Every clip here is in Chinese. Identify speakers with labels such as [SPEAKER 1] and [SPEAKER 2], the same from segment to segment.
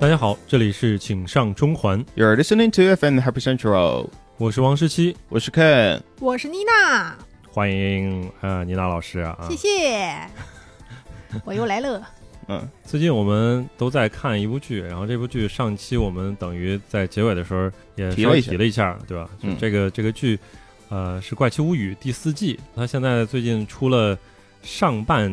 [SPEAKER 1] 大家好，这里是请上中环，
[SPEAKER 2] You're listening to FM Happy Central，
[SPEAKER 1] 我是王十七，
[SPEAKER 2] 我是 Ken。
[SPEAKER 3] 我是妮娜，
[SPEAKER 1] 欢迎呃妮娜老师啊。
[SPEAKER 3] 谢谢，我又来了。
[SPEAKER 2] 嗯，
[SPEAKER 1] 最近我们都在看一部剧，然后这部剧上期我们等于在结尾的时候也
[SPEAKER 2] 提
[SPEAKER 1] 稍
[SPEAKER 2] 了
[SPEAKER 1] 微
[SPEAKER 2] 一下
[SPEAKER 1] 提了一下，对吧？就
[SPEAKER 2] 嗯
[SPEAKER 1] 这个、这个剧，呃，是《怪奇物语》第四季，它现在最近出了上半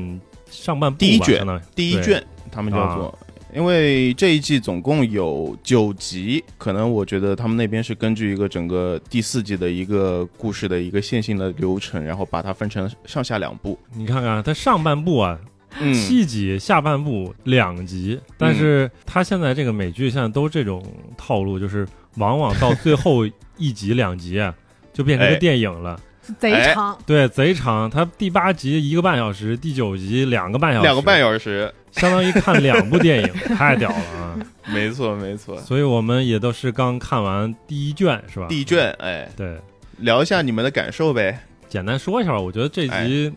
[SPEAKER 1] 上半部吧
[SPEAKER 2] 第一卷
[SPEAKER 1] 相当于
[SPEAKER 2] 第一卷他们叫
[SPEAKER 1] 啊
[SPEAKER 2] 做，因为这一季总共有九集，可能我觉得他们那边是根据一个整个第四季的一个故事的一个线性的流程，然后把它分成上下两部。
[SPEAKER 1] 你看看它上半部啊，
[SPEAKER 2] 嗯，
[SPEAKER 1] 七集，下半部两集，但是它现在这个美剧现在都这种套路，就是往往到最后一集两集 啊，就变成个
[SPEAKER 2] 哎
[SPEAKER 1] 电影了。
[SPEAKER 3] 贼
[SPEAKER 2] 哎
[SPEAKER 3] 长，
[SPEAKER 1] 对，贼长，它第八集一个半小时，第九集两个半小时，
[SPEAKER 2] 两个半小 时，
[SPEAKER 1] 相当于看两部电 影，太屌了啊！
[SPEAKER 2] 没错没错。
[SPEAKER 1] 所以我们也都是刚看完第一卷，是吧？
[SPEAKER 2] 第一，卷，哎，
[SPEAKER 1] 对，
[SPEAKER 2] 聊一下你们的感受呗。
[SPEAKER 1] 简单说一下吧。我觉得这
[SPEAKER 2] 哎
[SPEAKER 1] 集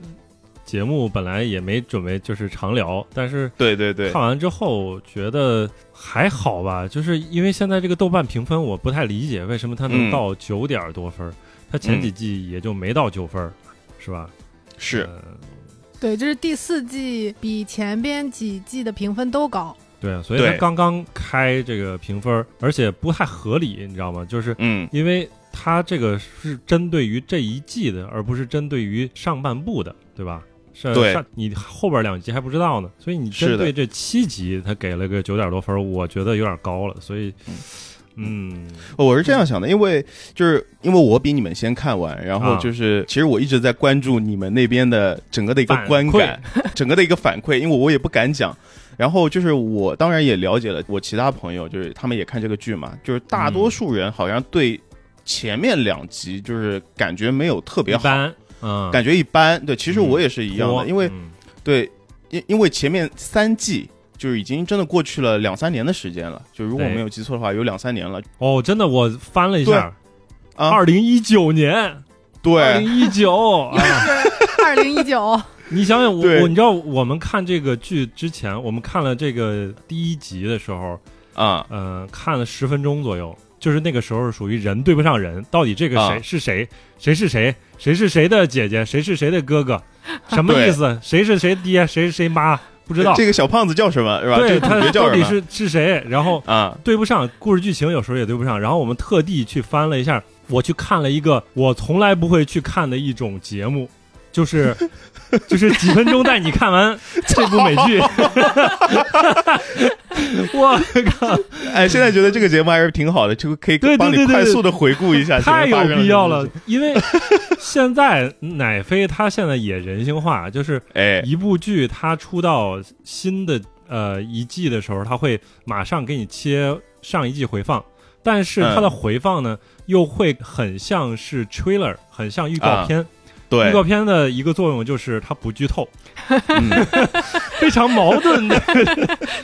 [SPEAKER 1] 节目本来也没准备就是长聊，但是
[SPEAKER 2] 对对对
[SPEAKER 1] 看，完之后觉得还好吧，就是因为现在这个豆瓣评分我不太理解，为什么它能
[SPEAKER 2] 嗯
[SPEAKER 1] 到九点多分儿？它前几季也就没到九分儿，是吧？
[SPEAKER 2] 是
[SPEAKER 1] 呃
[SPEAKER 3] 对，就是第四季比前边几季的评分都高。
[SPEAKER 1] 对，啊所以它
[SPEAKER 2] 对
[SPEAKER 1] 刚刚开这个评分儿，而且不太合理，你知道吗？就是
[SPEAKER 2] 嗯
[SPEAKER 1] 因为它这个是针对于这一季的，而不是针对于上半部的，对吧？是
[SPEAKER 2] 对
[SPEAKER 1] 上你后边两集还不知道呢，所以你
[SPEAKER 2] 是
[SPEAKER 1] 针
[SPEAKER 2] 的
[SPEAKER 1] 对这七集，它给了个九点多分儿，我觉得有点高了，所以，嗯，
[SPEAKER 2] 我是这样想的，因为就是因为我比你们先看完，然后
[SPEAKER 1] 啊
[SPEAKER 2] 就是、其实我一直在关注你们那边的整个的一个
[SPEAKER 1] 反
[SPEAKER 2] 观感，整个的一个反馈，因为我也不敢讲。然后就是我当然也了解了，我其他朋友就是他们也看这个剧嘛，就是大
[SPEAKER 1] 嗯
[SPEAKER 2] 多数人好像对前面两集就是感觉没有特别
[SPEAKER 1] 一
[SPEAKER 2] 好，
[SPEAKER 1] 般，嗯，
[SPEAKER 2] 感觉一般。对，其实
[SPEAKER 1] 嗯
[SPEAKER 2] 我也是一样
[SPEAKER 1] 拖
[SPEAKER 2] 的，因为
[SPEAKER 1] 嗯
[SPEAKER 2] 对，因因为前面三季就是已经真的过去了两三年的时间了，就如果
[SPEAKER 1] 对
[SPEAKER 2] 没有记错的话，有两三年了
[SPEAKER 1] 哦，真的我翻了一下，
[SPEAKER 2] 啊。
[SPEAKER 1] 二零一九年，二
[SPEAKER 2] 对，
[SPEAKER 1] 零一 九，啊
[SPEAKER 3] 又是二零一九，
[SPEAKER 1] 你想想我
[SPEAKER 2] 对
[SPEAKER 1] 我，你知道我们看这个剧之前，我们看了这个第一集的时候，
[SPEAKER 2] 啊，
[SPEAKER 1] 嗯，看了十分钟左右，就是那个时候属于人对不上人，到底这个谁
[SPEAKER 2] 啊
[SPEAKER 1] 是谁，谁是谁，谁是谁的姐姐，谁是谁的哥 哥，什么
[SPEAKER 2] 对
[SPEAKER 1] 意思？谁是谁爹，谁是谁妈，不知道。
[SPEAKER 2] 这个小胖子叫什么是吧？这
[SPEAKER 1] 对
[SPEAKER 2] 个主
[SPEAKER 1] 他
[SPEAKER 2] 角
[SPEAKER 1] 到
[SPEAKER 2] 叫什
[SPEAKER 1] 底
[SPEAKER 2] 么
[SPEAKER 1] 是是谁？然后
[SPEAKER 2] 啊？
[SPEAKER 1] 对不上，故事剧情有时候也对不上。然后我们特地去翻了一下，我去看了一个我从来不会去看的一种节目，就是 就是几分钟带你看完这部美剧。我靠，
[SPEAKER 2] 哎，现在觉得这个节目还是挺好的，就可以
[SPEAKER 1] 对对
[SPEAKER 2] 帮
[SPEAKER 1] 对
[SPEAKER 2] 你
[SPEAKER 1] 对
[SPEAKER 2] 快
[SPEAKER 1] 对
[SPEAKER 2] 速的回顾一 下，
[SPEAKER 1] 太有必要了
[SPEAKER 2] 了。，
[SPEAKER 1] 因为现在奶飞他现在也人性化，就是
[SPEAKER 2] 哎，
[SPEAKER 1] 一部剧它出到新的呃一季的时候，它会马上给你切上一季回放，但是
[SPEAKER 2] 嗯
[SPEAKER 1] 它的回放呢、又会很像是 trailer，很像预告片。
[SPEAKER 2] 啊对
[SPEAKER 1] 预，告片的一个作用就是它不剧透，
[SPEAKER 2] 嗯
[SPEAKER 1] 非常矛 盾的。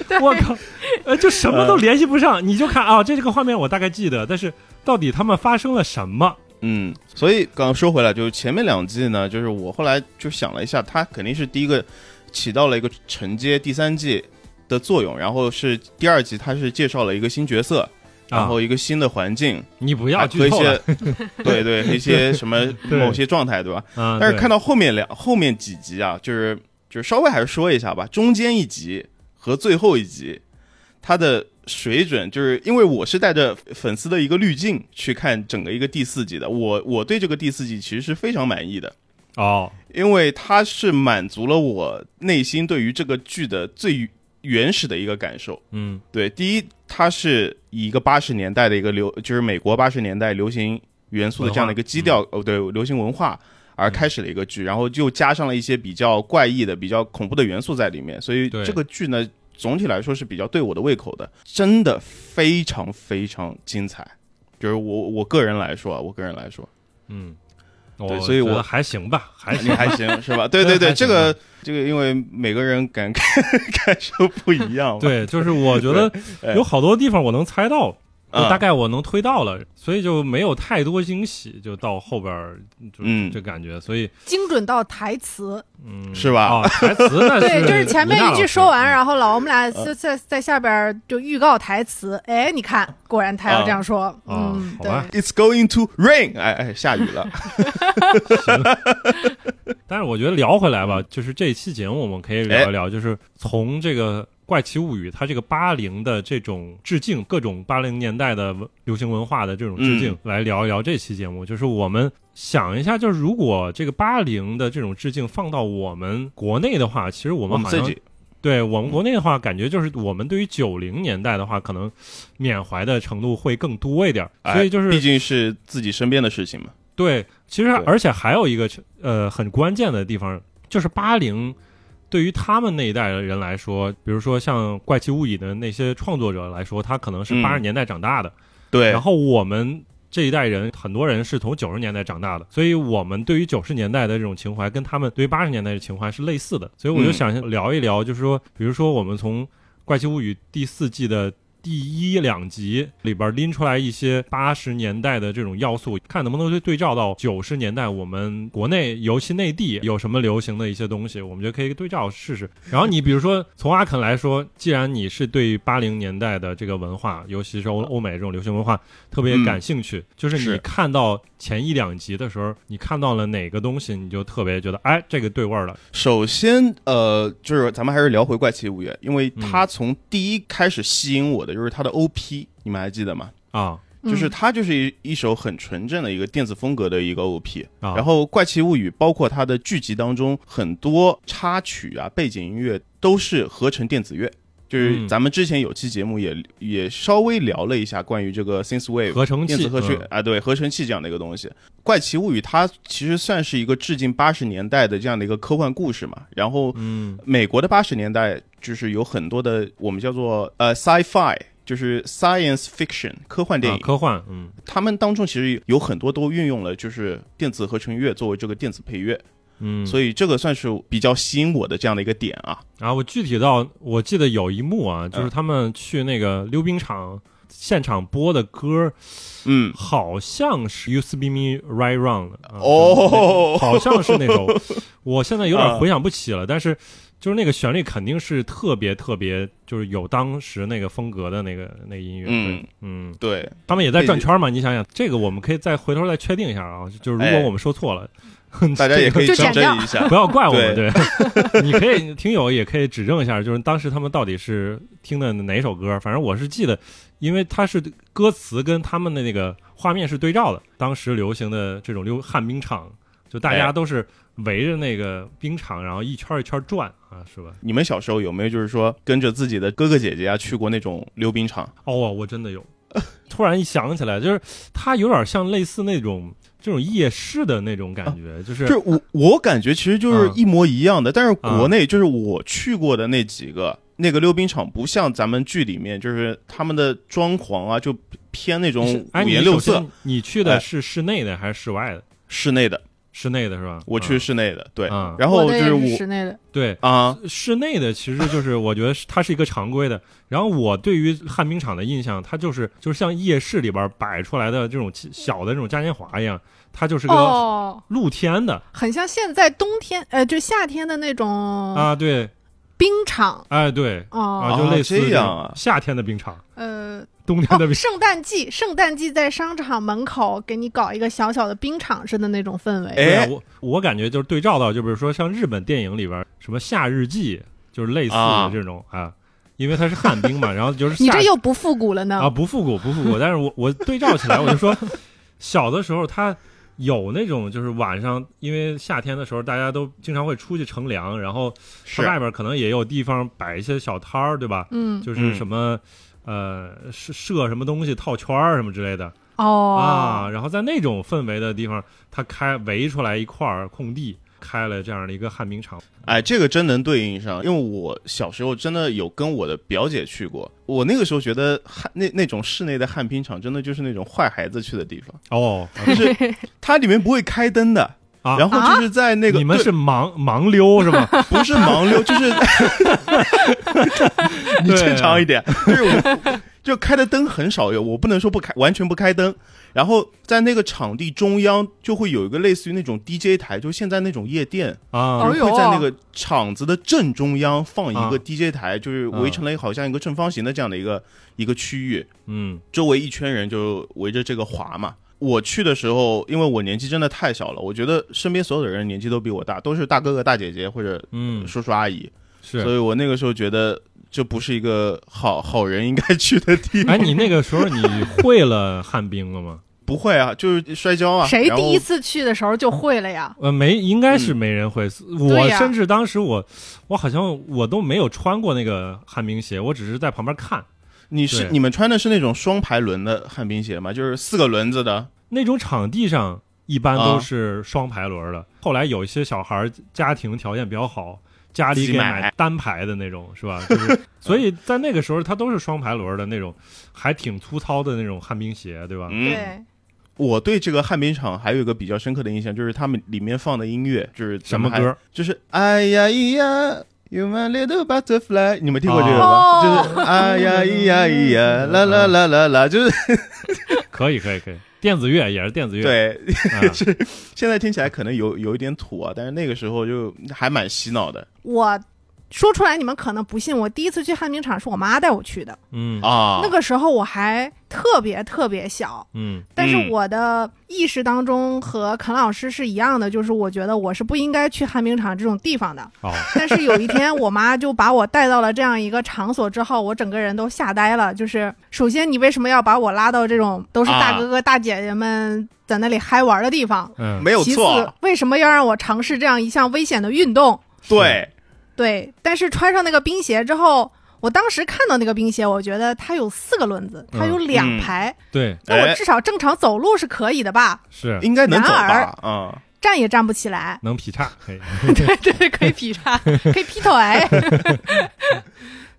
[SPEAKER 3] 对
[SPEAKER 1] 我靠，呃，就什么都联系不
[SPEAKER 2] 嗯
[SPEAKER 1] 上，你就看啊，这这个画面我大概记得，但是到底他们发生了什么？
[SPEAKER 2] 嗯，所以刚刚说回来，就是前面两季呢，就是我后来就想了一下，它肯定是第一个起到了一个承接第三季的作用，然后是第二季它是介绍了一个新角色，然
[SPEAKER 1] 啊，
[SPEAKER 2] 后一啊个新的环境，
[SPEAKER 1] 你不要
[SPEAKER 2] 还和
[SPEAKER 1] 剧
[SPEAKER 2] 一
[SPEAKER 1] 透了
[SPEAKER 2] 些对对一些什么
[SPEAKER 1] 对
[SPEAKER 2] 某些状态，对吧？
[SPEAKER 1] 啊！
[SPEAKER 2] 但是看
[SPEAKER 1] 到
[SPEAKER 2] 到后面两后面几集啊，就是就是稍微还是说一下吧，中间一集和最后一集，它的水准就是因为我是带着粉丝的一个滤镜去看整个一个第四季的，我我对这个第四季其实是非常满意的，
[SPEAKER 1] 哦，
[SPEAKER 2] 因为它是满足了我内心对于这个剧的最原始的一个感受。
[SPEAKER 1] 嗯
[SPEAKER 2] 对，第一，它是以一个八十年代的一个流，就是美国八十年代流行元素的这样的一个基
[SPEAKER 1] 嗯
[SPEAKER 2] 调，哦，对，流行文化而开始了一个剧，然后就加上了一些比较怪异的、比较恐怖的元素在里面，所以
[SPEAKER 1] 对
[SPEAKER 2] 这个剧呢，总体来说是比较对我的胃口的，真的非常非常精彩。就是我我个人来说啊，我个人来说，
[SPEAKER 1] 嗯，我
[SPEAKER 2] 所以
[SPEAKER 1] 觉得
[SPEAKER 2] 我
[SPEAKER 1] 还行吧，还
[SPEAKER 2] 你
[SPEAKER 1] 行。
[SPEAKER 2] 还行是 吧？对
[SPEAKER 1] 对
[SPEAKER 2] 对对，
[SPEAKER 1] 还行啊
[SPEAKER 2] 这个这个，因为每个人感 感受不一样嘛，
[SPEAKER 1] 对，就是我觉 得
[SPEAKER 2] 哎
[SPEAKER 1] 有好多地方我能猜到，
[SPEAKER 2] 嗯，
[SPEAKER 1] 我大概我能推到了，所以就没有太多惊喜，就到后边儿就
[SPEAKER 2] 嗯
[SPEAKER 1] 这感觉，所以
[SPEAKER 3] 精准到台词，
[SPEAKER 1] 嗯
[SPEAKER 2] 是吧
[SPEAKER 1] 哦，台词那
[SPEAKER 3] 对，就是是前面
[SPEAKER 1] 吴娜
[SPEAKER 3] 一句
[SPEAKER 1] 老
[SPEAKER 3] 说
[SPEAKER 1] 师
[SPEAKER 3] 完，
[SPEAKER 1] 嗯
[SPEAKER 3] 然后老王们俩就在在下边儿就预告台词，哎，你看，果然他要这样说，
[SPEAKER 1] 啊
[SPEAKER 3] 嗯，
[SPEAKER 1] 好
[SPEAKER 3] 对，
[SPEAKER 1] 吧
[SPEAKER 2] It's going to rain，哎哎，下雨了，
[SPEAKER 1] 但是我觉得聊回来吧，就是这一期节目我们可以聊一
[SPEAKER 2] 哎
[SPEAKER 1] 聊，就是从这个《怪奇物语》它这个八零的这种致敬，各种八零年代的文流行文化的这种致敬，
[SPEAKER 2] 嗯
[SPEAKER 1] 来聊一聊这期节目。就是我们想一下，就是如果这个八零的这种致敬放到我们国内的话，其 实我
[SPEAKER 2] 我
[SPEAKER 1] 们
[SPEAKER 2] 们
[SPEAKER 1] 好
[SPEAKER 2] 自
[SPEAKER 1] 像
[SPEAKER 2] 己
[SPEAKER 1] 对我们国内的话，感觉就是我们对于九零年代的话，可能缅怀的程度会更多一点儿，
[SPEAKER 2] 哎
[SPEAKER 1] 所以就是
[SPEAKER 2] 毕竟是自己身边的事情嘛，
[SPEAKER 1] 对，其实
[SPEAKER 2] 对
[SPEAKER 1] 而且还有一个呃很关键的地方，就是八零对于他们那一代人来说，比如说像《怪奇物语》的那些创作者来说，他可能是
[SPEAKER 2] 嗯
[SPEAKER 1] 八十年代长大的，
[SPEAKER 2] 对
[SPEAKER 1] 然，后我们。这一代人，很多人是从九十年代长大的，所以我们对于九十年代的这种情怀，跟他们对于八十年代的情怀是类似的。所以我就
[SPEAKER 2] 嗯
[SPEAKER 1] 想聊一聊，就是说，比如说我们从《怪奇物语》第四季的第一两集里边拎出来一些八十年代的这种要素，看能不能对对照到九十年代我们国内，尤其内地有什么流行的一些东西，我们就可以对照试试。然后你比如说从阿肯来说，既然你是对八零年代的这个文化，尤其是欧欧美这种流行文化特别感兴趣，就是你
[SPEAKER 2] 嗯是
[SPEAKER 1] 看到前一两集的时候，你看到了哪个东西，你就特别觉得哎，这个对味儿了。
[SPEAKER 2] 首先，呃，就是咱们还是聊回《怪奇五月》，因为它从第一开始吸引我的就是它的 OP，你们还记得吗？
[SPEAKER 1] 啊
[SPEAKER 3] 嗯
[SPEAKER 2] 就是它就是一一首很纯正的一个电子风格的一个 OP，、
[SPEAKER 1] 啊！
[SPEAKER 2] 然后《怪奇物语》包括它的剧集当中很多插曲啊、背景音乐都是合成电子乐，就是
[SPEAKER 1] 嗯
[SPEAKER 2] 咱们之前有期节目也也稍微聊了一下关于这个 synthwave
[SPEAKER 1] 合成器
[SPEAKER 2] 电子合成、
[SPEAKER 1] 嗯
[SPEAKER 2] 啊，对合成器这样的一个东西，《怪奇物语》它其实算是一个致敬八十年代的这样的一个科幻故事嘛。然后，
[SPEAKER 1] 嗯
[SPEAKER 2] 美国的八十年代就是有很多的我们叫做呃 sci-fi，就是 science fiction 科幻电
[SPEAKER 1] 啊
[SPEAKER 2] 影，，
[SPEAKER 1] 科幻，嗯
[SPEAKER 2] 他们当中其实有很多都运用了就是电子合成乐作为这个电子配乐，
[SPEAKER 1] 嗯，
[SPEAKER 2] 所以这个算是比较吸引我的这样的一个点啊。
[SPEAKER 1] 然后我具体到，我记得有一幕啊，
[SPEAKER 2] 嗯
[SPEAKER 1] 就是他们去那个溜冰场现场播的歌，
[SPEAKER 2] 嗯，
[SPEAKER 1] 好像是《You s t Be Me Right Round》的啊就
[SPEAKER 2] 哦嗯
[SPEAKER 1] 好像是那首，我现在有点回想不起了，但是就是那个旋律肯定是特别特别，就是有当时那个风格的那个那个音乐，
[SPEAKER 2] 嗯
[SPEAKER 1] 对嗯，
[SPEAKER 2] 对，
[SPEAKER 1] 他们也在转圈嘛，你想想，这个我们可以再回头再确定一下啊，就是如果
[SPEAKER 2] 哎
[SPEAKER 1] 我们说错了，
[SPEAKER 2] 大家也可以
[SPEAKER 3] 就
[SPEAKER 2] 较
[SPEAKER 3] 剪掉
[SPEAKER 2] 真一下
[SPEAKER 1] 。不要怪我们，对
[SPEAKER 2] 对，
[SPEAKER 1] 你可以听友也可以指正一下，就是当时他们到底是听的哪首歌？反正我是记得，因为它是歌词跟他们的那个画面是对照的。当时流行的这种溜旱冰场，就大家
[SPEAKER 2] 哎
[SPEAKER 1] 都是围着那个冰场，然后一圈一圈转啊，是吧？
[SPEAKER 2] 你们小时候有没有就是说跟着自己的哥哥姐姐啊去过那种溜冰场？
[SPEAKER 1] 哦，我真的有。 突然一想起来，就是它有点像类似那种这种夜市的那种感觉，就是
[SPEAKER 2] 就是我我感觉其实就是
[SPEAKER 1] 嗯
[SPEAKER 2] 一模一样的，但是国内就是我去过的那几个那个溜冰场，不像咱们剧里面就是他们的装潢啊，就偏那种
[SPEAKER 1] 你是哎，
[SPEAKER 2] 五
[SPEAKER 1] 你
[SPEAKER 2] 颜六
[SPEAKER 1] 首
[SPEAKER 2] 色
[SPEAKER 1] 先，你去的
[SPEAKER 2] 哎
[SPEAKER 1] 是室内的还是室外的？
[SPEAKER 2] 室内的，
[SPEAKER 1] 室内的是吧？
[SPEAKER 2] 我去
[SPEAKER 1] 嗯
[SPEAKER 2] 室内的，对
[SPEAKER 1] 嗯，
[SPEAKER 2] 然
[SPEAKER 3] 我
[SPEAKER 2] 后就
[SPEAKER 3] 的也
[SPEAKER 2] 是
[SPEAKER 3] 是
[SPEAKER 2] 我
[SPEAKER 3] 室内的，
[SPEAKER 1] 对，
[SPEAKER 2] 啊，
[SPEAKER 1] 室内的其实就是我觉得是它是一个常规 的，然后我对于旱冰场的印象，它就是就是像夜市里边摆出来的这种小的这种嘉年华一样，它就是个
[SPEAKER 3] 哦，
[SPEAKER 1] 露天的、
[SPEAKER 3] 很像现在冬天，呃，就夏天的那种
[SPEAKER 1] 啊，对，
[SPEAKER 3] 冰场，
[SPEAKER 1] 哎对，
[SPEAKER 3] 哦，
[SPEAKER 1] 啊就类似
[SPEAKER 2] 这样
[SPEAKER 1] 种
[SPEAKER 2] 啊
[SPEAKER 1] 夏天的冰场，
[SPEAKER 3] 呃，
[SPEAKER 1] 冬天的
[SPEAKER 3] 哦，
[SPEAKER 1] 冰，
[SPEAKER 3] 圣诞季，圣诞季在商场门口给你搞一个小小的冰场似的那种氛围，
[SPEAKER 1] 对啊
[SPEAKER 2] 哎
[SPEAKER 1] 我我感觉就是对照到，就比如说像日本电影里边什么夏日记，就是类似的
[SPEAKER 2] 啊
[SPEAKER 1] 这种啊，因为它是旱冰嘛，然后就是
[SPEAKER 3] 你
[SPEAKER 1] 夏
[SPEAKER 3] 这又不复古了呢。
[SPEAKER 1] 啊，不复古，不复古。但是我我对照起来，我就说，小的时候他有那种，就是晚上，因为夏天的时候，大家都经常会出去乘凉，然后它
[SPEAKER 2] 是
[SPEAKER 1] 外边可能也有地方摆一些小摊儿，对吧？
[SPEAKER 3] 嗯，
[SPEAKER 1] 就是什么。呃，射射什么东西套圈儿什么之类的、
[SPEAKER 3] 哦，
[SPEAKER 1] 啊，然后在那种氛围的地方，它开围出来一块儿空地，开了这样的一个旱冰场。
[SPEAKER 2] 哎，这个真能对应上，因为我小时候真的有跟我的表姐去过，我那个时候觉得旱那那种室内的旱冰场，真的就是那种坏孩子去的地方，
[SPEAKER 1] 哦，
[SPEAKER 2] 就是它里面不会开灯的。
[SPEAKER 1] 啊
[SPEAKER 2] 然后就是在那个
[SPEAKER 1] 你们
[SPEAKER 2] 对
[SPEAKER 1] 是盲盲溜 是吧？
[SPEAKER 2] 不是盲溜，就是 你
[SPEAKER 1] 啊
[SPEAKER 2] 正常一点，就是我就开的灯很少有，我不能说不开，完全不开灯。然后在那个场地中央就会有一个类似于那种 DJ 台，就现在那种夜店，
[SPEAKER 1] 啊
[SPEAKER 3] 哦
[SPEAKER 2] 会
[SPEAKER 3] 呦
[SPEAKER 2] 在那个场子的正中央放一个
[SPEAKER 1] 啊
[SPEAKER 2] DJ 台，就是围成了一个好像一个正方形的这样的一个一个区域，
[SPEAKER 1] 嗯
[SPEAKER 2] 周围一圈人就围着这个滑嘛。我去的时候，因为我年纪真的太小了，我觉得身边所有的人年纪都比我大，都是大哥哥、大姐姐或者
[SPEAKER 1] 嗯
[SPEAKER 2] 叔叔阿姨。所
[SPEAKER 1] 是。
[SPEAKER 2] 以我那个时候觉得这不是一个好好人应该去的地 方。
[SPEAKER 1] 哎，你那个时候你会了旱冰了吗？
[SPEAKER 2] 不会啊，就是摔跤啊。
[SPEAKER 3] 谁
[SPEAKER 2] 然后
[SPEAKER 3] 第一次去的时候就会了呀？
[SPEAKER 1] 呃，没，应该
[SPEAKER 2] 嗯
[SPEAKER 1] 是没人会。我
[SPEAKER 3] 对呀
[SPEAKER 1] 甚至当时我，我好像我都没有穿过那个旱冰鞋，我只是在旁边看。
[SPEAKER 2] 你是
[SPEAKER 1] 对
[SPEAKER 2] 你们穿的是那种双排轮的旱冰鞋吗？就是四个轮子的。
[SPEAKER 1] 那种场地上一般都
[SPEAKER 2] 啊
[SPEAKER 1] 是双排轮的，后来有一些小孩儿家庭条件比较好，家里
[SPEAKER 2] 自
[SPEAKER 1] 给
[SPEAKER 2] 己买嗯
[SPEAKER 1] 买单排的那种，是吧？ 就是，所以在那个时候，它都是双排轮的那种，还挺粗糙的那种旱冰鞋，对吧？
[SPEAKER 2] 嗯，
[SPEAKER 3] 对，
[SPEAKER 2] 我对这个旱冰场还有一个比较深刻的印象，就是他们里面放的音乐，就是
[SPEAKER 1] 什么
[SPEAKER 2] 咱们还？
[SPEAKER 1] 歌？
[SPEAKER 2] 就是哎呀咿呀。You my little butterfly，你们听过这个吗？
[SPEAKER 3] 哦嗯
[SPEAKER 2] 就是哎呀咿呀咿呀，啦啦啦啦啦，就是
[SPEAKER 1] 可以，可以，可以。电子乐也是电子乐，
[SPEAKER 2] 对，
[SPEAKER 1] 啊
[SPEAKER 2] 现在听起来可能有有一点土啊，但是那个时候就还蛮洗脑的
[SPEAKER 3] 我说出来你们可能不信，我第一次去旱冰场是我妈带我去的，
[SPEAKER 1] 嗯
[SPEAKER 2] 啊。
[SPEAKER 3] 那个时候我还特别特别小，
[SPEAKER 1] 嗯
[SPEAKER 3] 但
[SPEAKER 2] 嗯
[SPEAKER 3] 是我的意识当中和肯老师是一样的，就是我觉得我是不应该去旱冰场这种地方的。
[SPEAKER 1] 哦，
[SPEAKER 3] 但是有一天，我妈就把我带到了这样一个场所之后，我整个人都吓呆了。就是首先，你为什么要把我拉到这种都是
[SPEAKER 2] 啊
[SPEAKER 3] 大哥哥大姐姐们在那里嗨玩的地方？
[SPEAKER 1] 嗯，
[SPEAKER 2] 没有
[SPEAKER 3] 其次
[SPEAKER 2] 错，，
[SPEAKER 3] 为什么要让我尝试这样一项危险的运动？
[SPEAKER 2] 对，
[SPEAKER 3] 对，但是穿上那个冰鞋之后。我当时看到那个冰鞋，我觉得它有四个轮子，它有
[SPEAKER 2] 嗯
[SPEAKER 3] 两排，
[SPEAKER 1] 对，
[SPEAKER 3] 那
[SPEAKER 2] 哎
[SPEAKER 3] 我至少正常走路是可以的吧？
[SPEAKER 1] 是，
[SPEAKER 2] 应该能走
[SPEAKER 3] 然
[SPEAKER 2] 吧
[SPEAKER 3] 而？
[SPEAKER 2] 啊、
[SPEAKER 3] 站也站不起来
[SPEAKER 1] 能劈叉， 可以。
[SPEAKER 3] 对对，可以劈叉，可以劈腿。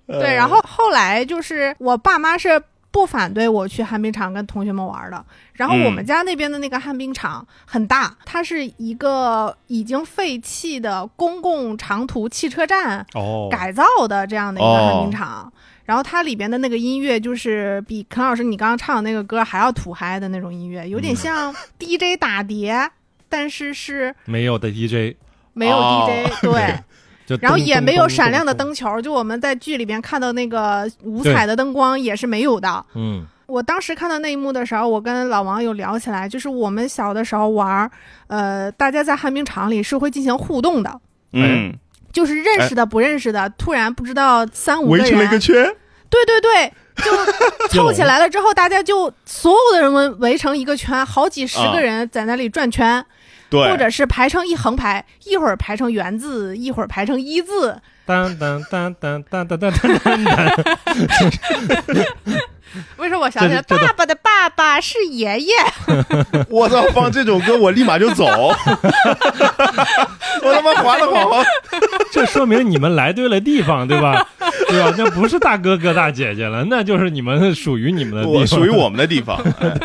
[SPEAKER 2] 嗯，
[SPEAKER 3] 对，然后后来就是我爸妈是不反对我去旱冰场跟同学们玩的。然后我们家那边的那个旱冰场很大，它是一个已经废弃的公共长途汽车站
[SPEAKER 1] 哦，
[SPEAKER 3] 改造的这样的一个旱冰场。然后它里边的那个音乐就是比肯老师你刚刚唱的那个歌还要土嗨的那种音乐，有点
[SPEAKER 1] 嗯
[SPEAKER 3] 像 DJ 打碟，但是是
[SPEAKER 1] 没有的 DJ，
[SPEAKER 3] 没有
[SPEAKER 2] 哦
[SPEAKER 3] DJ，、对，
[SPEAKER 1] 就
[SPEAKER 3] 然后
[SPEAKER 1] 咚
[SPEAKER 3] 也
[SPEAKER 1] 咚
[SPEAKER 3] 没有
[SPEAKER 1] 咚
[SPEAKER 3] 闪
[SPEAKER 1] 咚
[SPEAKER 3] 亮的
[SPEAKER 1] 咚，
[SPEAKER 3] 灯球，就我们在剧里边看到那个五彩的灯光也是没有的。
[SPEAKER 1] 嗯
[SPEAKER 3] 我当时看到那一幕的时候，我跟老王有聊起来，就是我们小的时候玩儿，呃，大家在旱冰场里是会进行互动的，
[SPEAKER 2] 嗯，
[SPEAKER 3] 就是认识的不认识的，突然不知道三五个
[SPEAKER 2] 围成了一
[SPEAKER 3] 人，
[SPEAKER 2] 个圈，
[SPEAKER 3] 对对对， 就凑起来了之后，大家就所有的人围围成一个圈，好几十
[SPEAKER 2] 啊
[SPEAKER 3] 个人在那里转圈，
[SPEAKER 2] 对，
[SPEAKER 3] 或者是排成一横排，一会儿排成圆字，一会儿排成一字，
[SPEAKER 1] 当当当当当当当当当当。
[SPEAKER 3] 为什么我想起来，
[SPEAKER 1] 这是这
[SPEAKER 3] 爸爸的爸爸是爷爷？
[SPEAKER 2] 我操，放这种歌我立马就 走，我他妈滑了好好，
[SPEAKER 1] 这说明你们来对了地方，对吧？对吧？ 那不是大哥哥大姐姐了，那就是你们属于你们的地
[SPEAKER 2] 我
[SPEAKER 1] 方，
[SPEAKER 2] 属于。我们的 地方，哎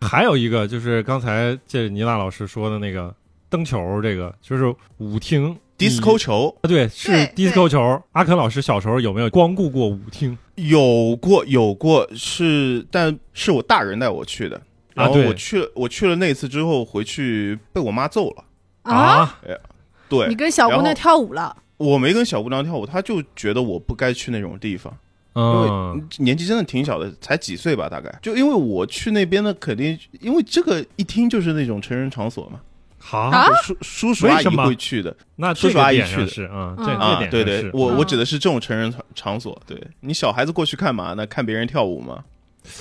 [SPEAKER 1] 还有一个就是刚才借着倪娜老师说的那个灯球，这个就是舞厅
[SPEAKER 2] disco 球
[SPEAKER 1] 啊，对，是
[SPEAKER 3] 对
[SPEAKER 1] disco 球。阿肯老师小时候有没有光顾过舞厅
[SPEAKER 2] 有过有过是，但是我大人带我去的。
[SPEAKER 1] 啊
[SPEAKER 2] 然后
[SPEAKER 1] 对
[SPEAKER 2] 我去了，我去了那次之后，回去被我妈揍了。
[SPEAKER 3] 啊，你
[SPEAKER 2] 对，
[SPEAKER 3] 跟小姑
[SPEAKER 2] 然后
[SPEAKER 3] 娘跳舞了？
[SPEAKER 2] 我没跟小姑娘跳舞，她就觉得我不该去那种地方。
[SPEAKER 1] 嗯，
[SPEAKER 2] 年纪真的挺小的，才几岁吧，大概。就因为我去那边呢，肯定因为这个一听就是那种成人场所嘛，
[SPEAKER 1] 好，
[SPEAKER 3] 啊
[SPEAKER 2] 就叔叔叔阿
[SPEAKER 1] 为
[SPEAKER 2] 姨
[SPEAKER 1] 什么
[SPEAKER 2] 会去的
[SPEAKER 1] 那
[SPEAKER 2] 叔
[SPEAKER 1] 这
[SPEAKER 2] 叔
[SPEAKER 1] 个
[SPEAKER 2] 阿姨
[SPEAKER 1] 点
[SPEAKER 2] 去
[SPEAKER 1] 上
[SPEAKER 2] 的
[SPEAKER 1] 是啊，
[SPEAKER 3] 嗯
[SPEAKER 1] 这这，
[SPEAKER 2] 啊
[SPEAKER 1] 点
[SPEAKER 2] 对
[SPEAKER 1] 上
[SPEAKER 2] 对
[SPEAKER 1] 是，
[SPEAKER 2] 我
[SPEAKER 3] 嗯
[SPEAKER 2] 我指的是这种成人场场所。对你小孩子过去干嘛呢？看别人跳舞吗？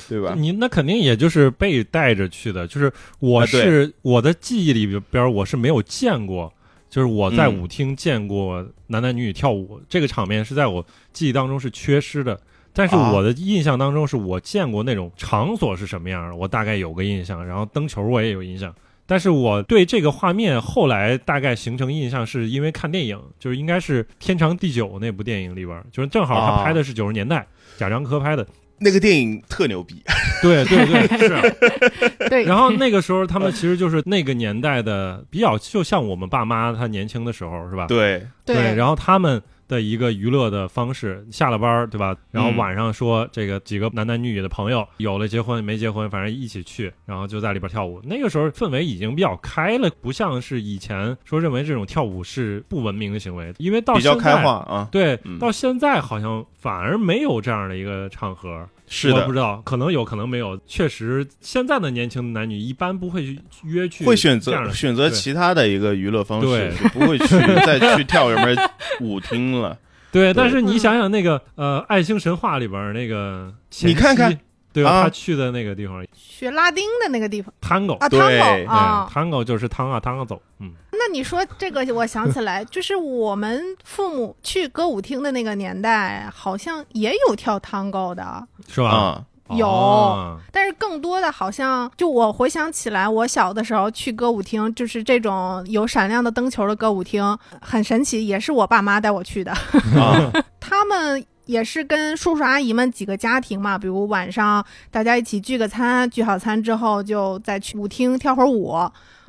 [SPEAKER 2] 对吧？
[SPEAKER 1] 你那肯定也就是被带着去的，就是我
[SPEAKER 2] 啊对
[SPEAKER 1] 是、我的记忆里边儿我是没有见过，就是我在
[SPEAKER 2] 嗯
[SPEAKER 1] 舞厅见过男男女女跳舞、这个场面是在我记忆当中是缺失的，但是
[SPEAKER 2] 啊
[SPEAKER 1] 我的印象当中是我见过那种场所是什么样的，我大概有个印象，然后灯球我也有印象，但是我对这个画面后来大概形成印象，是因为看电影，就是应该是《天长地久》那部电影里边儿，就是正好
[SPEAKER 2] 啊
[SPEAKER 1] 他拍的是九十年代，贾樟柯拍的，
[SPEAKER 2] 那个电影特牛逼，
[SPEAKER 1] 啊对对 对，是、啊
[SPEAKER 3] 对，
[SPEAKER 1] 然后那个时候，他们其实就是那个年代的比较，就像我们爸妈他年轻的时候，是吧？
[SPEAKER 2] 对，
[SPEAKER 1] 对
[SPEAKER 3] 对，
[SPEAKER 1] 然后他们的一个娱乐的方式，下了班儿，对吧？然
[SPEAKER 2] 嗯
[SPEAKER 1] 后晚上说这个几个男男女女的朋友，有了结婚没结婚，反正一起去，然后就在里边跳舞。那个时候氛围已经比较开了，不像是以前说认为这种跳舞是不文明的行为，因为到
[SPEAKER 2] 比较
[SPEAKER 1] 现在
[SPEAKER 2] 开放啊，
[SPEAKER 1] 对，
[SPEAKER 2] 嗯
[SPEAKER 1] 到现在好像反而没有这样的一个场合。
[SPEAKER 2] 是
[SPEAKER 1] 我
[SPEAKER 2] 的
[SPEAKER 1] 不，知道，可能有可能没有。确实，现在的年轻男女一般不会去约去
[SPEAKER 2] 会选
[SPEAKER 1] 这样
[SPEAKER 2] 择
[SPEAKER 1] 的
[SPEAKER 2] 选择
[SPEAKER 1] 对
[SPEAKER 2] 其他的一个娱乐方式
[SPEAKER 1] 对，
[SPEAKER 2] 就不会 去再去跳什么舞厅了。
[SPEAKER 1] 对。
[SPEAKER 2] 对
[SPEAKER 1] 但
[SPEAKER 3] 嗯
[SPEAKER 1] 是你想想那个呃，《爱情神话》里边儿那个前
[SPEAKER 2] 你看看
[SPEAKER 1] 妻，对吧？
[SPEAKER 2] 啊
[SPEAKER 1] 他去的那个地方
[SPEAKER 3] 学拉丁的那个地方
[SPEAKER 1] ，tango，
[SPEAKER 3] 啊
[SPEAKER 2] 对
[SPEAKER 1] 嗯
[SPEAKER 3] ，tango 啊
[SPEAKER 1] 对。，tango 就是哎汤啊汤啊走，嗯，
[SPEAKER 3] 那你说这个，我想起来，就是我们父母去歌舞厅的那个年代，好像也有跳 tango 的，
[SPEAKER 1] 是吧？
[SPEAKER 2] 啊，
[SPEAKER 3] 有
[SPEAKER 1] 哦
[SPEAKER 3] 但是更多的好像，就我回想起来，我小的时候去歌舞厅，就是这种有闪亮的灯球的歌舞厅，很神奇，也是我爸妈带我去的。
[SPEAKER 2] 啊，
[SPEAKER 3] 他们也是跟叔叔阿姨们几个家庭嘛，比如晚上大家一起聚个餐，聚好餐之后就再去舞厅跳会儿舞。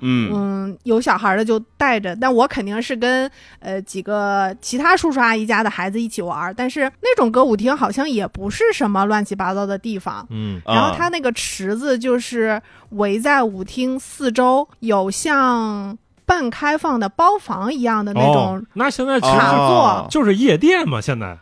[SPEAKER 2] 嗯，
[SPEAKER 3] 嗯，有小孩的就带着，但我肯定是跟呃几个其他叔叔阿姨家的孩子一起玩儿。但是那种歌舞厅好像也不是什么乱七八糟的地方。
[SPEAKER 1] 嗯，
[SPEAKER 2] 啊
[SPEAKER 3] 然后它那个池子就是围在舞厅四周，有像半开放的包房一样的那
[SPEAKER 1] 哦
[SPEAKER 3] 种，
[SPEAKER 1] 那现在其实
[SPEAKER 3] 啊
[SPEAKER 2] 哦
[SPEAKER 1] 就是夜店嘛，现在。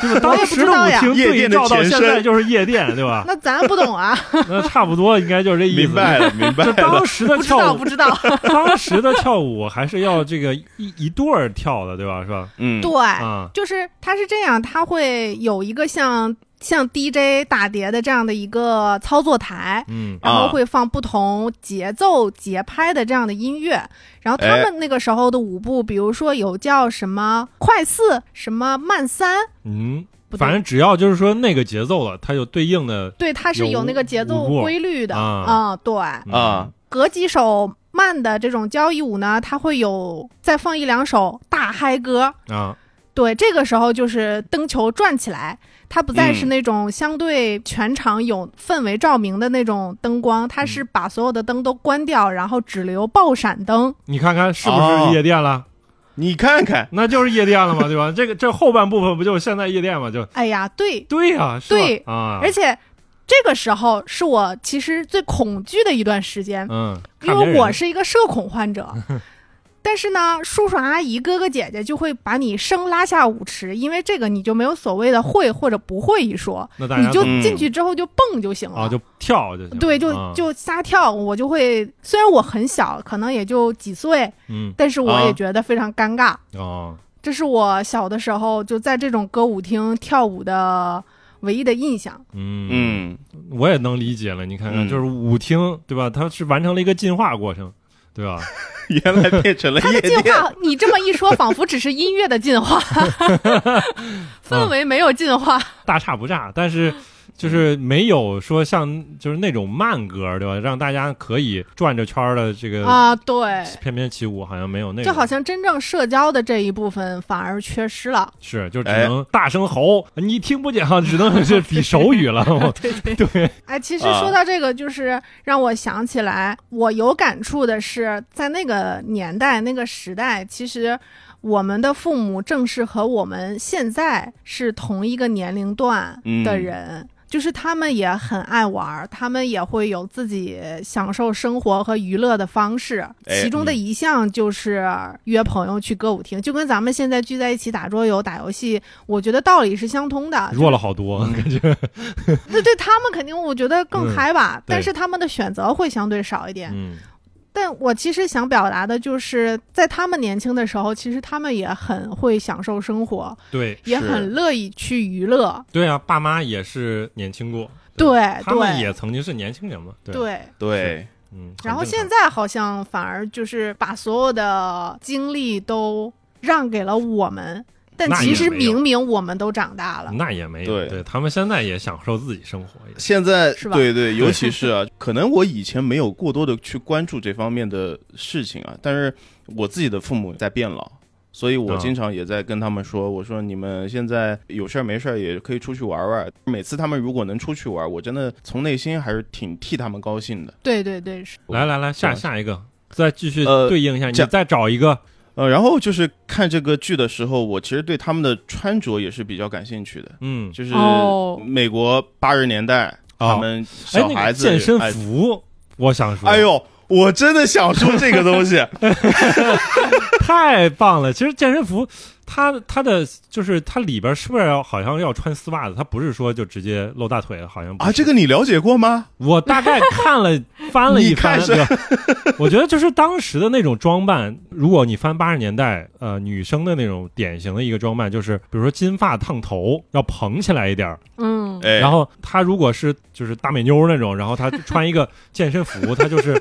[SPEAKER 1] 就是当
[SPEAKER 3] 我也不
[SPEAKER 1] 时
[SPEAKER 3] 知
[SPEAKER 1] 的
[SPEAKER 3] 道
[SPEAKER 1] 舞
[SPEAKER 3] 呀
[SPEAKER 1] 厅
[SPEAKER 2] 夜
[SPEAKER 1] 对
[SPEAKER 2] 店的
[SPEAKER 1] 照到
[SPEAKER 2] 前
[SPEAKER 1] 现
[SPEAKER 2] 身
[SPEAKER 1] 在就是夜店，对吧？
[SPEAKER 3] 那咱不 懂啊，
[SPEAKER 1] 那差不多应该就是这意思。
[SPEAKER 2] 明白了，明白
[SPEAKER 1] 就
[SPEAKER 2] 了
[SPEAKER 1] 当。时的
[SPEAKER 3] 不知
[SPEAKER 1] 跳
[SPEAKER 3] 道
[SPEAKER 1] 舞
[SPEAKER 3] 不知道。
[SPEAKER 1] 当时的跳舞还是要这个一一对儿跳的，对吧？是吧？
[SPEAKER 2] 嗯，
[SPEAKER 3] 对，
[SPEAKER 1] 啊，
[SPEAKER 3] 就是它是这样，它会有一个像像 DJ 打碟的这样的一个操作台，
[SPEAKER 1] 嗯
[SPEAKER 3] 然
[SPEAKER 2] 啊
[SPEAKER 3] 后会放不同节奏、节拍的这样的音乐。然后他
[SPEAKER 2] 哎
[SPEAKER 3] 们那个时候的舞步，比如说有叫什么快四、什么慢三，
[SPEAKER 1] 嗯，
[SPEAKER 3] 不对
[SPEAKER 1] 反正只要就是说那个节奏了，它有对应的
[SPEAKER 3] 对，它是
[SPEAKER 1] 有
[SPEAKER 3] 有那个节奏
[SPEAKER 1] 舞步
[SPEAKER 3] 规律的
[SPEAKER 1] 啊
[SPEAKER 3] 嗯，对，
[SPEAKER 2] 啊，
[SPEAKER 3] 隔几首慢的这种交谊舞呢，它会有再放一两首大嗨歌。
[SPEAKER 1] 嗯啊，
[SPEAKER 3] 对，这个时候就是灯球转起来，它不再是
[SPEAKER 2] 嗯
[SPEAKER 3] 那种相对全场有氛围照明的那种灯光，它
[SPEAKER 1] 嗯
[SPEAKER 3] 是把所有的灯都关掉，然后只留爆闪灯。
[SPEAKER 1] 你看看是不
[SPEAKER 2] 哦
[SPEAKER 1] 是夜店了？
[SPEAKER 2] 你看看，
[SPEAKER 1] 那就是夜店了嘛，对吧？ 这个这后半部分不就是现在夜店嘛？就
[SPEAKER 3] 哎呀，对，
[SPEAKER 1] 对呀，是吧
[SPEAKER 3] 对
[SPEAKER 1] 啊，
[SPEAKER 3] 而且这个时候是我其实最恐惧的一段时间，
[SPEAKER 1] 嗯，
[SPEAKER 3] 因
[SPEAKER 1] 看别
[SPEAKER 3] 为
[SPEAKER 1] 人
[SPEAKER 3] 我是一个社恐患 者。但是呢，叔叔阿姨、哥哥姐姐就会把你生拉下舞池，因为这个你就没有所谓的会或者不会一说，
[SPEAKER 1] 那大
[SPEAKER 3] 你
[SPEAKER 1] 家
[SPEAKER 3] 就
[SPEAKER 1] 都
[SPEAKER 2] 嗯
[SPEAKER 3] 进去之后就蹦就行了。
[SPEAKER 1] 啊就跳就行，
[SPEAKER 3] 对，就
[SPEAKER 1] 啊
[SPEAKER 3] 就瞎跳，我就会。虽然我很小，可能也就几岁，
[SPEAKER 1] 嗯
[SPEAKER 3] 但是我
[SPEAKER 2] 啊
[SPEAKER 3] 也觉得非常尴尬。
[SPEAKER 1] 哦，
[SPEAKER 3] 这是我小的时候就在这种歌舞厅跳舞的唯一的印象。
[SPEAKER 1] 嗯
[SPEAKER 2] 嗯，
[SPEAKER 1] 我也能理解了。你看看，
[SPEAKER 2] 嗯
[SPEAKER 1] 就是舞厅对吧？它是完成了一个进化过程，对吧？
[SPEAKER 2] 嗯原来变成了
[SPEAKER 3] 它
[SPEAKER 2] 夜
[SPEAKER 3] 的进
[SPEAKER 2] 店，
[SPEAKER 3] 化，你这么一说，仿佛只是音乐的 进化，氛围没有进化。
[SPEAKER 1] 大差不差，但是就是没有说像就是那种慢歌，对吧？让大家可以转着圈儿的这个
[SPEAKER 3] 啊，对，
[SPEAKER 1] 翩翩起舞，好像没有嗯那种，
[SPEAKER 3] 就好像真正社交的这一部分反而缺失了。
[SPEAKER 1] 是就只能大声吼，你听不见，只能是比手语 了。
[SPEAKER 3] 对对
[SPEAKER 1] 对，
[SPEAKER 3] 哎，其实
[SPEAKER 2] 啊
[SPEAKER 3] 说到这个，就是让我想起来，我有感触的是，在那个年代、那个时代，其实我们的父母正是和我们现在是同一个年龄段
[SPEAKER 2] 嗯
[SPEAKER 3] 的人。就是他们也很爱玩儿，他们也会有自己享受生活和娱乐的方式。
[SPEAKER 2] 哎
[SPEAKER 3] 其中的一项就是约朋友去歌舞厅，就跟咱们现在聚在一起打桌游、打游戏，我觉得道理是相通的。
[SPEAKER 1] 弱了好多，感觉
[SPEAKER 3] 那对他们肯定，我觉得更
[SPEAKER 1] 嗯
[SPEAKER 3] 嗨吧，但
[SPEAKER 1] 对
[SPEAKER 3] 是他们的选择会相对少一点。
[SPEAKER 1] 嗯
[SPEAKER 3] 但我其实想表达的就是，在他们年轻的时候，其实他们也很会享受生活，
[SPEAKER 1] 对
[SPEAKER 3] 也
[SPEAKER 2] 是
[SPEAKER 3] 很乐意去娱乐。
[SPEAKER 1] 对啊，爸妈也是年轻过，
[SPEAKER 3] 对
[SPEAKER 1] 他们
[SPEAKER 3] 哎对
[SPEAKER 1] 也曾经是年轻人嘛，对，
[SPEAKER 3] 对，
[SPEAKER 2] 对，
[SPEAKER 1] 嗯。很
[SPEAKER 3] 然后
[SPEAKER 1] 正常
[SPEAKER 3] 现在好像反而就是把所有的精力都让给了我们。但
[SPEAKER 1] 那
[SPEAKER 3] 其
[SPEAKER 1] 也
[SPEAKER 3] 实
[SPEAKER 1] 没有嗯
[SPEAKER 3] 明明我们都长大了，
[SPEAKER 1] 那也没有，
[SPEAKER 2] 对
[SPEAKER 1] 对他们现在也享受自己生活，也
[SPEAKER 2] 现在
[SPEAKER 3] 是吧
[SPEAKER 2] 对对， 尤其是啊，可能我以前没有过多的去关注这方面的事情啊，但是我自己的父母在变老，所以我
[SPEAKER 1] 啊
[SPEAKER 2] 经常也在跟他们说，我说你们现在有事儿没事儿也可以出去玩玩。每次他们如果能出去玩，我真的从内心还是挺替他们高兴的。
[SPEAKER 3] 对对对，是
[SPEAKER 1] 来来来，下
[SPEAKER 2] 对
[SPEAKER 1] 下一个，再继续
[SPEAKER 2] 呃
[SPEAKER 1] 对应一下，
[SPEAKER 2] 这
[SPEAKER 1] 你
[SPEAKER 2] 样
[SPEAKER 1] 再找一个
[SPEAKER 2] 呃，然后就是看这个剧的时候，我其实对他们的穿着也是比较感兴趣的，
[SPEAKER 1] 嗯，
[SPEAKER 2] 就是
[SPEAKER 3] 哦
[SPEAKER 2] 美国八十年代
[SPEAKER 1] 哦
[SPEAKER 2] 他们
[SPEAKER 1] 哎
[SPEAKER 2] 小，
[SPEAKER 1] 那
[SPEAKER 2] 孩
[SPEAKER 1] 个
[SPEAKER 2] 子
[SPEAKER 1] 健身
[SPEAKER 2] 哎
[SPEAKER 1] 服，我想说，
[SPEAKER 2] 哎，呦，我真的想说这个东西。
[SPEAKER 1] 太棒了！其实健身服，它它的就是它里边是不是要好像要穿丝袜子？它不是说就直接露大腿，好像不是
[SPEAKER 2] 啊，这个你了解过吗？
[SPEAKER 1] 我大概看 了翻了一翻，
[SPEAKER 2] 你看是
[SPEAKER 1] 对吧 我觉得就是当时的那种装扮，如果你翻八十年代呃女生的那种典型的一个装扮，就是比如说金发烫头要蓬起来一点儿，
[SPEAKER 3] 嗯，
[SPEAKER 2] 哎，
[SPEAKER 1] 然后她如果是就是大美妞那种，然后她穿一个健身服，她 就是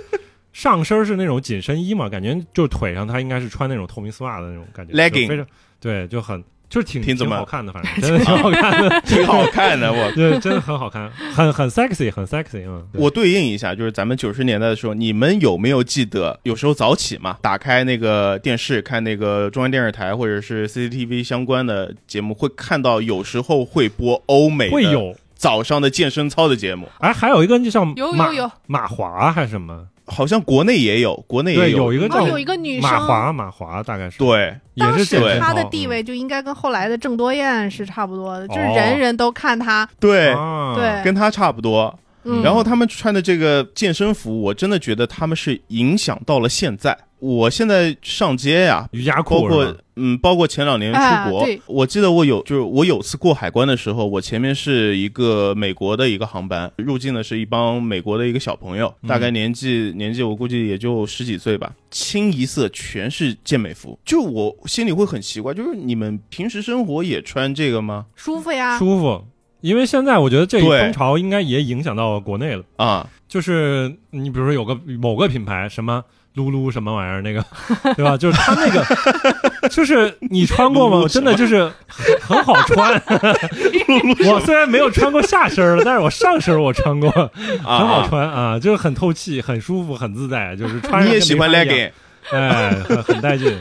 [SPEAKER 1] 上身是那种紧身衣嘛，感觉就腿上她应该是穿那种透明丝袜的那种感觉
[SPEAKER 2] Legging
[SPEAKER 1] 就非常对，就很就是挺
[SPEAKER 2] 挺怎么
[SPEAKER 1] 好看的，反正真的挺好看 的，
[SPEAKER 2] 挺好看的。我
[SPEAKER 1] 对，真的很好看，很很 sexy，很 sexy，嗯，对
[SPEAKER 2] 我对应一下，就是咱们九十年代的时候，你们有没有记得有时候早起嘛，打开那个电视看那个中央电视台或者是 CCTV 相关的节目，会看到有时候会播欧美的
[SPEAKER 1] 会有。
[SPEAKER 2] 早上的健身操的节目，
[SPEAKER 1] 哎，还有一个就像
[SPEAKER 3] 有
[SPEAKER 1] 马
[SPEAKER 3] 有有，
[SPEAKER 1] 马华还是什么？
[SPEAKER 2] 好像国内也有，国内也
[SPEAKER 1] 对，有一个
[SPEAKER 3] 哦，
[SPEAKER 1] 叫
[SPEAKER 3] 有一个女
[SPEAKER 1] 马
[SPEAKER 3] 生，
[SPEAKER 1] 华，马华大概是，
[SPEAKER 2] 对
[SPEAKER 1] 也
[SPEAKER 3] 当
[SPEAKER 1] 是
[SPEAKER 3] 时
[SPEAKER 1] 健身
[SPEAKER 3] 她
[SPEAKER 1] 操
[SPEAKER 3] 的地位就应该跟后来的郑多燕是差不多的，就是
[SPEAKER 1] 哦
[SPEAKER 3] 人人都看她，
[SPEAKER 2] 对、
[SPEAKER 1] 嗯啊
[SPEAKER 3] 对
[SPEAKER 2] 跟他差不多。
[SPEAKER 3] 嗯，
[SPEAKER 2] 然后他们穿的这个健身服，我真的觉得他们是影响到了现在。我现在上街呀、
[SPEAKER 1] 瑜伽
[SPEAKER 2] 包
[SPEAKER 1] 裤是
[SPEAKER 2] 括
[SPEAKER 1] 吧
[SPEAKER 2] 嗯，包括前两年
[SPEAKER 3] 啊
[SPEAKER 2] 出国，
[SPEAKER 3] 对
[SPEAKER 2] 我记得我有就是我有次过海关的时候，我前面是一个美国的一个航班，入境的是一帮美国的一个小朋友，
[SPEAKER 1] 嗯
[SPEAKER 2] 大概年纪、年纪我估计也就十几岁吧，清一色全是健美服，就我心里会很奇怪，就是你们平时生活也穿这个吗？
[SPEAKER 3] 舒服呀，
[SPEAKER 1] 舒服。因为现在我觉得这一
[SPEAKER 2] 对
[SPEAKER 1] 风潮应该也影响到国内了，
[SPEAKER 2] 啊，
[SPEAKER 1] 就是你比如说有个某个品牌什么。噜噜什么玩意儿那 个，对吧？就是它那个，就是你穿过
[SPEAKER 2] 噜
[SPEAKER 1] 吗？
[SPEAKER 2] 噜什
[SPEAKER 1] 真
[SPEAKER 2] 么
[SPEAKER 1] 的就是很很好 穿。我虽然没有穿过下身儿了，但是我上身儿我穿过，很
[SPEAKER 2] 啊
[SPEAKER 1] 好穿啊，就是很透气、很舒服、很自在，就是穿上
[SPEAKER 2] 你也
[SPEAKER 1] 跟没
[SPEAKER 2] 喜欢
[SPEAKER 1] 穿一样
[SPEAKER 2] legging
[SPEAKER 1] 哎，很很带劲。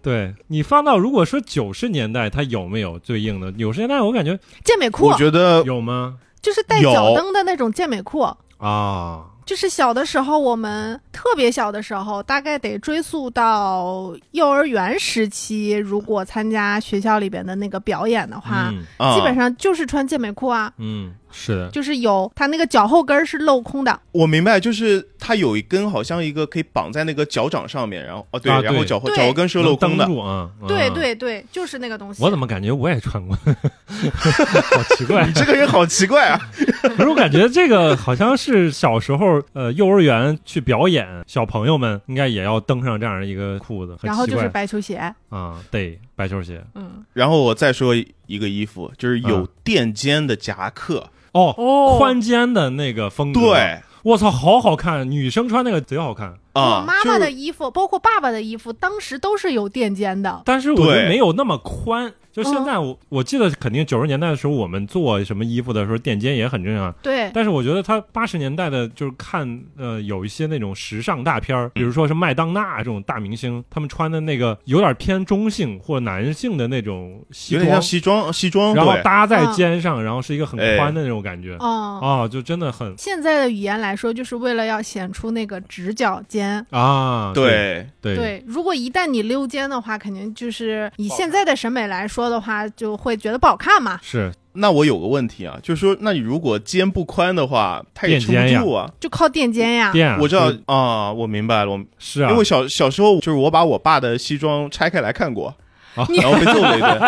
[SPEAKER 1] 对你放到如果说九十年代，它有没有对应的？九十年代我感觉
[SPEAKER 3] 健美裤
[SPEAKER 2] 我觉得
[SPEAKER 1] 有吗？
[SPEAKER 3] 就是带
[SPEAKER 2] 有
[SPEAKER 3] 脚蹬的那种健美裤。
[SPEAKER 1] 啊，
[SPEAKER 3] 就是小的时候，我们特别小的时候，大概得追溯到幼儿园时期。如果参加学校里边的那个表演的话，
[SPEAKER 1] 嗯
[SPEAKER 2] 啊，
[SPEAKER 3] 基本上就是穿健美裤啊，
[SPEAKER 1] 嗯，是的，
[SPEAKER 3] 就是有它那个脚后跟儿是镂空的，
[SPEAKER 2] 我明白，就是它有一根好像一个可以绑在那个脚掌上面，然后哦对，
[SPEAKER 1] 啊
[SPEAKER 2] 然后
[SPEAKER 1] 对
[SPEAKER 2] 脚后
[SPEAKER 3] 对
[SPEAKER 2] 脚后跟是镂空
[SPEAKER 1] 能
[SPEAKER 2] 的
[SPEAKER 1] 蹬，住啊，啊
[SPEAKER 3] 对。对对，就是那个东西。
[SPEAKER 1] 我怎么感觉我也穿过？ 好奇怪
[SPEAKER 2] 你，这个人好奇怪啊！
[SPEAKER 1] 可是我感觉这个好像是小时候，呃，幼儿园去表演，小朋友们应该也要登上这样一个裤子，很
[SPEAKER 3] 然后
[SPEAKER 1] 奇
[SPEAKER 3] 就是
[SPEAKER 1] 怪
[SPEAKER 3] 白球鞋，
[SPEAKER 1] 啊，对，白球鞋。
[SPEAKER 3] 嗯，
[SPEAKER 2] 然后我再说一个衣服，就是有
[SPEAKER 1] 啊
[SPEAKER 2] 垫肩的夹克，
[SPEAKER 1] 哦，
[SPEAKER 3] 哦
[SPEAKER 1] 宽肩的那个风格，，
[SPEAKER 2] 对
[SPEAKER 1] 我操，好好看，女生穿那个贼好看。
[SPEAKER 3] 我
[SPEAKER 2] 啊，
[SPEAKER 3] 妈妈
[SPEAKER 2] 就
[SPEAKER 3] 的
[SPEAKER 2] 是
[SPEAKER 3] 衣服，包括爸爸的衣服，当时都是有垫肩的。
[SPEAKER 1] 但是我觉得
[SPEAKER 2] 对
[SPEAKER 1] 没有那么宽。就现在
[SPEAKER 3] 嗯
[SPEAKER 1] 我，我、记得肯定九十年代的时候，我们做什么衣服的时候，垫肩也很正常。
[SPEAKER 3] 对，
[SPEAKER 1] 但是我觉得他八十年代的，就是看呃有一些那种时尚大片
[SPEAKER 2] 嗯
[SPEAKER 1] 儿，比如说是麦当娜这种大明星，他们穿的那个有点偏中性或男性的那种西
[SPEAKER 2] 有
[SPEAKER 1] 装，
[SPEAKER 2] 点像西装，西装
[SPEAKER 1] 然后
[SPEAKER 2] 对，
[SPEAKER 1] 搭在
[SPEAKER 3] 嗯
[SPEAKER 1] 肩上，然后是一个很
[SPEAKER 2] 哎
[SPEAKER 1] 宽的那种感觉。
[SPEAKER 3] 嗯，
[SPEAKER 1] 啊，就真的很
[SPEAKER 3] 现在的语言来说，就是为了要显出那个直角肩。
[SPEAKER 1] 啊，
[SPEAKER 2] 对
[SPEAKER 1] 对
[SPEAKER 3] 对，如果一旦你溜肩的话，肯定就是以现在的审美来说的话，就会觉得不好看嘛，
[SPEAKER 1] 是
[SPEAKER 2] 那我有个问题啊，就是说，那你如果肩不宽的话，它也撑
[SPEAKER 1] 垫
[SPEAKER 2] 不
[SPEAKER 1] 肩
[SPEAKER 2] 住啊。
[SPEAKER 3] 就靠垫肩呀。
[SPEAKER 1] 垫啊，
[SPEAKER 2] 我知道
[SPEAKER 1] 就是
[SPEAKER 2] 啊，我明白了，我
[SPEAKER 1] 是啊，
[SPEAKER 2] 因为小小时候就是我把我爸的西装拆开来看过，
[SPEAKER 1] 啊
[SPEAKER 2] 然后被揍了 一顿，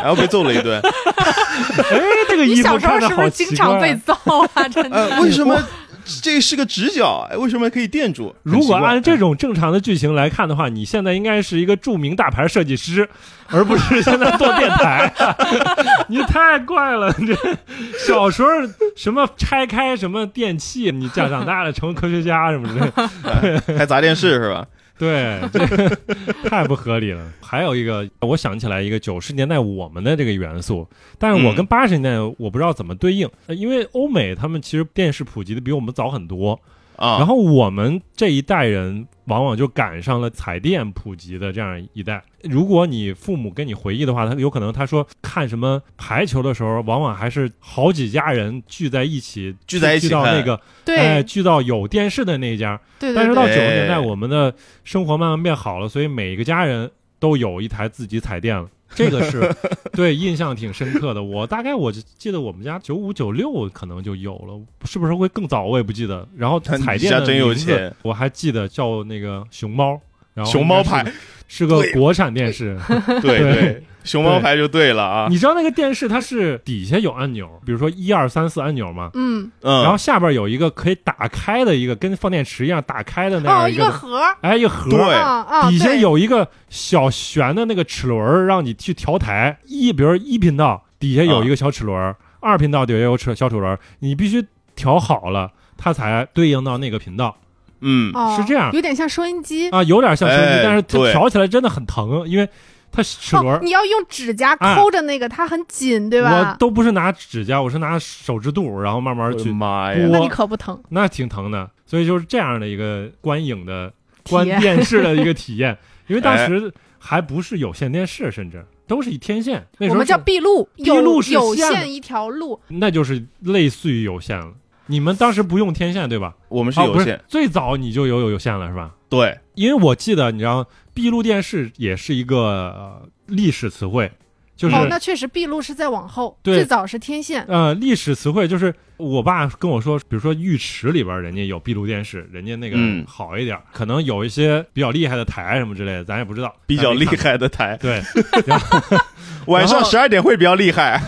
[SPEAKER 2] 然后被揍了一顿。
[SPEAKER 1] 哎，这个
[SPEAKER 3] 你
[SPEAKER 1] 衣
[SPEAKER 3] 小
[SPEAKER 1] 服
[SPEAKER 3] 时候
[SPEAKER 1] 穿的
[SPEAKER 3] 是不
[SPEAKER 1] 好
[SPEAKER 3] 是
[SPEAKER 1] 奇
[SPEAKER 3] 经常被
[SPEAKER 1] 怪。
[SPEAKER 3] 揍 啊？真 的，
[SPEAKER 2] 呃，为什么这是个直角？哎为什么可以垫住？
[SPEAKER 1] 如果按这种
[SPEAKER 2] 种
[SPEAKER 1] 正常的剧情来看的话，你现在应该是一个著名大牌设计师，而不是现在做电台。 你太怪了，你这小时候什么拆开什么电器，你长长大了成为科学家什么之类的。
[SPEAKER 2] 还砸电视是吧？
[SPEAKER 1] 对，这个 太不合理了。还有一个，我想起来一个九十年代我们的这个元素，但是我跟
[SPEAKER 2] 嗯
[SPEAKER 1] 八十年代我不知道怎么对应，呃因为欧美他们其实电视普及的比我们早很多，
[SPEAKER 2] 啊，
[SPEAKER 1] 然后我们这一代人往往就赶上了彩电普及的这样一代。如果你父母跟你回忆的话，他有可能他说看什么排球的时候，往往还是好几家人聚在一起，
[SPEAKER 2] 聚在一起
[SPEAKER 1] 到那
[SPEAKER 2] 看
[SPEAKER 1] 个
[SPEAKER 3] 对、
[SPEAKER 1] 哎，聚到有电视的那一家，
[SPEAKER 3] 对对对，
[SPEAKER 1] 但是到九十年代，
[SPEAKER 2] 哎
[SPEAKER 1] 我们的生活慢慢变好了，所以每个家人都有一台自己彩电了。这个 是对印象挺深刻的。我大概我就记得我们家九五九六可能就有了，是不是会更早我也不记得。然后彩电
[SPEAKER 2] 你
[SPEAKER 1] 的
[SPEAKER 2] 家真有
[SPEAKER 1] 名字
[SPEAKER 2] 钱，
[SPEAKER 1] 我还记得叫那个熊猫，然后
[SPEAKER 2] 熊猫
[SPEAKER 1] 应该
[SPEAKER 2] 牌
[SPEAKER 1] 是，是个
[SPEAKER 2] 对
[SPEAKER 1] 国产电视。
[SPEAKER 2] 对
[SPEAKER 1] 对
[SPEAKER 2] 对，熊猫牌就对了啊，
[SPEAKER 1] 你知道那个电视它是底下有按钮，比如说一二三四按钮嘛，
[SPEAKER 3] 嗯，
[SPEAKER 2] 嗯，
[SPEAKER 1] 然后下边有一个可以打开的一个跟放电池一样打开的那
[SPEAKER 3] 哦，
[SPEAKER 1] 样
[SPEAKER 3] 一
[SPEAKER 1] 个
[SPEAKER 3] 个
[SPEAKER 1] 东西，
[SPEAKER 3] 盒儿，
[SPEAKER 1] 哎，一个盒
[SPEAKER 2] 对
[SPEAKER 3] 啊啊，
[SPEAKER 1] 底下
[SPEAKER 3] 对
[SPEAKER 1] 有一个小旋的那个齿轮儿，让你去调台。一，比如一频道底下有一个小齿轮儿，二频道底下有齿小齿轮儿，你必须调好了，它才对应到那个频道
[SPEAKER 2] 嗯，
[SPEAKER 3] 哦
[SPEAKER 1] 是这样
[SPEAKER 3] 有点像收音机。
[SPEAKER 1] 啊，有点像收音机
[SPEAKER 2] 哎，
[SPEAKER 1] 但是它
[SPEAKER 2] 对
[SPEAKER 1] 调起来真的很疼，因为它齿轮
[SPEAKER 3] 哦
[SPEAKER 1] 儿，。
[SPEAKER 3] 你要用指甲
[SPEAKER 1] 哎
[SPEAKER 3] 抠着那个，它很紧，对
[SPEAKER 1] 我
[SPEAKER 3] 吧？
[SPEAKER 1] 都不是拿指甲，我是拿手指肚，然后慢慢
[SPEAKER 2] 我的
[SPEAKER 3] 嗯
[SPEAKER 1] 去，
[SPEAKER 2] 妈
[SPEAKER 1] 我
[SPEAKER 2] 呀，
[SPEAKER 3] 那你可不疼。
[SPEAKER 1] 那挺疼的。所以就是这样的一个观影的、观
[SPEAKER 3] 体验
[SPEAKER 1] 电视的一个体验，因为当
[SPEAKER 2] 哎
[SPEAKER 1] 时还不是有线电视，甚至都是一天线。那时
[SPEAKER 3] 我
[SPEAKER 1] 候
[SPEAKER 3] 们
[SPEAKER 1] 是
[SPEAKER 3] 叫闭路，
[SPEAKER 1] 闭路
[SPEAKER 3] 有
[SPEAKER 1] 是
[SPEAKER 3] 有
[SPEAKER 1] 线的
[SPEAKER 3] 线一条路，
[SPEAKER 1] 那就是类似于有线了。你们当时不用天线对吧？
[SPEAKER 2] 我们是
[SPEAKER 1] 啊，不
[SPEAKER 2] 有线
[SPEAKER 1] 是，，最早你就有有有线了是吧？
[SPEAKER 2] 对，
[SPEAKER 1] 因为我记得，你知道，闭路电视也是一个、呃历史词汇，就是、
[SPEAKER 3] 哦，那确实闭路是在往后，
[SPEAKER 1] 对
[SPEAKER 3] 最早是天线，
[SPEAKER 1] 呃历史词汇，就是我爸跟我说，比如说浴池里边人家有闭路电视，人家那个
[SPEAKER 2] 嗯
[SPEAKER 1] 好一点，可能有一些比较厉害的台什么之类的，咱也不知道，
[SPEAKER 2] 比较
[SPEAKER 1] 咱没
[SPEAKER 2] 厉
[SPEAKER 1] 看。
[SPEAKER 2] 害的台，
[SPEAKER 1] 对，
[SPEAKER 2] 晚上
[SPEAKER 1] 然后
[SPEAKER 2] 十二点会比较厉害，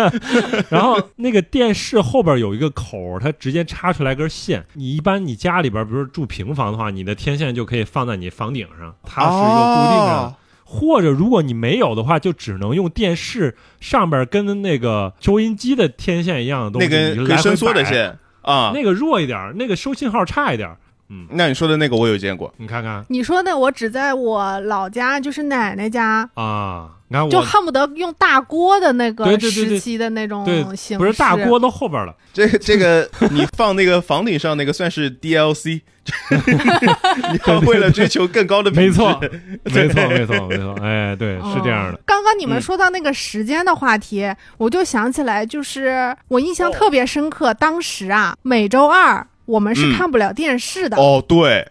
[SPEAKER 1] 然后那个电视后边有一个口儿，它直接插出来根线。你一般你家里边，比如住平房的话，你的天线就可以放在你房顶上，它是一个固定的。
[SPEAKER 2] 哦
[SPEAKER 1] 或者如果你没有的话，就只能用电视上边跟那个收音机的天线一样 的东
[SPEAKER 2] 那
[SPEAKER 1] 西，
[SPEAKER 2] 根
[SPEAKER 1] 你就
[SPEAKER 2] 可
[SPEAKER 1] 来
[SPEAKER 2] 以
[SPEAKER 1] 回
[SPEAKER 2] 伸缩的
[SPEAKER 1] 摆，
[SPEAKER 2] 线啊。
[SPEAKER 1] 那个弱一点儿，那个收信号差一点儿。
[SPEAKER 2] 那你说的那个我有见过，
[SPEAKER 1] 你看看
[SPEAKER 3] 你说的我只在我老家，就是奶奶家，
[SPEAKER 1] 啊，你看
[SPEAKER 3] 就
[SPEAKER 1] 我
[SPEAKER 3] 恨不得用大锅的那
[SPEAKER 1] 对
[SPEAKER 3] 个
[SPEAKER 1] 对对对
[SPEAKER 3] 时期的那种
[SPEAKER 1] 对
[SPEAKER 3] 形式，嗯
[SPEAKER 1] 不是大锅都后边了，
[SPEAKER 2] 这个这个你放那个房顶上那个算是 DLC，你要为了追求更高的品质，
[SPEAKER 1] 没 错，没错，没错，没错。哎，对，是这样的
[SPEAKER 3] 哦。刚刚你们
[SPEAKER 2] 嗯
[SPEAKER 3] 说到那个时间的话题，我就想起来，就是我印
[SPEAKER 1] 哦
[SPEAKER 3] 象特别深刻，当时啊，每周二我们是
[SPEAKER 2] 嗯
[SPEAKER 3] 看不了电视的。
[SPEAKER 2] 哦，对，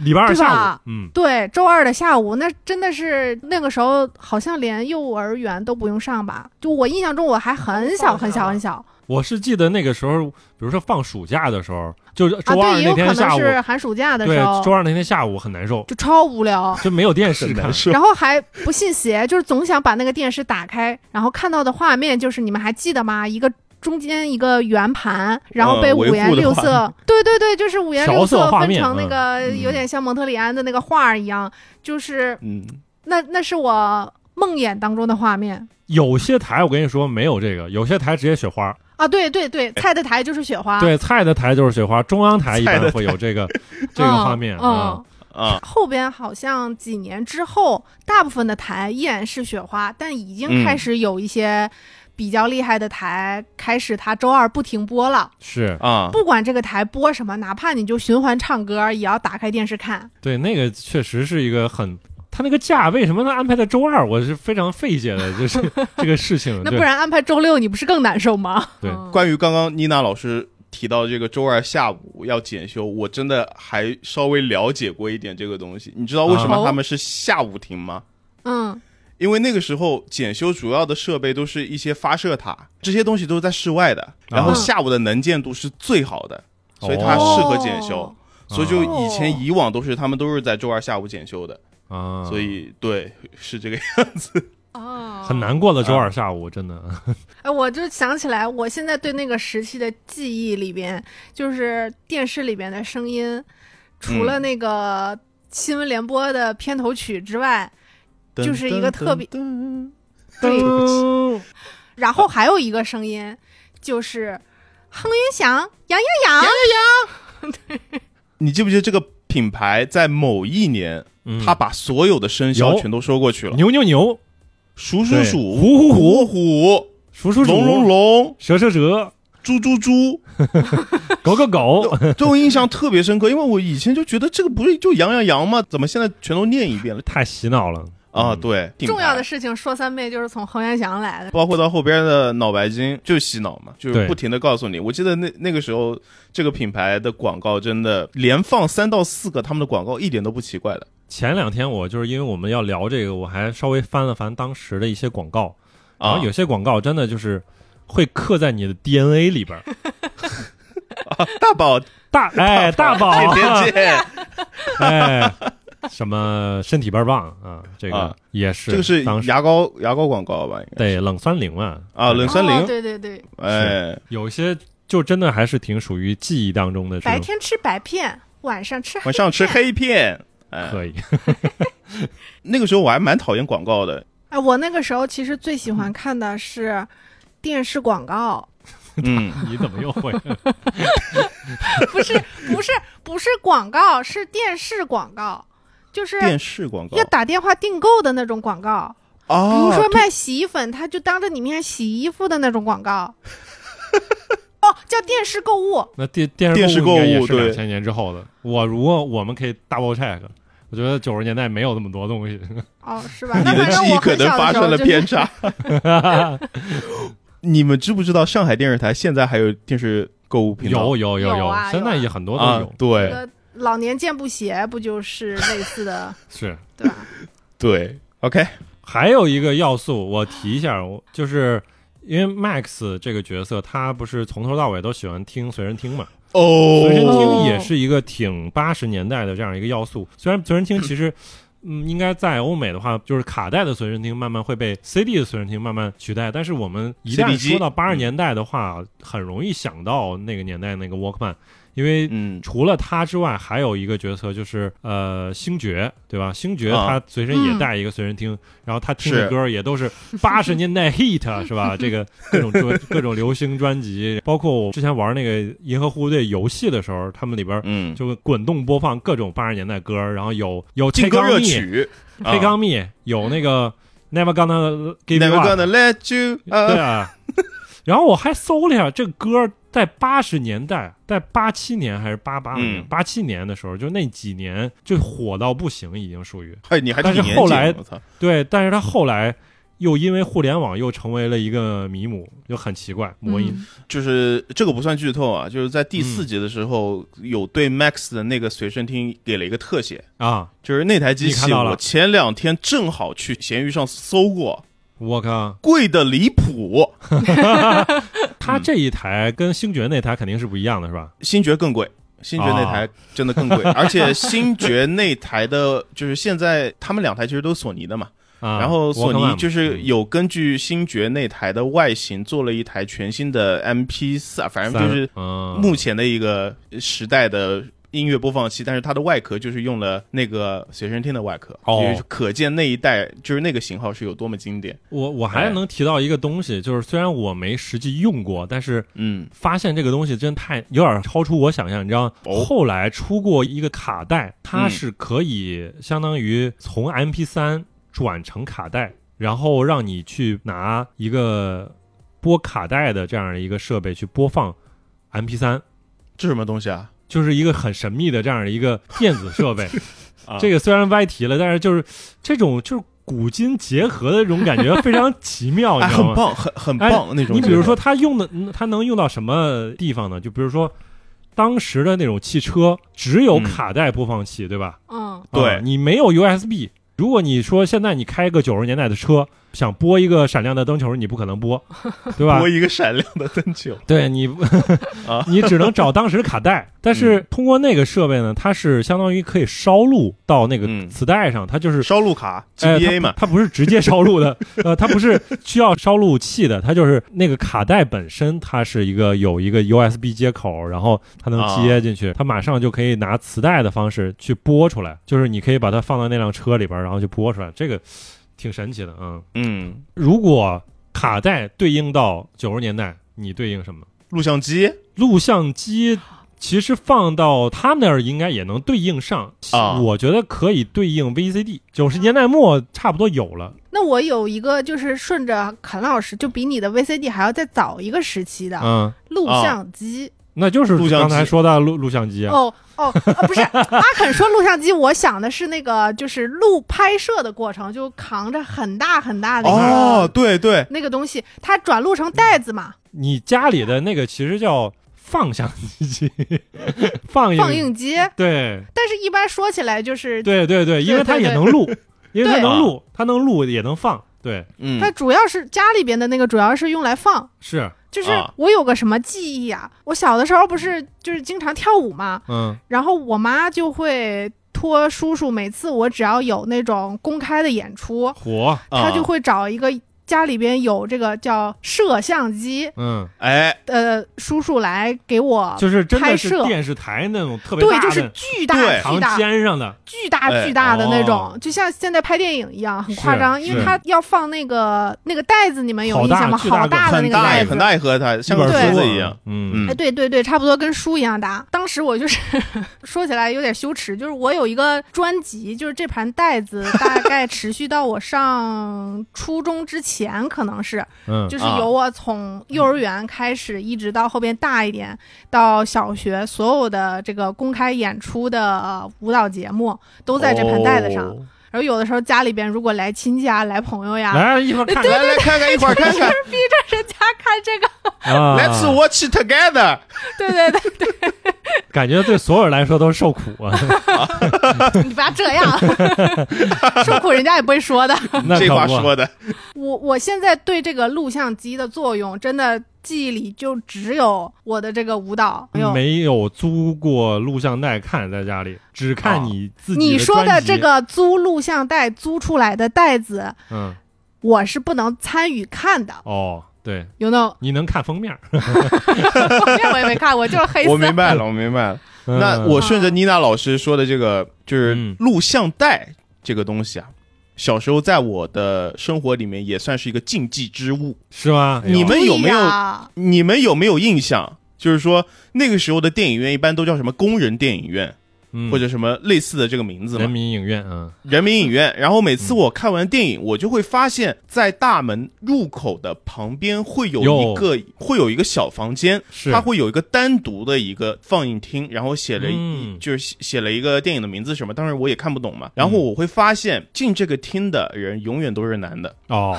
[SPEAKER 1] 礼拜二
[SPEAKER 3] 对
[SPEAKER 1] 下午
[SPEAKER 3] 吧，
[SPEAKER 1] 嗯，
[SPEAKER 3] 对，周二的下午，那真的是那个时候，好像连幼儿园都不用上吧？就我印象中，我还很小很小很小
[SPEAKER 1] 我是记得那个时候，比如说放暑假的时候，就是
[SPEAKER 3] 啊，
[SPEAKER 1] 周二
[SPEAKER 3] 对，也
[SPEAKER 1] 那
[SPEAKER 3] 有可
[SPEAKER 1] 天
[SPEAKER 3] 能
[SPEAKER 1] 下午，
[SPEAKER 3] 是寒暑假的
[SPEAKER 1] 对
[SPEAKER 3] 时候，
[SPEAKER 1] 周二那天下午很难受，
[SPEAKER 3] 就超 无聊。
[SPEAKER 1] 就没有电视看
[SPEAKER 2] 难。受
[SPEAKER 3] 然后还不信邪，就是总想把那个电视打开，然后看到的画面就是你们还记得吗？一个中间一个圆盘，然后被
[SPEAKER 2] 嗯
[SPEAKER 3] 五
[SPEAKER 2] 维护的
[SPEAKER 3] 颜六
[SPEAKER 2] 画
[SPEAKER 3] 色，对对对，就是五颜
[SPEAKER 1] 调
[SPEAKER 3] 六
[SPEAKER 1] 色
[SPEAKER 3] 色
[SPEAKER 1] 画
[SPEAKER 3] 分
[SPEAKER 1] 面
[SPEAKER 3] 成那
[SPEAKER 1] 嗯
[SPEAKER 3] 个
[SPEAKER 2] 嗯
[SPEAKER 3] 有点像蒙特里安的那个画儿一样，就是
[SPEAKER 2] 嗯，
[SPEAKER 3] 那那是我梦魇当中的画面
[SPEAKER 1] 有些台我跟你说没有这个，有些台直接雪花。
[SPEAKER 3] 啊！对对对，菜的台就是雪花，
[SPEAKER 1] 哎对，菜的台就是雪花，中央台一
[SPEAKER 2] 菜的
[SPEAKER 1] 般
[SPEAKER 2] 台
[SPEAKER 1] 会有 这个这个画面
[SPEAKER 3] 嗯。
[SPEAKER 1] 啊
[SPEAKER 3] 嗯。
[SPEAKER 2] 啊，
[SPEAKER 3] 后边好像几年之后，大部分的台依然是雪花，但已经
[SPEAKER 1] 嗯
[SPEAKER 3] 开始有一些比较厉害的台、开始它周二不停播了。
[SPEAKER 1] 是
[SPEAKER 2] 啊，
[SPEAKER 3] 不管这个台播什么，哪怕你就循环唱歌，也要打开电视看。
[SPEAKER 1] 对那个确实是一个很。他那个假为什么能安排在周二？我是非常费解的，就是 这个事情。嗯
[SPEAKER 3] 那
[SPEAKER 1] 对哦
[SPEAKER 3] 不然安排周六，你不是更难受吗？
[SPEAKER 1] 对
[SPEAKER 3] 嗯
[SPEAKER 2] 关于刚刚妮娜老师提到这个周二下午要检修，我真的还稍微了解过一点这个东西。你知道为什
[SPEAKER 3] 啊
[SPEAKER 2] 么他们是下午停吗？
[SPEAKER 3] 嗯，
[SPEAKER 2] 因为那个时候检修主要的设备都是一些发射塔，这些东西都是在室外的，然后
[SPEAKER 3] 啊
[SPEAKER 2] 下午的能见度是最好的，所以它
[SPEAKER 1] 哦
[SPEAKER 2] 适合检修
[SPEAKER 3] 哦。
[SPEAKER 2] 所以就以
[SPEAKER 3] 哦
[SPEAKER 2] 前以往都是他们都是在周二下午检修的，
[SPEAKER 1] 啊，
[SPEAKER 2] 所以对是这个
[SPEAKER 3] 哦
[SPEAKER 1] 很难过的周二下
[SPEAKER 2] 啊
[SPEAKER 1] 午，真的。
[SPEAKER 3] 哎，我就想起来，我现在对那个时期的记忆里边，就是电视里边的声音，除了那个新闻联播的片头曲之外， 就是一个特别对，
[SPEAKER 1] 噔
[SPEAKER 3] 然后还有一个声音就是。哼云翔，杨洋洋，
[SPEAKER 2] 你记不记得这个品牌在某一年，
[SPEAKER 1] 嗯
[SPEAKER 2] 他把所有的生肖
[SPEAKER 1] 有
[SPEAKER 2] 全都收过去了，
[SPEAKER 1] 牛牛牛，
[SPEAKER 2] 鼠鼠
[SPEAKER 1] 对
[SPEAKER 2] 鼠，
[SPEAKER 1] 虎虎
[SPEAKER 2] 虎虎，
[SPEAKER 1] 鼠鼠鼠，
[SPEAKER 2] 龙龙龙，
[SPEAKER 1] 蛇蛇 蛇，
[SPEAKER 2] 猪猪猪，
[SPEAKER 1] 狗狗 狗，
[SPEAKER 2] 对我印象特别深刻，因为我以前就觉得这个不是就羊羊羊吗？怎么现在全都念一遍了
[SPEAKER 1] 太洗脑了
[SPEAKER 2] 啊？
[SPEAKER 1] 嗯
[SPEAKER 2] 对，
[SPEAKER 3] 重要的
[SPEAKER 2] 是，
[SPEAKER 3] 事情说三遍就是从恒源祥来的。
[SPEAKER 2] 包括到后边的脑白金就洗脑嘛，就是
[SPEAKER 1] 对
[SPEAKER 2] 不停的告诉你。我记得那那个时候，这个品牌的广告真的连放三到四个，他们的广告一点都不奇怪的。
[SPEAKER 1] 前两天我就是因为我们要聊这个，我还稍微翻了翻当时的一些广告，然
[SPEAKER 2] 啊，
[SPEAKER 1] 后有些广告真的就是会刻在你的 DNA 里 边儿。
[SPEAKER 2] 大宝
[SPEAKER 1] 大哎大宝，
[SPEAKER 2] 天天
[SPEAKER 1] 哎什么身体倍儿棒啊，这
[SPEAKER 2] 啊
[SPEAKER 1] 个也是
[SPEAKER 2] 这个是
[SPEAKER 1] 当时
[SPEAKER 2] 牙膏牙膏广告吧？应该
[SPEAKER 1] 对冷酸灵嘛
[SPEAKER 2] 啊冷酸
[SPEAKER 3] 哦，
[SPEAKER 2] 灵，
[SPEAKER 3] 对对对，
[SPEAKER 2] 哎，
[SPEAKER 1] 有些就真的还是挺属于记忆当中的这
[SPEAKER 3] 白
[SPEAKER 1] 种，
[SPEAKER 3] 天吃白片，晚上吃
[SPEAKER 2] 晚上吃黑片。 哎，
[SPEAKER 1] 可以
[SPEAKER 2] 那个时候我还蛮讨厌广告的，
[SPEAKER 3] 哎，我那个时候其实最喜欢看的是电视广告，
[SPEAKER 2] 嗯，
[SPEAKER 1] 你怎么又会？
[SPEAKER 3] 不 是不是不是广告，是电视广告，就是
[SPEAKER 2] 电视广告
[SPEAKER 3] 要打电话订购的那种广告。比
[SPEAKER 2] 啊，
[SPEAKER 3] 如说卖洗衣粉，他就当着你面洗衣服的那种广 告。哦，叫电视购物。
[SPEAKER 1] 那电电视
[SPEAKER 2] 电视购
[SPEAKER 1] 应该也
[SPEAKER 2] 物
[SPEAKER 1] 是
[SPEAKER 2] 对
[SPEAKER 1] 两千年之后的。我如果我们可以 double check，我觉得九十年代没有那么多东西。
[SPEAKER 3] 哦，是吧？
[SPEAKER 2] 你
[SPEAKER 3] 那
[SPEAKER 2] 的
[SPEAKER 3] 反正
[SPEAKER 2] 记忆
[SPEAKER 3] 我
[SPEAKER 2] 可
[SPEAKER 3] 很
[SPEAKER 2] 能
[SPEAKER 3] 小
[SPEAKER 2] 发
[SPEAKER 3] 的时
[SPEAKER 2] 生
[SPEAKER 3] 候
[SPEAKER 2] 了
[SPEAKER 3] 就
[SPEAKER 2] 偏差。 你们知不知道上海电视台现在还有电视购物频
[SPEAKER 1] 有
[SPEAKER 2] 道？
[SPEAKER 1] 有有
[SPEAKER 3] 有啊
[SPEAKER 1] 现在
[SPEAKER 3] 有啊
[SPEAKER 1] 也很多都
[SPEAKER 2] 啊
[SPEAKER 1] 有。
[SPEAKER 2] 对
[SPEAKER 3] 呃老年健步鞋不就是类似的，
[SPEAKER 1] 是
[SPEAKER 3] 对吧？
[SPEAKER 2] 对，OK，
[SPEAKER 1] 还有一个要素，我提一下，我就是因为 Max 这个角色，他不是从头到尾都喜欢听随身听嘛？
[SPEAKER 2] 哦
[SPEAKER 1] 随身听
[SPEAKER 3] 哦
[SPEAKER 1] 也是一个挺八十年代的这样一个要素。虽然随身听 其实，嗯，应该在欧美的话，就是卡带的随身听慢慢会被 CD 的随身听慢慢取代，但是我们一
[SPEAKER 2] CD
[SPEAKER 1] 旦
[SPEAKER 2] 机
[SPEAKER 1] 说到八十年代的话，很容易想到那个年代那个 Walkman，因为
[SPEAKER 2] 嗯，
[SPEAKER 1] 除了他之外，还有一个角色就是呃星爵，对吧？星爵
[SPEAKER 2] 啊
[SPEAKER 1] 他随身也
[SPEAKER 3] 嗯
[SPEAKER 1] 带一个随身听，然后他听
[SPEAKER 2] 是
[SPEAKER 1] 的歌也都是八十 年代 hit 是吧？这个各种专各种流行专辑，包括我之前玩那个银河护卫队游戏的时候，他们里边
[SPEAKER 2] 嗯，
[SPEAKER 1] 就滚动播放各种八十年代歌，然后有有
[SPEAKER 2] 劲
[SPEAKER 1] Take
[SPEAKER 2] 歌
[SPEAKER 1] on
[SPEAKER 2] 热
[SPEAKER 1] Me，Take
[SPEAKER 2] 曲啊
[SPEAKER 1] on Me，有那个 Never gonna give you
[SPEAKER 2] ，Never
[SPEAKER 1] up，
[SPEAKER 2] gonna let you，
[SPEAKER 1] 对
[SPEAKER 2] 呃，
[SPEAKER 1] 啊。然后我还搜了一下，这歌在八十年代，在八七年还是八八年
[SPEAKER 2] 嗯、
[SPEAKER 1] 八七、年的时候，就那几年就火到不行，已经属于
[SPEAKER 2] 哎，你还挺
[SPEAKER 1] 但是
[SPEAKER 2] 严
[SPEAKER 1] 后
[SPEAKER 2] 谨
[SPEAKER 1] 来
[SPEAKER 2] 我操，
[SPEAKER 1] 对。但是它后来又因为互联网又成为了一个迷母，就很奇怪，魔音、
[SPEAKER 3] 嗯
[SPEAKER 2] 就是这个不算剧透啊，就是在第
[SPEAKER 1] 嗯
[SPEAKER 2] 四集的时候，有对 Max 的那个随身听给了一个特写，
[SPEAKER 1] 啊！
[SPEAKER 2] 就是那台机
[SPEAKER 1] 你看
[SPEAKER 2] 器，
[SPEAKER 1] 到了
[SPEAKER 2] 我前两天正好去闲鱼上搜过，
[SPEAKER 1] 我靠，
[SPEAKER 2] 贵的离谱，
[SPEAKER 1] 它这一台跟星爵那台肯定是不一样的，是吧？
[SPEAKER 2] 星爵更贵，星爵那
[SPEAKER 1] 哦
[SPEAKER 2] 台真的 更贵，而且星爵那台的，就是现在他们两台其实都是索尼的嘛，
[SPEAKER 1] 啊，
[SPEAKER 2] 嗯然后索尼
[SPEAKER 1] Walkman 嗯
[SPEAKER 2] 就是有根据星爵那台的外形做了一台全新的 MP 四，啊反正就是
[SPEAKER 1] 嗯，
[SPEAKER 2] 目前的一个时代的。音乐播放器，但是它的外壳就是用了那个随身听的外壳，
[SPEAKER 1] 哦
[SPEAKER 2] 就是可见那一代就是那个型号是有多么经典。
[SPEAKER 1] 我我
[SPEAKER 2] 哎
[SPEAKER 1] 还能提到一个东西，就是虽然我没实际用过，但是
[SPEAKER 2] 嗯，
[SPEAKER 1] 发现这个东西真太有点超出我想象，你知道吗？
[SPEAKER 2] 哦
[SPEAKER 1] 后来出过一个卡带，它是可以相当于从 MP 3转成卡带，然后让你去拿一个播卡带的这样的一个设备去播放 MP 3
[SPEAKER 2] 这什么东西啊？
[SPEAKER 1] 就是一个很神秘的这样的一个电子设 备。
[SPEAKER 2] 啊
[SPEAKER 1] 这个虽然歪题了，但是就是这种就是古今结合的这种感觉非常奇妙，你
[SPEAKER 2] 哎，
[SPEAKER 1] 知道吗
[SPEAKER 2] 很？棒，很很棒、那种。
[SPEAKER 1] 你比如说，，它用的，嗯它能用到什么地方呢？就比如说，当时的那种汽车只有
[SPEAKER 2] 嗯
[SPEAKER 1] 卡带播放器，对吧？
[SPEAKER 3] 嗯，
[SPEAKER 2] 对
[SPEAKER 1] 啊你没有 USB。如果你说现在你开个九十年代的车，想播一个闪亮的灯球，你不可能 播，对吧
[SPEAKER 2] 播？一个闪亮的灯球
[SPEAKER 1] 对你，
[SPEAKER 2] 啊嗯
[SPEAKER 1] 你只能找当时的卡带。但是通过那个设备呢，它是相当于可以烧录到那
[SPEAKER 2] 嗯
[SPEAKER 1] 个磁带上，它就是
[SPEAKER 2] 烧录卡
[SPEAKER 1] 哎
[SPEAKER 2] GBA
[SPEAKER 1] 它
[SPEAKER 2] 嘛
[SPEAKER 1] 不，它不是直接烧录的， 呃，它不是需要烧录器的，它就是那个卡带本身，它是一个有一个 USB 接口，然后它能接进
[SPEAKER 2] 啊
[SPEAKER 1] 去，它马上就可以拿磁带的方式去播出来，就是你可以把它放到那辆车里边，然后就播出来，这个挺神奇的，嗯。
[SPEAKER 2] 嗯，
[SPEAKER 1] 如果卡带对应到九十年代，你对应什么？
[SPEAKER 2] 录像机
[SPEAKER 1] 录像机其实放到他们那儿应该也能对应上
[SPEAKER 2] 啊
[SPEAKER 1] 我觉得可以对应 VCD，九十年代末差不多有了。
[SPEAKER 3] 那我有一个就是顺着肯老师，就比你的 VCD 还要再早一个时期的、
[SPEAKER 1] 嗯，
[SPEAKER 3] 录
[SPEAKER 2] 啊
[SPEAKER 3] 像机。
[SPEAKER 1] 那就是
[SPEAKER 2] 录像
[SPEAKER 1] 刚才
[SPEAKER 2] 机
[SPEAKER 1] 说的录录像机啊。
[SPEAKER 3] 哦哦、呃不是阿肯说录像机，我想的是那个就是录拍摄的过程，就扛着很大很大的一个
[SPEAKER 2] 哦，对对，
[SPEAKER 3] 那个东西，它转录成袋子嘛，
[SPEAKER 1] 你家里的那个其实叫放相机， 放映
[SPEAKER 2] 嗯
[SPEAKER 3] 放映机。
[SPEAKER 1] 对
[SPEAKER 3] 但是，一般说起来就是
[SPEAKER 1] 对对对，因为它
[SPEAKER 3] 对对
[SPEAKER 1] 也
[SPEAKER 3] 对
[SPEAKER 1] 能录，因为它
[SPEAKER 3] 对
[SPEAKER 1] 能录，它能录也能放，对，
[SPEAKER 2] 嗯
[SPEAKER 3] 它主要是家里边的那个，主要是用来放。
[SPEAKER 1] 是，
[SPEAKER 3] 就是
[SPEAKER 2] 啊
[SPEAKER 3] 我有个什么记忆啊？我小的时候不是就是经常跳舞嘛，
[SPEAKER 1] 嗯
[SPEAKER 3] 然后我妈就会托叔叔，每次我只要有那种公开的演出，
[SPEAKER 1] 火，
[SPEAKER 2] 啊
[SPEAKER 3] 他就会找一个家里边有这个叫摄像机，
[SPEAKER 1] 嗯，
[SPEAKER 2] 哎，
[SPEAKER 3] 呃，叔叔来给我。
[SPEAKER 1] 就是真的
[SPEAKER 3] 哦拍
[SPEAKER 1] 是
[SPEAKER 3] 摄
[SPEAKER 1] 电视台那种特别
[SPEAKER 3] 对，
[SPEAKER 1] 大
[SPEAKER 3] 就是
[SPEAKER 1] 的
[SPEAKER 3] 巨大
[SPEAKER 2] 对
[SPEAKER 3] 巨
[SPEAKER 1] 长
[SPEAKER 3] 大
[SPEAKER 1] 肩上的，
[SPEAKER 3] 巨大
[SPEAKER 2] 哎
[SPEAKER 3] 巨大的那种
[SPEAKER 1] 哦，
[SPEAKER 3] 就像现在拍电影一样，很夸张，
[SPEAKER 1] 是
[SPEAKER 3] 因为它要放那个那个袋子，你们有
[SPEAKER 1] 好
[SPEAKER 3] 印
[SPEAKER 1] 大
[SPEAKER 3] 象吗？
[SPEAKER 1] 巨大
[SPEAKER 3] 好大的那
[SPEAKER 2] 很
[SPEAKER 3] 个袋
[SPEAKER 2] 大
[SPEAKER 3] 子，
[SPEAKER 2] 很大一盒，它像
[SPEAKER 1] 一本
[SPEAKER 2] 个盒
[SPEAKER 1] 书
[SPEAKER 2] 子
[SPEAKER 1] 啊
[SPEAKER 2] 一样，，
[SPEAKER 1] 嗯
[SPEAKER 2] 嗯
[SPEAKER 3] 哎，对对对，差不多跟书一样大。当时我就是 说起来有点羞耻，就是我有一个专辑，就是这盘袋子大概持续到我上初中之前，可能是
[SPEAKER 1] 嗯
[SPEAKER 3] 就是
[SPEAKER 2] 啊
[SPEAKER 3] 由我从幼儿园开始，一直到后边大一点到小学，所有的这个公开演出的呃舞蹈节目都在这盘袋子上。
[SPEAKER 2] 哦
[SPEAKER 3] 然后有的时候家里边如果来亲戚啊，来朋友呀，
[SPEAKER 1] 来一会儿看
[SPEAKER 2] 来来看看，一会儿看看
[SPEAKER 3] 人家看这个，
[SPEAKER 1] 啊，
[SPEAKER 2] ，Let's watch it together。
[SPEAKER 3] 对对对，
[SPEAKER 1] 感觉对所有人来说都是受苦啊，
[SPEAKER 3] 你不要这样， 受苦人家也不会说的。
[SPEAKER 1] 那
[SPEAKER 2] 这
[SPEAKER 1] 可
[SPEAKER 2] 话
[SPEAKER 1] 不啊
[SPEAKER 2] 说的，
[SPEAKER 3] 我我现在对这个录像机的作用，真的记忆里就只有我的这个舞蹈。没有
[SPEAKER 1] 嗯没有租过录像带看，在家里只看
[SPEAKER 2] 啊
[SPEAKER 1] 你自己
[SPEAKER 3] 哦你说的
[SPEAKER 1] 专辑
[SPEAKER 3] 这，个租录像带租出来的袋子，
[SPEAKER 1] 嗯，
[SPEAKER 3] 我是不能参与看的。
[SPEAKER 1] 哦，对，
[SPEAKER 3] 有那 种
[SPEAKER 1] 你能看封面儿，
[SPEAKER 3] 封面我也没看过，就是黑色。
[SPEAKER 2] 我明白了，我明白了。那
[SPEAKER 1] 嗯
[SPEAKER 2] 我顺着妮娜老师说的这个，就是
[SPEAKER 1] 嗯
[SPEAKER 2] 录像带这个东西啊，小时候在我的生活里面也算是一个禁忌之物。
[SPEAKER 1] 是吗？哎
[SPEAKER 2] 你们有没有
[SPEAKER 3] 对呀
[SPEAKER 2] 你们有没有印象？就是说那个时候的电影院一般都叫什么工人电影院，
[SPEAKER 1] 们
[SPEAKER 2] 或者什么类似的这个名字
[SPEAKER 1] 嗯人
[SPEAKER 2] 嘛，
[SPEAKER 1] 民影院啊？
[SPEAKER 2] 人民影院。然后每次我看完电影，我就会发现，在大门入口的旁边会有
[SPEAKER 1] 有
[SPEAKER 2] 一个会有一个小房间，
[SPEAKER 1] 是
[SPEAKER 2] 它会有一个单独的一个放映厅，然后写了一、
[SPEAKER 1] 嗯
[SPEAKER 2] 就是写写了一个电影的名字什么，当然我也看不懂嘛。然后我会发现进这个厅的人永远都是男的。
[SPEAKER 1] 哦，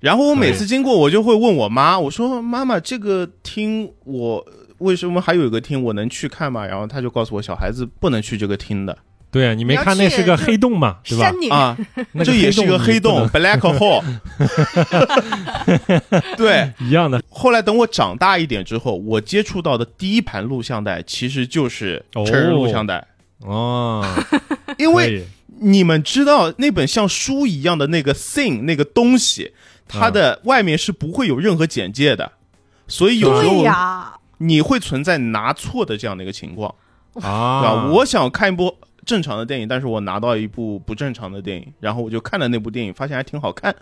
[SPEAKER 2] 然后我每
[SPEAKER 1] 对
[SPEAKER 2] 次经过，我就会问我妈，我说：“妈妈，这个厅我为什么还有一个厅我能去看吗？”然后她就告诉我，小孩子不能去这个厅 的
[SPEAKER 1] 对你没
[SPEAKER 3] 你要
[SPEAKER 1] 看那
[SPEAKER 3] 去
[SPEAKER 1] 是个
[SPEAKER 3] 就
[SPEAKER 1] 黑洞嘛，对吧
[SPEAKER 3] 山？顶，
[SPEAKER 2] 啊，
[SPEAKER 1] 那
[SPEAKER 2] 这也是一个黑洞
[SPEAKER 1] 你
[SPEAKER 2] （black hole）。对，
[SPEAKER 1] 不能一样的
[SPEAKER 2] 后来等我长大一点之后，我接触到的第一盘录像带其实就是成人录像带，
[SPEAKER 1] 哦，
[SPEAKER 2] 因
[SPEAKER 1] 可
[SPEAKER 2] 为
[SPEAKER 1] 以
[SPEAKER 2] 你们知道那本像书一样的那个 thing 那个东西，它的外面是不会有任何简介的，所以有时
[SPEAKER 3] 对
[SPEAKER 2] 候
[SPEAKER 3] 呀，
[SPEAKER 2] 你会存在拿错的这样的一个情况，对吧？
[SPEAKER 1] 啊，
[SPEAKER 2] 我想看一部正常的电影，但是我拿到一部不正常的电影，然后我就看了那部电影，发现还挺好看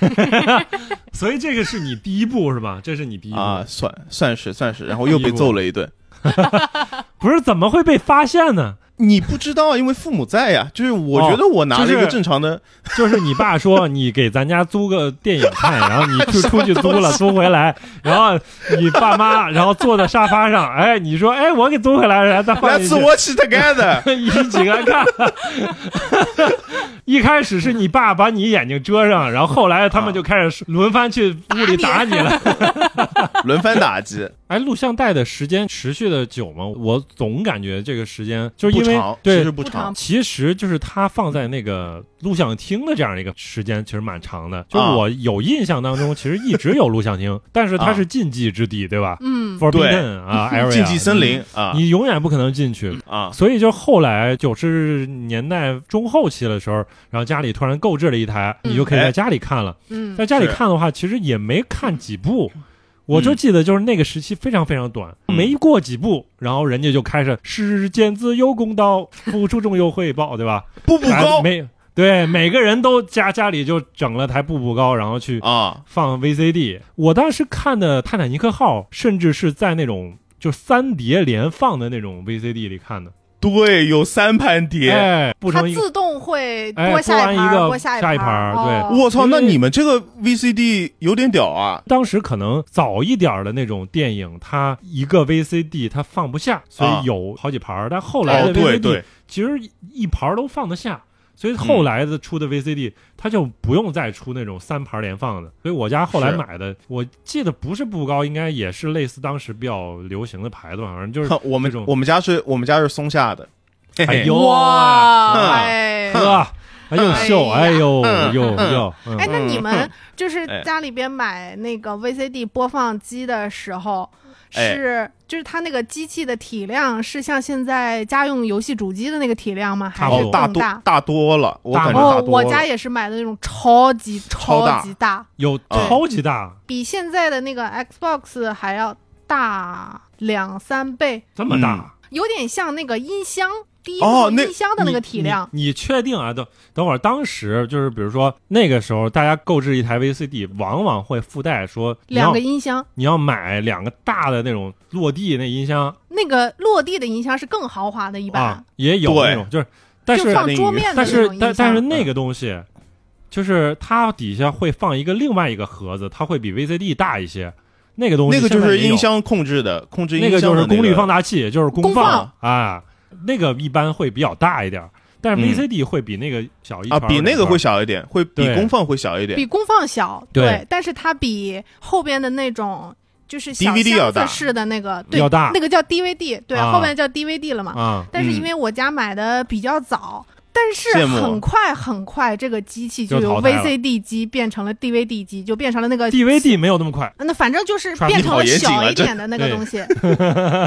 [SPEAKER 2] 啊
[SPEAKER 1] 所以这个是你第一步是吧？这是你第一步
[SPEAKER 2] 啊，算算是算是，然后又被揍了一顿。
[SPEAKER 1] 不是怎么会被发现呢？
[SPEAKER 2] 你不知道，因为父母在呀。就是我
[SPEAKER 1] 哦
[SPEAKER 2] 觉得我拿了一
[SPEAKER 1] 就
[SPEAKER 2] 个
[SPEAKER 1] 是
[SPEAKER 2] 正常的，
[SPEAKER 1] 就是你爸说你给咱家租个电影看，然后你去出去租了，租回来，然后你爸妈然后坐在沙发上，哎，你说哎我给租回来，然后再放进
[SPEAKER 2] Let's
[SPEAKER 1] 去。
[SPEAKER 2] watch it together。
[SPEAKER 1] 一起来看， 一开始是你爸把你眼睛遮上，然后后来
[SPEAKER 2] 啊
[SPEAKER 1] 他们就开始轮番去屋里打你 了。
[SPEAKER 2] 轮番打击，
[SPEAKER 1] 哎，录像带的时间持续的久吗？我总感觉这个时间就是
[SPEAKER 2] 不
[SPEAKER 1] 因为
[SPEAKER 2] 长，其
[SPEAKER 1] 对
[SPEAKER 2] 实，不
[SPEAKER 3] 不长
[SPEAKER 2] 长。
[SPEAKER 1] 其实就是它放在那个录像厅的这样一个时间，其实蛮长的。就是
[SPEAKER 2] 啊
[SPEAKER 1] 我有印象当中，其实一直有录像 厅，但是它是禁忌之地，对吧
[SPEAKER 3] 嗯，
[SPEAKER 1] ？Forbidden 啊，area，
[SPEAKER 2] 禁忌森林啊
[SPEAKER 1] 你，你永远不可能进去。
[SPEAKER 2] 啊，
[SPEAKER 1] 所以就后来九十年代中后期的时候，然后家里突然购置了一台，
[SPEAKER 3] 嗯
[SPEAKER 1] 你就可以
[SPEAKER 2] 哎
[SPEAKER 1] 在家里看了。
[SPEAKER 3] 嗯，
[SPEAKER 1] 在家里
[SPEAKER 2] 是
[SPEAKER 1] 看的话，其实也没看几部。我就记得，就是那个时期非常非常短，
[SPEAKER 2] 嗯
[SPEAKER 1] 没过几步，然后人家就开始“世间自有公 道，付出终有回报”，对吧？
[SPEAKER 2] 步步
[SPEAKER 1] 然后
[SPEAKER 2] 高
[SPEAKER 1] 每对每个人都家家里就整了台步步高，然后去
[SPEAKER 2] 啊
[SPEAKER 1] 放 VCD。我当时看的《泰坦尼克号》，甚至是在那种就三碟连放的那种 VCD 里看的，
[SPEAKER 2] 对，有三盘碟。
[SPEAKER 1] 哎，不
[SPEAKER 3] 它
[SPEAKER 1] 成一个。
[SPEAKER 3] 自动会
[SPEAKER 1] 哎
[SPEAKER 3] 播下
[SPEAKER 1] 播完
[SPEAKER 3] 一
[SPEAKER 1] 一
[SPEAKER 3] 盘儿，
[SPEAKER 1] 个
[SPEAKER 3] 播一
[SPEAKER 1] 下一
[SPEAKER 3] 盘
[SPEAKER 1] 盘
[SPEAKER 3] 儿。
[SPEAKER 1] 儿对
[SPEAKER 3] 哦
[SPEAKER 2] 我操，
[SPEAKER 1] 因
[SPEAKER 2] 那
[SPEAKER 1] 为
[SPEAKER 2] 你们这个 VCD 有点屌啊！
[SPEAKER 1] 当时可能早一点儿的那种电影，它一个 VCD 它放不下，所
[SPEAKER 2] 啊
[SPEAKER 1] 以有好几盘儿。但后来
[SPEAKER 2] 哦，
[SPEAKER 1] 的
[SPEAKER 2] 对
[SPEAKER 1] VCD
[SPEAKER 2] 对，
[SPEAKER 1] 其实一盘儿都放得下，所以后来的出的 VCD 它就不用再出那种三盘儿连放的。所以我家后来
[SPEAKER 2] 是
[SPEAKER 1] 买的，我记得不是步高，应该也是类似当时比较流行的牌子吧，反正就是
[SPEAKER 2] 我们
[SPEAKER 1] 这种
[SPEAKER 2] 我们家是我们家是松下的，嘿
[SPEAKER 1] 哎
[SPEAKER 2] 嘿
[SPEAKER 1] 呦啊
[SPEAKER 3] 哇，
[SPEAKER 2] 嗯
[SPEAKER 3] 哎。
[SPEAKER 1] 哥，哎呦
[SPEAKER 3] 哎
[SPEAKER 1] 秀，哎呦
[SPEAKER 2] 嗯
[SPEAKER 1] 呦
[SPEAKER 2] 嗯
[SPEAKER 1] 呦，嗯
[SPEAKER 3] 哎，那你们就是
[SPEAKER 2] 哎
[SPEAKER 3] 家里边买那个 VCD 播放机的时候，
[SPEAKER 2] 哎
[SPEAKER 3] 是就是它那个机器的体量是像现在家用游戏主机的那个体量吗？还
[SPEAKER 1] 差不
[SPEAKER 3] 是
[SPEAKER 1] 多
[SPEAKER 2] 哦，
[SPEAKER 3] 更
[SPEAKER 2] 大多大多了，我
[SPEAKER 1] 大
[SPEAKER 2] 感觉
[SPEAKER 1] 多
[SPEAKER 2] 大
[SPEAKER 3] 哦，
[SPEAKER 2] 多
[SPEAKER 3] 我家
[SPEAKER 2] 了。
[SPEAKER 3] 也是买的那种超级
[SPEAKER 2] 超大
[SPEAKER 3] 级大，
[SPEAKER 1] 有
[SPEAKER 2] 对
[SPEAKER 1] 超级大，
[SPEAKER 3] 比现在的那个 Xbox 还要大两三倍，
[SPEAKER 1] 这么
[SPEAKER 2] 嗯
[SPEAKER 1] 大。
[SPEAKER 3] 有点像那个音箱第一
[SPEAKER 2] 哦
[SPEAKER 3] 部
[SPEAKER 2] 那
[SPEAKER 3] 音箱的那个
[SPEAKER 1] 你
[SPEAKER 3] 体量。
[SPEAKER 1] 你。你确定啊？等等会儿，当时就是比如说那个时候，大家购置一台 VCD，往往会附带说你
[SPEAKER 3] 两
[SPEAKER 1] 要
[SPEAKER 3] 个音箱，
[SPEAKER 1] 你要买两个大的那种落地那音箱
[SPEAKER 3] 那个落地的音箱是更豪华的一版，
[SPEAKER 1] 啊，也有
[SPEAKER 2] 对
[SPEAKER 1] 那种就是，但
[SPEAKER 3] 就是放桌面的
[SPEAKER 1] 但
[SPEAKER 3] 那种
[SPEAKER 1] 是
[SPEAKER 3] 音箱。嗯
[SPEAKER 1] 但但是那个东西。就是它底下会放一个另外一个盒子，它会比 VCD 大一些。那个东西
[SPEAKER 2] 那个就
[SPEAKER 1] 现在
[SPEAKER 2] 是
[SPEAKER 1] 也有
[SPEAKER 2] 音，箱控制的，控制音
[SPEAKER 1] 那
[SPEAKER 2] 箱
[SPEAKER 1] 个就
[SPEAKER 2] 的
[SPEAKER 1] 是功率
[SPEAKER 2] 那个
[SPEAKER 1] 放大器，就是
[SPEAKER 3] 功
[SPEAKER 1] 放啊。那个一般会比较大一点，但是
[SPEAKER 2] 嗯
[SPEAKER 1] VCD 会比那个小一
[SPEAKER 2] 啊，
[SPEAKER 1] 圈儿
[SPEAKER 2] 比那
[SPEAKER 1] 两
[SPEAKER 2] 个
[SPEAKER 1] 圈儿
[SPEAKER 2] 会小一点，会比
[SPEAKER 1] 对
[SPEAKER 2] 功放会小一点。
[SPEAKER 3] 比功放小，
[SPEAKER 1] 对
[SPEAKER 3] 但是它比后边的那种就是小
[SPEAKER 2] DVD 要
[SPEAKER 3] 箱
[SPEAKER 2] 大
[SPEAKER 3] 子式的那个对
[SPEAKER 1] 要大
[SPEAKER 3] 那个叫 DVD，对，
[SPEAKER 1] 啊
[SPEAKER 3] 后面叫 DVD 了嘛。
[SPEAKER 1] 啊，
[SPEAKER 3] 但是因为我家买的比较早。但是
[SPEAKER 2] 羡慕
[SPEAKER 3] 很快很快，这个机器就
[SPEAKER 1] 就
[SPEAKER 3] 由
[SPEAKER 1] 淘汰了
[SPEAKER 3] VCD 机变成了 DVD 机，就变成了那个
[SPEAKER 1] DVD 没有那么快，
[SPEAKER 3] 那反正就是
[SPEAKER 1] 传
[SPEAKER 3] 变
[SPEAKER 1] 递
[SPEAKER 3] 成
[SPEAKER 2] 好
[SPEAKER 3] 了
[SPEAKER 2] 严谨
[SPEAKER 3] 小
[SPEAKER 2] 啊
[SPEAKER 3] 一
[SPEAKER 2] 这
[SPEAKER 3] 点的那个
[SPEAKER 1] 对嗯
[SPEAKER 3] 东 西，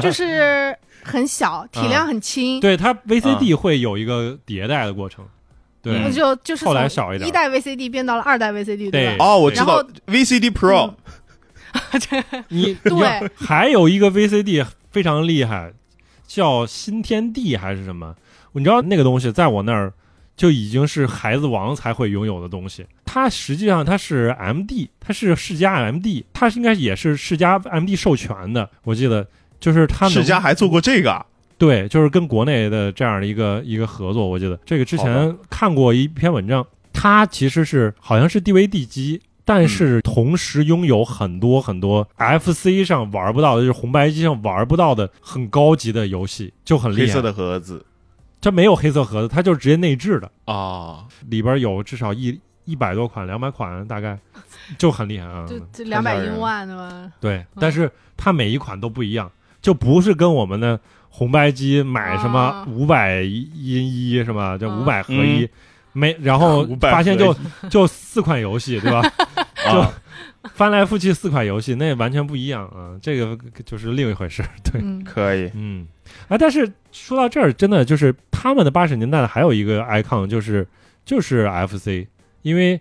[SPEAKER 3] 就是很小，体量很轻。
[SPEAKER 1] 对它 VCD 会有一个迭代的过程，对，
[SPEAKER 2] 嗯
[SPEAKER 3] 就就是
[SPEAKER 1] 后来
[SPEAKER 3] 从
[SPEAKER 1] 小一点
[SPEAKER 3] 一代 VCD 变到了二代 VCD，
[SPEAKER 1] 对
[SPEAKER 3] 吧？
[SPEAKER 2] 哦，我知
[SPEAKER 3] 然
[SPEAKER 2] 道
[SPEAKER 3] 后
[SPEAKER 2] VCD Pro，
[SPEAKER 3] 嗯
[SPEAKER 1] 你
[SPEAKER 3] 对
[SPEAKER 1] 你要还有一个 VCD 非常厉害，叫新天地还是什么？你知道那个东西在我那儿就已经是孩子王才会拥有的东西。它实际上它是 MD，它是世嘉 MD，它是应该也是世嘉 MD 授权的，我记得就是它能
[SPEAKER 2] 世嘉还做过这个啊，
[SPEAKER 1] 对，就是跟国内的这样的一个一个合作，我记得这个之
[SPEAKER 2] 好
[SPEAKER 1] 前看过一篇文章，它其实是好像是 DVD 机，但是同时拥有很多很多 FC 上玩不到的，就是红白机上玩不到的很高级的游戏，就很
[SPEAKER 2] 黑
[SPEAKER 1] 厉
[SPEAKER 2] 色
[SPEAKER 1] 害。
[SPEAKER 2] 的盒子
[SPEAKER 1] 它没有黑色盒子，它就是直接内置的，
[SPEAKER 2] 啊，
[SPEAKER 1] 里边有至少一一百多款、两百款大概，就很厉害啊。
[SPEAKER 3] 就就两
[SPEAKER 2] 太
[SPEAKER 3] 百
[SPEAKER 2] 吓人
[SPEAKER 3] 英
[SPEAKER 2] 了
[SPEAKER 3] 万对吧？
[SPEAKER 1] 对，但是它每一款都不一样，就不是跟我们的红白机买什么
[SPEAKER 3] 啊
[SPEAKER 1] 五百音一是吧？这
[SPEAKER 3] 啊
[SPEAKER 1] 五百合一，
[SPEAKER 2] 嗯
[SPEAKER 1] 没然后
[SPEAKER 2] 500
[SPEAKER 1] 发现就
[SPEAKER 2] 合
[SPEAKER 1] 就四款游戏对吧？
[SPEAKER 2] 啊
[SPEAKER 1] 翻来覆去四款游戏，那完全不一样啊，这个就是另一回事。对，
[SPEAKER 3] 嗯，
[SPEAKER 2] 可以，
[SPEAKER 1] 嗯，啊，但是说到这儿，真的就是他们的八十年代的还有一个 icon 就是就是 FC，因为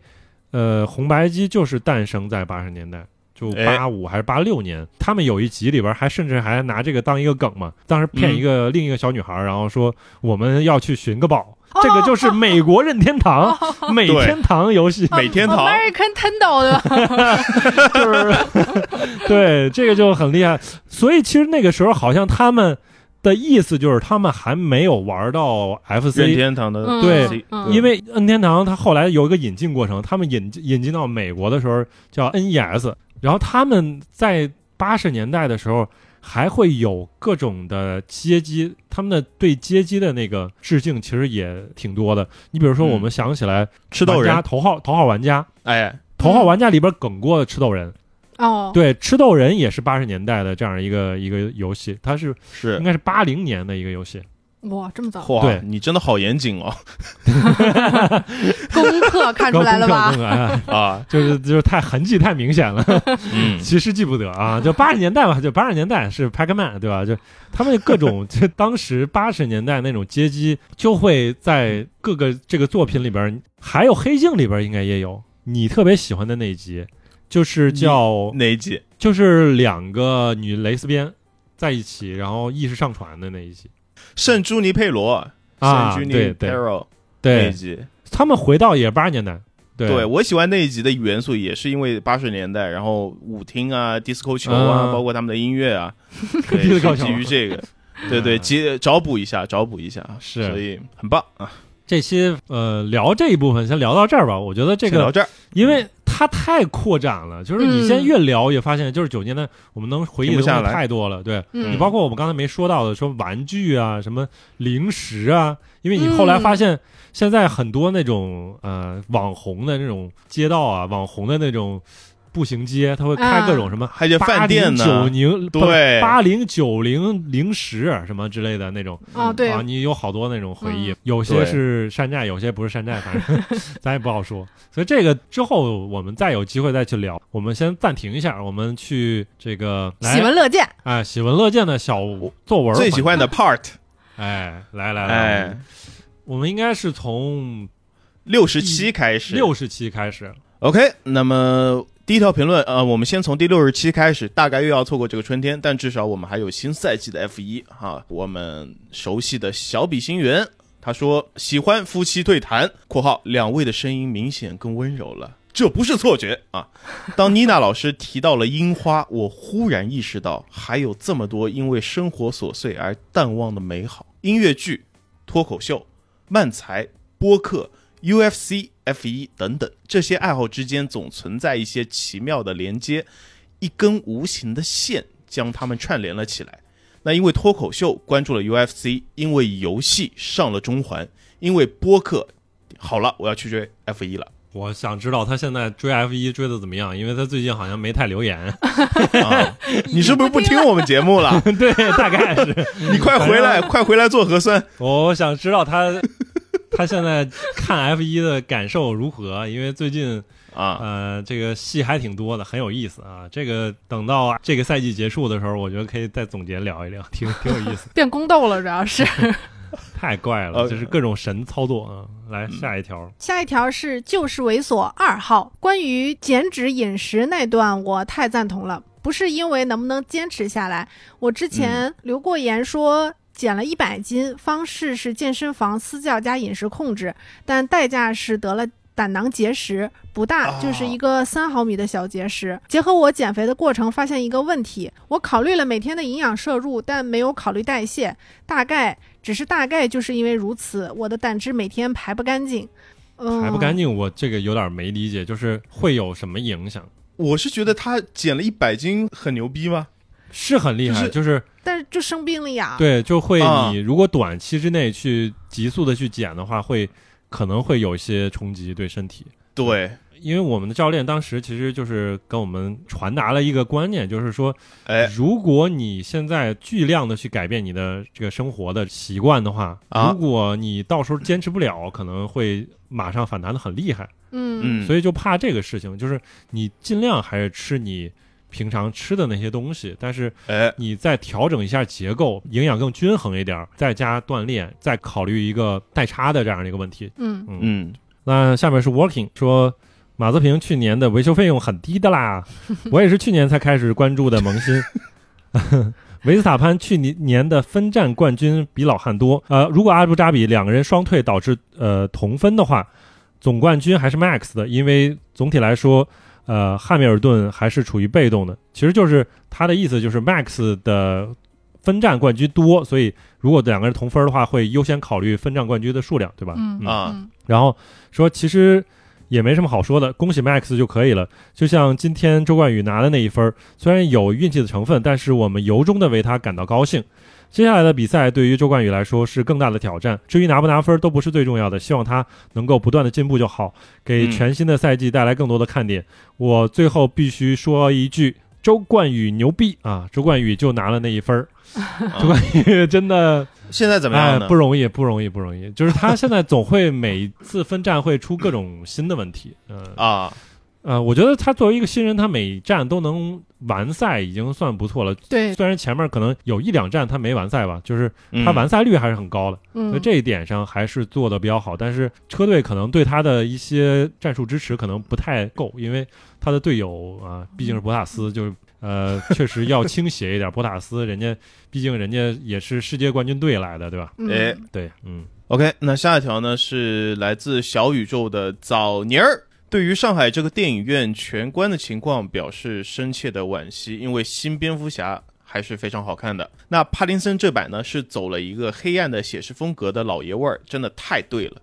[SPEAKER 1] 呃红白机就是诞生在八十年代，就
[SPEAKER 2] 哎
[SPEAKER 1] 八五还是八六年，他们有一集里边还甚至还拿这个当一个梗嘛，当时骗一
[SPEAKER 2] 嗯
[SPEAKER 1] 个、另一个小女孩，然后说我们要去寻个宝，
[SPEAKER 3] 哦
[SPEAKER 1] 这个就是美国任天堂、美
[SPEAKER 2] 对
[SPEAKER 1] 天堂游
[SPEAKER 3] 哦
[SPEAKER 1] 戏，
[SPEAKER 2] 每天堂
[SPEAKER 3] American Tendo 对吧？
[SPEAKER 1] 就是 对这个就很厉害。所以其实那个时候好像他们的意思就是他们还没有玩到
[SPEAKER 2] 任
[SPEAKER 1] FC。
[SPEAKER 2] 天堂的
[SPEAKER 3] 嗯
[SPEAKER 1] 对
[SPEAKER 2] 对
[SPEAKER 3] 嗯
[SPEAKER 1] 因为任天堂它后来有一个引进过程，他们引进引进到美国的时候叫 NES，然后他们在八十年代的时候还会有各种的街机，他们的对街机的那个致敬其实也挺多的。你比如说，
[SPEAKER 2] 嗯
[SPEAKER 1] 我们想起来
[SPEAKER 2] 吃豆
[SPEAKER 1] 玩家
[SPEAKER 2] 人，
[SPEAKER 1] 头号头号玩家，
[SPEAKER 2] 哎，
[SPEAKER 1] 头号玩家里边梗过的吃豆人，
[SPEAKER 3] 哦，
[SPEAKER 1] 对，吃豆人也是八十年代的这样一个一个游戏，它是
[SPEAKER 2] 是
[SPEAKER 3] 嗯
[SPEAKER 1] 应。该是八零年的一个游 戏。
[SPEAKER 3] 哇，这么早，
[SPEAKER 2] 哇
[SPEAKER 1] 对，
[SPEAKER 2] 你真的好严谨 哦
[SPEAKER 3] 功课看出来 了
[SPEAKER 1] 高
[SPEAKER 3] 吧
[SPEAKER 1] 空？跳动啊，
[SPEAKER 2] 啊！
[SPEAKER 1] 就是就是太痕迹太明显 了，
[SPEAKER 2] 嗯，
[SPEAKER 1] 其实记不得啊。就八十年代吧，就八十年代是 Pac-Man 对吧？就他们各种 就当时八十年代那种街机，就会在各个这个作品里边，还有黑镜里边应该也有你特别喜欢的那一集，就是叫
[SPEAKER 3] 嗯
[SPEAKER 2] 哪一集？
[SPEAKER 1] 就是两个女蕾丝边在一起，然后意识上传的那一集
[SPEAKER 2] 圣朱尼佩罗，
[SPEAKER 1] 啊，
[SPEAKER 2] 圣朱尼
[SPEAKER 1] 对
[SPEAKER 2] 佩
[SPEAKER 1] 对
[SPEAKER 2] 罗那
[SPEAKER 1] 对
[SPEAKER 2] 一，集，
[SPEAKER 1] 他们回到也八十年代，对
[SPEAKER 2] 我喜欢那一集的元素也是因为八十年代，然后舞厅啊、disco 球啊，
[SPEAKER 1] 嗯
[SPEAKER 2] 包括他们的音 乐啊，对，
[SPEAKER 1] disco
[SPEAKER 2] 是
[SPEAKER 1] 球
[SPEAKER 2] 基于这个， 对对，
[SPEAKER 1] 嗯
[SPEAKER 2] 接找补一下，找补一下啊，
[SPEAKER 1] 是
[SPEAKER 2] 所以很棒啊。
[SPEAKER 1] 这些呃聊这一部分先聊到这儿吧。我觉得这
[SPEAKER 2] 先
[SPEAKER 1] 个
[SPEAKER 2] 到这儿，
[SPEAKER 1] 因为它太扩展了，就是你现在越聊越发现，就是九十年代我们能回忆的
[SPEAKER 2] 停不下
[SPEAKER 1] 东
[SPEAKER 2] 来
[SPEAKER 1] 西太多了。对
[SPEAKER 3] 嗯
[SPEAKER 1] 你包括我们刚才没说到的，说玩具啊、什么零食啊，因为你后来
[SPEAKER 2] 嗯
[SPEAKER 1] 发现现在很多那种呃网红的那种街道啊，网红的那种步行街，他会
[SPEAKER 2] 啊
[SPEAKER 1] 开各种什么。
[SPEAKER 2] 还有饭店
[SPEAKER 1] 九
[SPEAKER 2] 呢，
[SPEAKER 1] 零
[SPEAKER 2] 对
[SPEAKER 1] 八零九零零食啊什么之类的那种，
[SPEAKER 3] 啊，对，
[SPEAKER 1] 啊，你有好多那种回忆，
[SPEAKER 3] 嗯
[SPEAKER 1] 有些
[SPEAKER 2] 对
[SPEAKER 1] 是山寨，有些不是山寨，反正 咱也不好说。所以这个之后我们再有机会再去聊。我们先暂停一下，我们去这个来
[SPEAKER 3] 喜闻乐见，，
[SPEAKER 1] 哎喜闻乐见的小作文，
[SPEAKER 2] 最喜欢的 part，
[SPEAKER 1] 哎来来来，
[SPEAKER 2] 哎，
[SPEAKER 1] 我们应该是从
[SPEAKER 2] 六十七开始，
[SPEAKER 1] 六十期开始，
[SPEAKER 2] OK，那么第一条评论，呃，我们先从第六十期开始，大概又要错过这个春天，但至少我们还有新赛季的 F 一哈，我们熟悉的小比星源。他说：“喜欢夫妻对谈（括号两位的声音明显更温柔了，这不是错觉啊）。当妮娜老师提到了樱花，我忽然意识到还有这么多因为生活琐碎而淡忘的美好。音乐剧、脱口秀、漫才、播客、UFC、F 1等等，这些爱好之间总存在一些奇妙的连接，一根无形的线将它们串联了起来。那因为脱口秀关注了 UFC，因为游戏上了中环，因为播客，好了，我要去追 F 1了。
[SPEAKER 1] 我想知道他现在追 F 一追的怎么样，因为他最近好像没太留言。
[SPEAKER 2] 啊、你是不是不听我们节目了？
[SPEAKER 1] 对，大概是。
[SPEAKER 2] 你快回 来，快回来做核酸。
[SPEAKER 1] 我想知道他 他现在看 F 一的感受如何，因为最近。
[SPEAKER 2] 啊，
[SPEAKER 1] 呃，这个戏还挺多的，很有意思啊。这个等到这个赛季结束的时候，我觉得可以再总结聊一聊， 挺挺有 意思
[SPEAKER 3] 变宫斗了，主要是。
[SPEAKER 1] 太怪了，
[SPEAKER 2] 呃
[SPEAKER 1] 就是各种神操作啊。
[SPEAKER 2] 嗯
[SPEAKER 1] 来下一条，
[SPEAKER 3] 下一条是《就是猥琐二号》，关于减脂饮食那段，我太赞同了。不是因为能不能坚持下来，我之前留过言说减了一百斤，方式是健身房私教加饮食控制，但代价是得了。胆囊结石不大，
[SPEAKER 2] 哦
[SPEAKER 3] 就是一个三毫米的小结石。结合我减肥的过程，发现一个问题：我考虑了每天的营养摄入，但没有考虑代谢。大概只是大概，就是因为如此，我的胆汁每天排不干净。嗯，
[SPEAKER 1] 还不干净，我这个有点没理解，就是会有什么影响？
[SPEAKER 2] 我是觉得他减了一百斤很牛逼吗？
[SPEAKER 1] 是很厉害，
[SPEAKER 2] 就是
[SPEAKER 1] 就是
[SPEAKER 3] 但是就生病了呀。，
[SPEAKER 1] 对，就会
[SPEAKER 2] 啊
[SPEAKER 1] 你如果短期之内去急速的去减的话，会可能会有一些冲击对身体。
[SPEAKER 2] 对，
[SPEAKER 1] 因为我们的教练当时其实就是跟我们传达了一个观念，就是说
[SPEAKER 2] 哎，
[SPEAKER 1] 如果你现在巨量的去改变你的这个生活的习惯的话，
[SPEAKER 2] 啊
[SPEAKER 1] 如果你到时候坚持不了，可能会马上反弹的很厉害。
[SPEAKER 3] 嗯
[SPEAKER 2] 嗯，
[SPEAKER 1] 所以就怕这个事情，就是你尽量还是吃你平常吃的那些东西，但是
[SPEAKER 2] 哎，
[SPEAKER 1] 你再调整一下结构，营养更均衡一点儿，再加锻炼，再考虑一个代差的这样的一个问题。
[SPEAKER 3] 嗯
[SPEAKER 1] 哎
[SPEAKER 2] 嗯，
[SPEAKER 1] 那下面是 Working 说，马泽平去年的维修费用很低的啦，我也是去年才开始关注的萌新。 维斯塔潘去年的分站冠军比老汉多，呃，如果阿布扎比两个人双退导致呃同分的话，总冠军还是 Max 的，因为总体来说，呃，汉密尔顿还是处于被动的。其实就是他的意思就是 Max 的分站冠军多，所以如果两个人同分的话，会优先考虑分站冠军的数量，对吧？
[SPEAKER 3] 嗯
[SPEAKER 2] 啊
[SPEAKER 3] 嗯
[SPEAKER 1] 然后说其实也没什么好说的，恭喜 Max 就可以了。就像今天周冠宇拿的那一分儿，虽然有运气的成分，但是我们由衷的为他感到高兴。接下来的比赛对于周冠宇来说是更大的挑战，至于拿不拿分儿都不是最重要的，希望他能够不断的进步就好，给
[SPEAKER 2] 嗯
[SPEAKER 1] 全新的赛季带来更多的看点。我最后必须说一句。周冠宇牛逼啊！周冠宇就拿了那一分儿，周冠宇真的
[SPEAKER 2] 现在怎么
[SPEAKER 1] 哎
[SPEAKER 2] 样呢？
[SPEAKER 1] 不容易，不容易，不容易。就是他现在总会每一次分站会出各种新的问题。嗯、呃、
[SPEAKER 2] 啊，
[SPEAKER 1] 我觉得他作为一个新人，他每站都能完赛已经算不错了。
[SPEAKER 3] 对，
[SPEAKER 1] 虽然前面可能有一两站他没完赛吧，就是
[SPEAKER 2] 嗯
[SPEAKER 1] 他完赛率还是很高的，所
[SPEAKER 3] 嗯
[SPEAKER 1] 以，这一点上还是做的比较好。但是车队可能对他的一些战术支持可能不太够，因为他的队友啊、毕竟是博塔斯，就是呃，确实要倾斜一点。博塔斯人家毕竟人家也是世界冠军队来的，对吧？
[SPEAKER 3] 嗯
[SPEAKER 2] 哎
[SPEAKER 1] 对，嗯。
[SPEAKER 2] OK，那下一条呢是来自小宇宙的枣泥儿。对于上海这个电影院全关的情况表示深切的惋惜，因为新蝙蝠侠还是非常好看的。那帕丁森这版呢，是走了一个黑暗的写实风格的老爷味儿，真的太对了。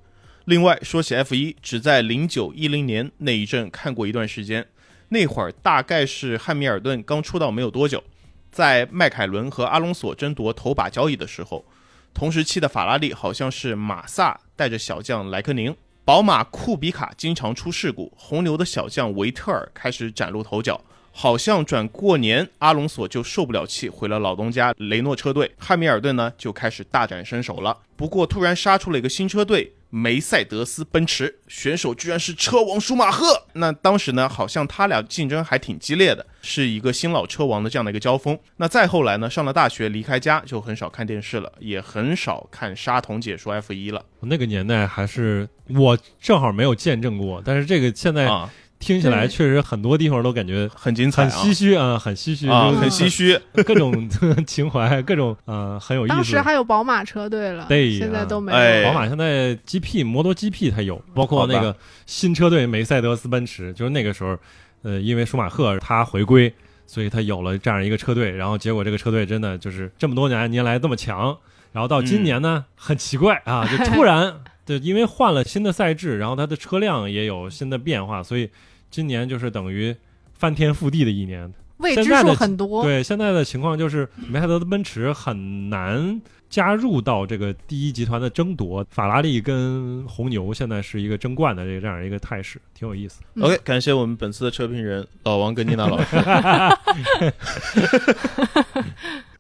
[SPEAKER 2] 另外说起 F 一，只在零九一零年那一阵看过一段时间，那会儿大概是汉密尔顿刚出道没有多久，在迈凯伦和阿隆索争夺头把交椅的时候，同时期的法拉利好像是马萨带着小将莱克宁。宝马库比卡经常出事故，红牛的小将维特尔开始崭露头角。好像转过年，阿隆索就受不了气，回了老东家雷诺车队。汉密尔顿呢，就开始大展身手了。不过突然杀出了一个新车队——梅赛德斯奔驰，选手居然是车王舒马赫。那当时呢，好像他俩竞争还挺激烈的，是一个新老车王的这样的一个交锋。那再后来呢，上了大学，离开家就很少看电视了，也很少看沙童解说 F 一了。
[SPEAKER 1] 那个年代还是我正好没有见证过，但是这个现在
[SPEAKER 2] 啊、
[SPEAKER 1] 听起来
[SPEAKER 3] 对
[SPEAKER 1] 确实很多地方都感觉
[SPEAKER 2] 很精彩
[SPEAKER 1] 很
[SPEAKER 2] 啊，
[SPEAKER 1] 唏嘘啊，很唏嘘，
[SPEAKER 2] 啊，
[SPEAKER 1] 就是
[SPEAKER 2] 很唏嘘。
[SPEAKER 1] 各种 情怀，各种呃很有意
[SPEAKER 3] 当
[SPEAKER 1] 思
[SPEAKER 3] 时。还有宝马车队了，
[SPEAKER 1] 对呀
[SPEAKER 3] 现在都没
[SPEAKER 2] 哎
[SPEAKER 3] 有。
[SPEAKER 1] 宝马现在 GP 摩托 GP 它有，包括那
[SPEAKER 2] 好
[SPEAKER 1] 个新车队梅赛德斯奔驰，就是那个时候，呃，因为舒马赫他回归，所以他有了这样一个车队，然后结果这个车队真的就是这么多年年来这么强，然后到今年呢、很奇怪啊，就突然对，因为换了新的赛制，然后它的车辆也有新的变化，所以今年就是等于翻天覆地的一年，
[SPEAKER 3] 未
[SPEAKER 1] 现
[SPEAKER 3] 知
[SPEAKER 1] 在的
[SPEAKER 3] 数很多，
[SPEAKER 1] 对，现在的情况就是梅赛德斯奔驰很难加入到这个第一集团的争夺，法拉利跟红牛现在是一个争冠的这个这样一个态势，挺有意思。
[SPEAKER 3] 嗯
[SPEAKER 2] OK，感谢我们本次的车评人老王跟妮娜老师。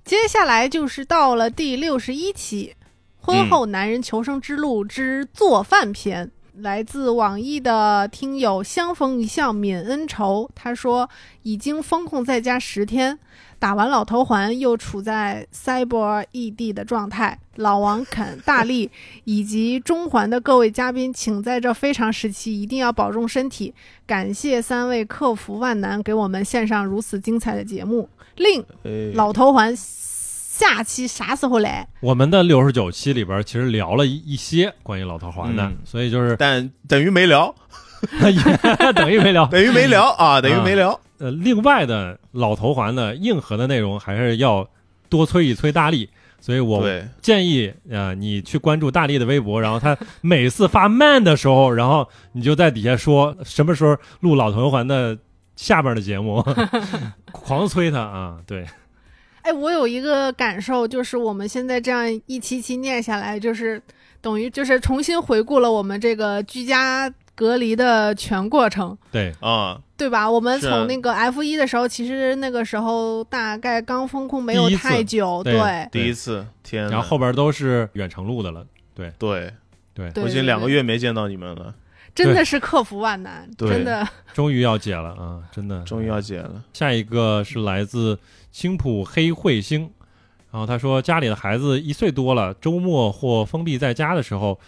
[SPEAKER 3] 接下来就是到了第六十一期《婚后男人求生之路之做饭篇》来自网易的听友相逢一笑泯恩仇，他说已经封控在家十天，打完老头环又处在 cyber ED 的状态。老王、肯、大力以及中环的各位嘉宾，请在这非常时期一定要保重身体。感谢三位克服万难，给我们献上如此精彩的节目。另
[SPEAKER 2] 哎
[SPEAKER 3] 老头环下期啥时候来？
[SPEAKER 1] 我们的六十九期里边其实聊了一一些关于老头环的，
[SPEAKER 2] 嗯
[SPEAKER 1] 所以就是
[SPEAKER 2] 但等于没聊，
[SPEAKER 1] 也等于没聊。
[SPEAKER 2] 等于没 聊啊，等于没聊。
[SPEAKER 1] 呃，另外的老头环的硬核的内容还是要多催一催大力，所以嗯我
[SPEAKER 2] 对，
[SPEAKER 1] 建议呃，你去关注大力的微博，然后他每次发慢的时候，然后你就在底下说什么时候录老头环的下边的节 目，狂催他啊！对，
[SPEAKER 3] 哎，我有一个感受，就是我们现在这样一期期念下来，就是等于就是重新回顾了我们这个居家隔离的全过程。
[SPEAKER 1] 对，
[SPEAKER 2] 啊，
[SPEAKER 3] 对吧？我们
[SPEAKER 2] 是
[SPEAKER 3] 从那个 F 一的时候，其实那个时候大概刚封控没有
[SPEAKER 1] 第一次
[SPEAKER 3] 太久，
[SPEAKER 1] 对
[SPEAKER 3] 对
[SPEAKER 2] 第一次，天哪，
[SPEAKER 1] 然后后边都是远程录的了，
[SPEAKER 2] 对，
[SPEAKER 1] 对，
[SPEAKER 3] 对
[SPEAKER 2] 我已经
[SPEAKER 3] 对
[SPEAKER 2] 两个
[SPEAKER 3] 对
[SPEAKER 2] 月没见到你们了，
[SPEAKER 3] 真的是克服万难，
[SPEAKER 2] 对
[SPEAKER 3] 真 的
[SPEAKER 1] 终于要解了啊！真的，
[SPEAKER 2] 终于要解 了。
[SPEAKER 1] 下一个是来自青浦黑彗星，然后他说家里的孩子一岁多了，周末或封闭在家的时候，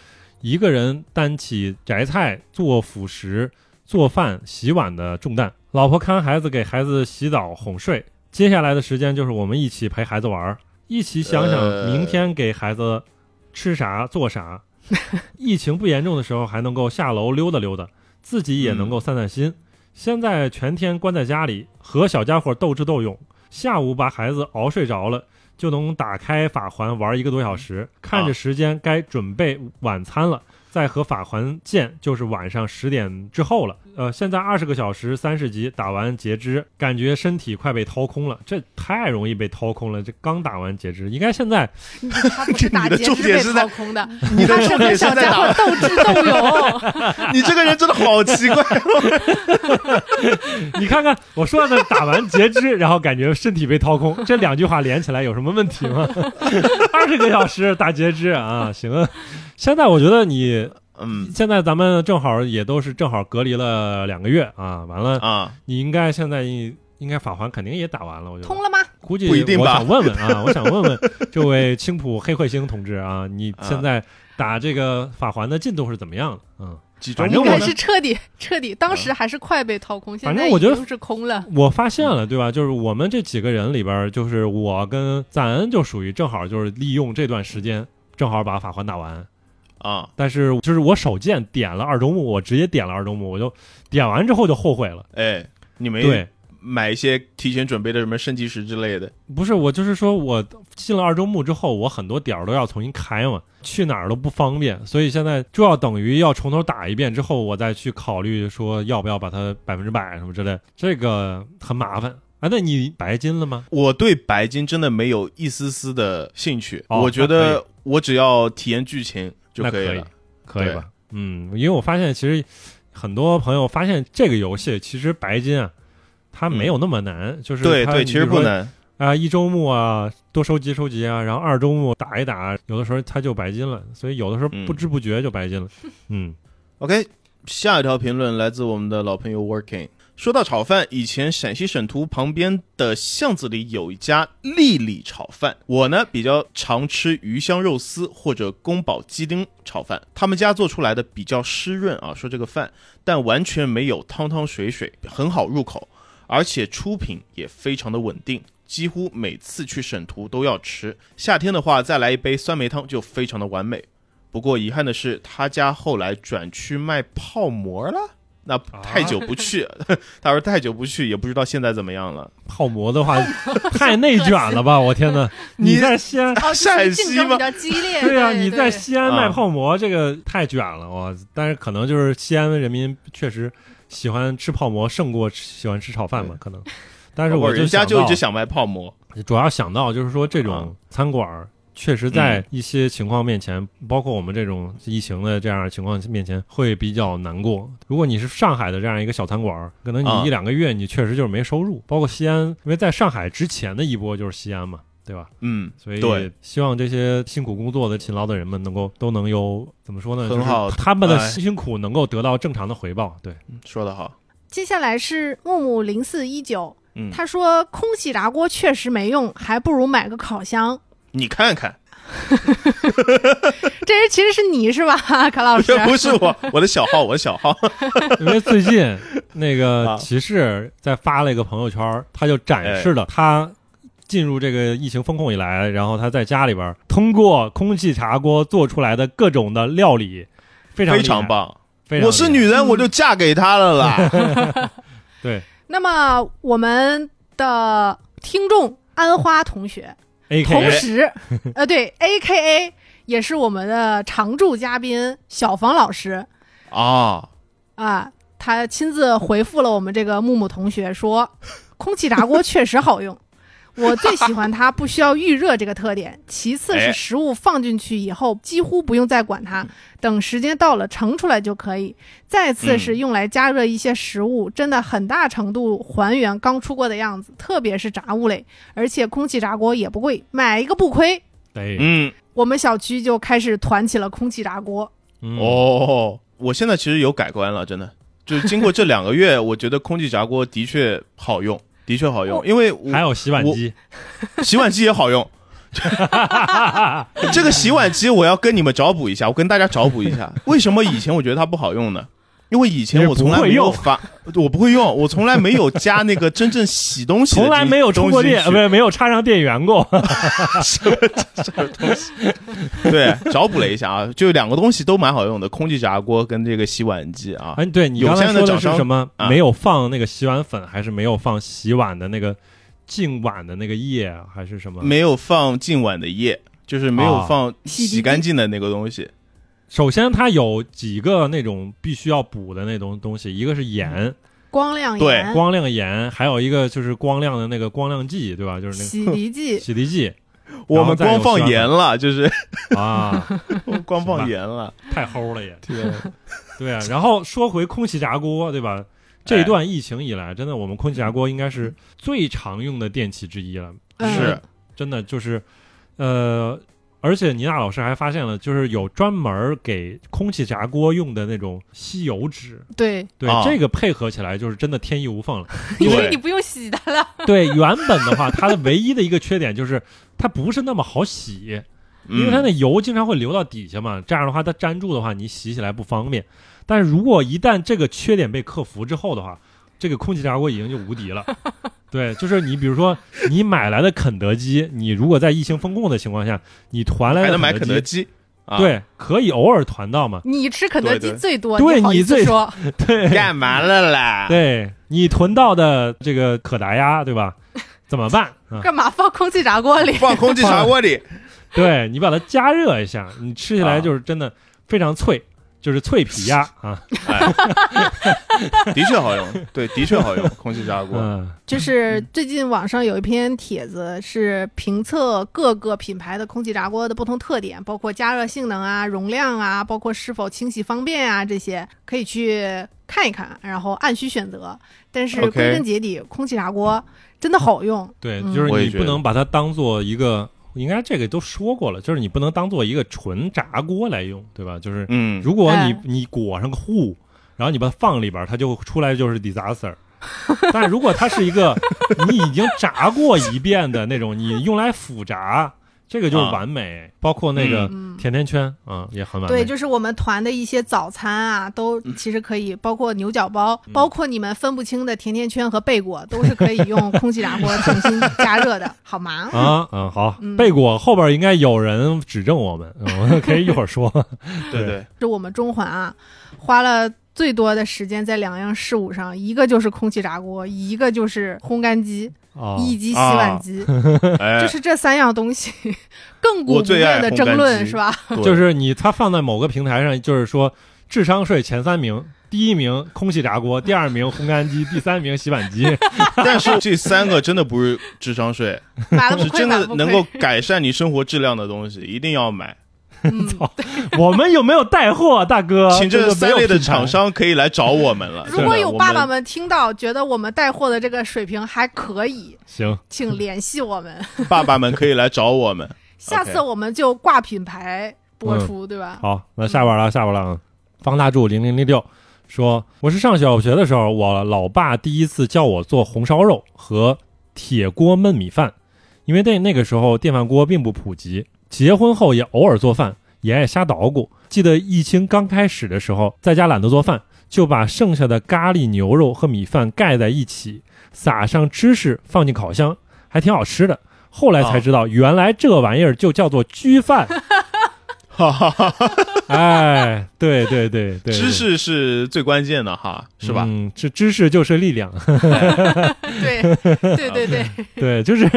[SPEAKER 1] 一个人担起摘菜、做辅食、做饭、洗碗的重担，老婆看孩子，给孩子洗澡、哄睡。接下来的时间就是我们一起陪孩子玩儿，一起想想
[SPEAKER 2] 呃
[SPEAKER 1] 明天给孩子吃啥、做啥。疫情不严重的时候，还能够下楼溜达溜达，自己也能够散散心。现在全天关在家里，和小家伙斗智斗勇，下午把孩子熬睡着了，就能打开法环玩一个多小时。看着时间，该准备晚餐了，再和法环见，就是晚上十点之后了。呃，现在二十个小时三十级打完截肢，感觉身体快被掏空了，这太容易被掏空了。这刚打完截肢，应该现在
[SPEAKER 3] 他不是打
[SPEAKER 2] 你的
[SPEAKER 3] 劫
[SPEAKER 2] 重点
[SPEAKER 3] 被
[SPEAKER 2] 是在
[SPEAKER 3] 掏空的，
[SPEAKER 2] 你的
[SPEAKER 3] 他是
[SPEAKER 2] 重
[SPEAKER 3] 和
[SPEAKER 2] 点是
[SPEAKER 3] 小
[SPEAKER 2] 在
[SPEAKER 3] 家伙
[SPEAKER 2] 哪？
[SPEAKER 3] 斗智 斗勇。
[SPEAKER 2] 你这个人真的好奇怪。
[SPEAKER 1] 你看看，我说的打完截肢，然后感觉身体被掏空，这两句话连起来有什么问题吗？ 二十个小时打截肢啊，行啊。现在我觉得你
[SPEAKER 2] 嗯
[SPEAKER 1] 现在咱们正好也都是正好隔离了两个月啊，完了
[SPEAKER 2] 啊，
[SPEAKER 1] 你应该现在应应该法环肯定也打完了，我觉
[SPEAKER 3] 通
[SPEAKER 1] 得。
[SPEAKER 3] 了吗？
[SPEAKER 1] 估计
[SPEAKER 2] 不一定
[SPEAKER 1] 我
[SPEAKER 2] 吧
[SPEAKER 1] 想问问 啊，我想问问这位青浦黑彗星同志啊，你现在打这个法环的进度是怎么样的？嗯。
[SPEAKER 2] 几周
[SPEAKER 1] 反正
[SPEAKER 3] 应
[SPEAKER 2] 目
[SPEAKER 1] 我
[SPEAKER 3] 该
[SPEAKER 1] 呢
[SPEAKER 3] 是彻底彻底，当时还是快被掏空，现
[SPEAKER 1] 反正
[SPEAKER 3] 在
[SPEAKER 1] 我
[SPEAKER 3] 已
[SPEAKER 1] 觉得
[SPEAKER 3] 经是空了。
[SPEAKER 1] 我发现了，对吧？就是我们这几个人里边儿，就是我跟赞恩就属于正好就是利用这段时间，正好把法环打完。
[SPEAKER 2] 啊，
[SPEAKER 1] 但是就是我手贱点了二周目，我直接点了二周目，我就点完之后就后悔了。
[SPEAKER 2] 哎，你没
[SPEAKER 1] 对，
[SPEAKER 2] 买一些提前准备的什么升级石之类的
[SPEAKER 1] 不是我就是说我进了二周目之后，我很多点儿都要重新开嘛，去哪儿都不方便，所以现在就要等于要从头打一遍之后，我再去考虑说要不要把它百分之百什么之类，这个很麻烦。啊，那你白金了吗？
[SPEAKER 2] 我对白金真的没有一丝丝的兴趣，
[SPEAKER 1] 哦
[SPEAKER 2] 我觉得我只要体验剧情就
[SPEAKER 1] 那
[SPEAKER 2] 以
[SPEAKER 1] 可以
[SPEAKER 2] 了。，
[SPEAKER 1] 可以
[SPEAKER 2] 对
[SPEAKER 1] 吧？嗯，因为我发现其实很多朋友发现这个游戏其实白金啊，它没有那么难，就是
[SPEAKER 2] 嗯对
[SPEAKER 1] 它
[SPEAKER 2] 对，
[SPEAKER 1] 你
[SPEAKER 2] 其
[SPEAKER 1] 比
[SPEAKER 2] 实
[SPEAKER 1] 如说
[SPEAKER 2] 不难。
[SPEAKER 1] 啊、一周目啊，多收集收集啊，然后二周目打一打，有的时候它就白金了，所以有的时候
[SPEAKER 2] 嗯
[SPEAKER 1] 不知不觉就白金了。 嗯，
[SPEAKER 2] OK，下一条评论来自我们的老朋友 Working。说到炒饭，以前陕西省图旁边的巷子里有一家丽丽炒饭，我呢比较常吃鱼香肉丝或者宫保鸡丁炒饭，他们家做出来的比较湿润啊，说这个饭，但完全没有汤汤水水，很好入口，而且出品也非常的稳定。几乎每次去省图都要吃，夏天的话再来一杯酸梅汤就非常的完美。不过遗憾的是，他家后来转去卖泡馍了。那太久不去， 他说太久不去，也不知道现在怎么样了。
[SPEAKER 1] 泡馍的话太内卷了吧！我天哪，
[SPEAKER 2] 你
[SPEAKER 1] 你在西安，
[SPEAKER 3] 哦，就是
[SPEAKER 2] 陕
[SPEAKER 3] 竞
[SPEAKER 2] 西
[SPEAKER 3] 争
[SPEAKER 2] 吗
[SPEAKER 3] 比较激 烈。
[SPEAKER 1] 对呀、
[SPEAKER 3] 呀，
[SPEAKER 1] 你在
[SPEAKER 3] 对
[SPEAKER 1] 西安卖
[SPEAKER 2] 啊
[SPEAKER 1] 泡馍，这个太卷了哇！但是可能就是西安人民确实喜欢吃泡馍胜过吃喜欢吃炒饭吧，可能。但是
[SPEAKER 2] 宝贝
[SPEAKER 1] 我
[SPEAKER 2] 儿人家
[SPEAKER 1] 想
[SPEAKER 2] 就一
[SPEAKER 1] 到
[SPEAKER 2] 直想卖泡馍，
[SPEAKER 1] 主要想到就是说，这
[SPEAKER 2] 啊嗯
[SPEAKER 1] 种餐馆儿确实在一些情况面前，包括我们这种疫情的这样的情况面前，会比较难过。如果你是上海的这样一个小餐馆儿，可能
[SPEAKER 2] 啊
[SPEAKER 1] 你一两个月你确实就是没收入。包括西安，因为在上海之前的一波就是西安嘛，对吧？
[SPEAKER 2] 嗯，
[SPEAKER 1] 所
[SPEAKER 2] 对
[SPEAKER 1] 以希望这些辛苦工作的、勤劳的人们能够都能有怎么说呢？
[SPEAKER 2] 很好
[SPEAKER 1] 就是他们的
[SPEAKER 2] 哎
[SPEAKER 1] 辛苦能够得到正常的回报。 对，
[SPEAKER 2] 说的好，
[SPEAKER 3] 接下来是木木零四一九，
[SPEAKER 2] 嗯，
[SPEAKER 3] 他说空气炸锅确实没用，还不如买个烤箱。
[SPEAKER 2] 你看看，
[SPEAKER 3] 这人其实是你是吧， 卡 老师？
[SPEAKER 2] 不是我，我的小号，我的小号，
[SPEAKER 1] 因为最近那
[SPEAKER 2] 啊
[SPEAKER 1] 个哎骑士在发了一个朋友圈儿，他就展示了他进入这个疫情风控以来，然后他在家里边儿通过空气炸锅做出来的各种的料理， 非常
[SPEAKER 2] 非
[SPEAKER 1] 非
[SPEAKER 2] 常，棒。
[SPEAKER 1] 非常
[SPEAKER 2] 我是
[SPEAKER 1] 厉害
[SPEAKER 2] 女人，
[SPEAKER 3] 嗯
[SPEAKER 2] 我就嫁给他了 啦。
[SPEAKER 1] 对
[SPEAKER 3] 那么我们的听众安花 同学，
[SPEAKER 1] A
[SPEAKER 3] 同
[SPEAKER 1] K
[SPEAKER 3] 时，呃，对，A K A 也是我们的常驻嘉宾小房老师
[SPEAKER 2] 啊，
[SPEAKER 3] 啊，他亲自回复了我们这个木木同学说，空气炸锅确实好用。 我最喜欢它不需要预热这个特点，其次
[SPEAKER 2] 哎嗯
[SPEAKER 3] 是食物放进去以后几乎不用再管它，等时间到了盛出来就可以。再
[SPEAKER 2] 嗯
[SPEAKER 3] 次是用来加热一些食物，真的很大程度还原刚出锅的样子，特别是炸物类，而且空气炸锅也不贵，买一个不亏。
[SPEAKER 1] 哎
[SPEAKER 2] 嗯，
[SPEAKER 3] 我们小区就开始团起了空气炸锅。
[SPEAKER 1] 嗯
[SPEAKER 2] 哦，我现在其实有改观了，真的，就是经过这两个月， 我觉得空气炸锅的确好用，的确好用，因为我
[SPEAKER 1] 哦还有洗碗机，
[SPEAKER 2] 洗碗机也好 用。这个洗碗机我要跟你们找补一下，我跟大家找补一 下，为什么以前我觉得它不好用呢？因为以前我从来没有发，我不会用，我从来没有加那个真正洗东西的
[SPEAKER 1] 从
[SPEAKER 2] 东西进去，
[SPEAKER 1] 来没有充过电，呃不是没有插上电源过。
[SPEAKER 2] 对， 找补了一下啊，就两个东西都蛮好用的，空气炸锅跟这个洗碗机啊。
[SPEAKER 1] 哎，对你
[SPEAKER 2] 有
[SPEAKER 1] 刚才
[SPEAKER 2] 钱人的
[SPEAKER 1] 说的
[SPEAKER 2] 掌
[SPEAKER 1] 是
[SPEAKER 2] 声
[SPEAKER 1] 什么？
[SPEAKER 2] 啊
[SPEAKER 1] 没有放那个洗碗粉，还是没有放洗碗的那个净碗的那个液，啊还是什么？
[SPEAKER 2] 没有放净碗的液，就是没有
[SPEAKER 1] 啊
[SPEAKER 2] 放
[SPEAKER 3] 洗
[SPEAKER 2] 洗
[SPEAKER 3] 涤剂
[SPEAKER 2] 干净的那个东西。
[SPEAKER 1] 首先，它有几个那种必须要补的那种东西，一个是盐，
[SPEAKER 3] 光亮
[SPEAKER 2] 对
[SPEAKER 3] 盐、
[SPEAKER 1] 光亮盐，还有一个就是光亮的那个光亮剂，对吧？就是那
[SPEAKER 3] 洗涤
[SPEAKER 1] 个
[SPEAKER 3] 剂，
[SPEAKER 1] 洗涤 剂
[SPEAKER 2] 我们光放盐了，就是
[SPEAKER 1] 啊，
[SPEAKER 2] 光放盐了。
[SPEAKER 1] 太齁了也。
[SPEAKER 2] 天，
[SPEAKER 1] 对啊，然后说回空气炸锅，对吧？
[SPEAKER 2] 哎
[SPEAKER 1] 这一段疫情以来，真的我们空气炸锅应该是最常用的电器之一了，
[SPEAKER 3] 嗯
[SPEAKER 2] 是
[SPEAKER 1] 真的就是，呃，而且倪娜老师还发现了，就是有专门给空气炸锅用的那种吸油纸，
[SPEAKER 3] 对，
[SPEAKER 1] 对、
[SPEAKER 2] 啊
[SPEAKER 1] 这个配合起来就是真的天衣无缝了。
[SPEAKER 2] 对
[SPEAKER 1] 因
[SPEAKER 2] 因
[SPEAKER 1] 为
[SPEAKER 2] 为你
[SPEAKER 3] 不用洗它了。
[SPEAKER 1] 对，原本的话，它的唯一的一个缺点就是它不是那么好洗，因为它
[SPEAKER 2] 嗯
[SPEAKER 1] 那油经常会流到底下嘛。这样的话，它粘住的话，你洗起来不方便。但是如果一旦这个缺点被克服之后的话，这个空气炸锅已经就无敌 了。对，就是你比如说你买来的肯德基，你如果在疫情封控的情况下，你团来
[SPEAKER 2] 还
[SPEAKER 1] 的
[SPEAKER 2] 能买
[SPEAKER 1] 肯
[SPEAKER 2] 肯
[SPEAKER 1] 德
[SPEAKER 2] 德
[SPEAKER 1] 基，
[SPEAKER 2] 基，啊，，
[SPEAKER 1] 对，可以偶尔团到嘛。
[SPEAKER 3] 你吃肯德基
[SPEAKER 2] 对对
[SPEAKER 3] 最多，
[SPEAKER 1] 对
[SPEAKER 3] 你好意思
[SPEAKER 1] 你最
[SPEAKER 3] 说，
[SPEAKER 1] 对，
[SPEAKER 2] 干嘛了啦？
[SPEAKER 1] 对你囤到的这个可达鸭，对 吧？怎么办啊？
[SPEAKER 3] 干嘛放空气炸锅里？
[SPEAKER 2] 放空气炸锅里，
[SPEAKER 1] 对你把它加热一下，你吃
[SPEAKER 2] 啊
[SPEAKER 1] 起来就是真的非常脆，就是脆皮鸭啊。
[SPEAKER 2] 的确好用，对，的确好用，空气炸锅。
[SPEAKER 1] 嗯，
[SPEAKER 3] 就是最近网上有一篇帖子是评测各个品牌的空气炸锅的不同特点，包括加热性能啊、容量啊，包括是否清洗方便啊这些，可以去看一看，然后按需选择。但是
[SPEAKER 2] OK
[SPEAKER 3] 归根结底，空气炸锅真的好用。
[SPEAKER 1] 对，
[SPEAKER 3] 嗯
[SPEAKER 1] 就是
[SPEAKER 2] 我也
[SPEAKER 1] 你
[SPEAKER 2] 觉
[SPEAKER 1] 不
[SPEAKER 2] 得
[SPEAKER 1] 能把它当做一个，应该这个都说过了，就是你不能当做一个纯炸锅来用，对吧？就是
[SPEAKER 2] 嗯，
[SPEAKER 1] 如果你
[SPEAKER 3] 哎
[SPEAKER 1] 你裹上个糊，然后你把它放里边儿，它就出来就是 disaster。但如果它是一 个你已经炸过一遍的那种，你用来复炸，这个就是
[SPEAKER 2] 啊
[SPEAKER 1] 完美。包括那个
[SPEAKER 3] 嗯，
[SPEAKER 1] 甜甜圈啊，也很完美。
[SPEAKER 3] 对，就是我们团的一些早餐啊，都
[SPEAKER 2] 嗯
[SPEAKER 3] 其实可以，包括牛角包，
[SPEAKER 1] 嗯
[SPEAKER 3] 包括你们分不清的甜甜圈和贝果，都是可以用空气炸锅重新加热的，好吗？
[SPEAKER 1] 啊，嗯，好
[SPEAKER 3] 嗯，
[SPEAKER 1] 贝果后边应该有人指正我们， 我们可以一会儿说。
[SPEAKER 2] 对对，
[SPEAKER 3] 是我们中环啊，花了最多的时间在两样事物上，一个就是空气炸锅，一个就是烘干机，
[SPEAKER 1] 哦，啊
[SPEAKER 3] 以及洗碗机，
[SPEAKER 2] 哎
[SPEAKER 3] 就，是这三样东西， 亘古
[SPEAKER 2] 我
[SPEAKER 3] 不
[SPEAKER 2] 最爱
[SPEAKER 3] 变的
[SPEAKER 2] 烘
[SPEAKER 3] 争
[SPEAKER 2] 干
[SPEAKER 3] 论
[SPEAKER 2] 机
[SPEAKER 3] 是吧？
[SPEAKER 2] 对
[SPEAKER 1] 就是你他放在某个平台上，就是说智商税前三名，第一名空气炸锅，第二名烘干机，第三名洗碗机。
[SPEAKER 2] 但是这三个真的不是智商税，
[SPEAKER 3] 买 啊了不
[SPEAKER 2] 是
[SPEAKER 3] 亏，
[SPEAKER 2] 真
[SPEAKER 3] 买
[SPEAKER 2] 的
[SPEAKER 3] 了不
[SPEAKER 2] 能
[SPEAKER 3] 亏
[SPEAKER 2] 够。改善你生活质量的东西，一定要买。
[SPEAKER 3] 嗯，
[SPEAKER 1] 我们有没有带货，大哥？
[SPEAKER 2] 请
[SPEAKER 1] 啊这
[SPEAKER 2] 这
[SPEAKER 1] 个没
[SPEAKER 2] 三
[SPEAKER 1] 有
[SPEAKER 2] 类的
[SPEAKER 1] 品牌
[SPEAKER 2] 厂。商可以来找我们了。
[SPEAKER 3] 如果
[SPEAKER 2] 真的
[SPEAKER 3] 有
[SPEAKER 2] 我
[SPEAKER 3] 爸爸
[SPEAKER 2] 们，
[SPEAKER 3] 们听到，觉得我们带货的这个水平还可以，
[SPEAKER 1] 行，
[SPEAKER 3] 请联系我们。
[SPEAKER 2] 爸爸们可以来找 我们。
[SPEAKER 3] 下次我们就挂品牌播出，对吧？
[SPEAKER 1] 嗯好，那下边了，下边了。啊！方大柱零零零六说，我是上小学的时候，我老爸第一次叫我做红烧肉和铁锅焖米饭，因为那那个时候电饭锅并不普及。结婚后也偶尔做饭，也爱瞎捣鼓。记得疫情刚开始的时候，在家懒得做饭，就把剩下的咖喱牛肉和米饭盖在一起，撒上芝士，放进烤箱，还挺好吃的。后来才知道，原来这玩意儿就叫做焗饭。
[SPEAKER 2] 哈哈哈哈，
[SPEAKER 1] 哎，对对对对，
[SPEAKER 2] 知识是最关键的哈，
[SPEAKER 1] 对
[SPEAKER 2] 是吧？
[SPEAKER 1] 嗯，知知识就是力量。
[SPEAKER 3] 对对对对，
[SPEAKER 1] 对，就是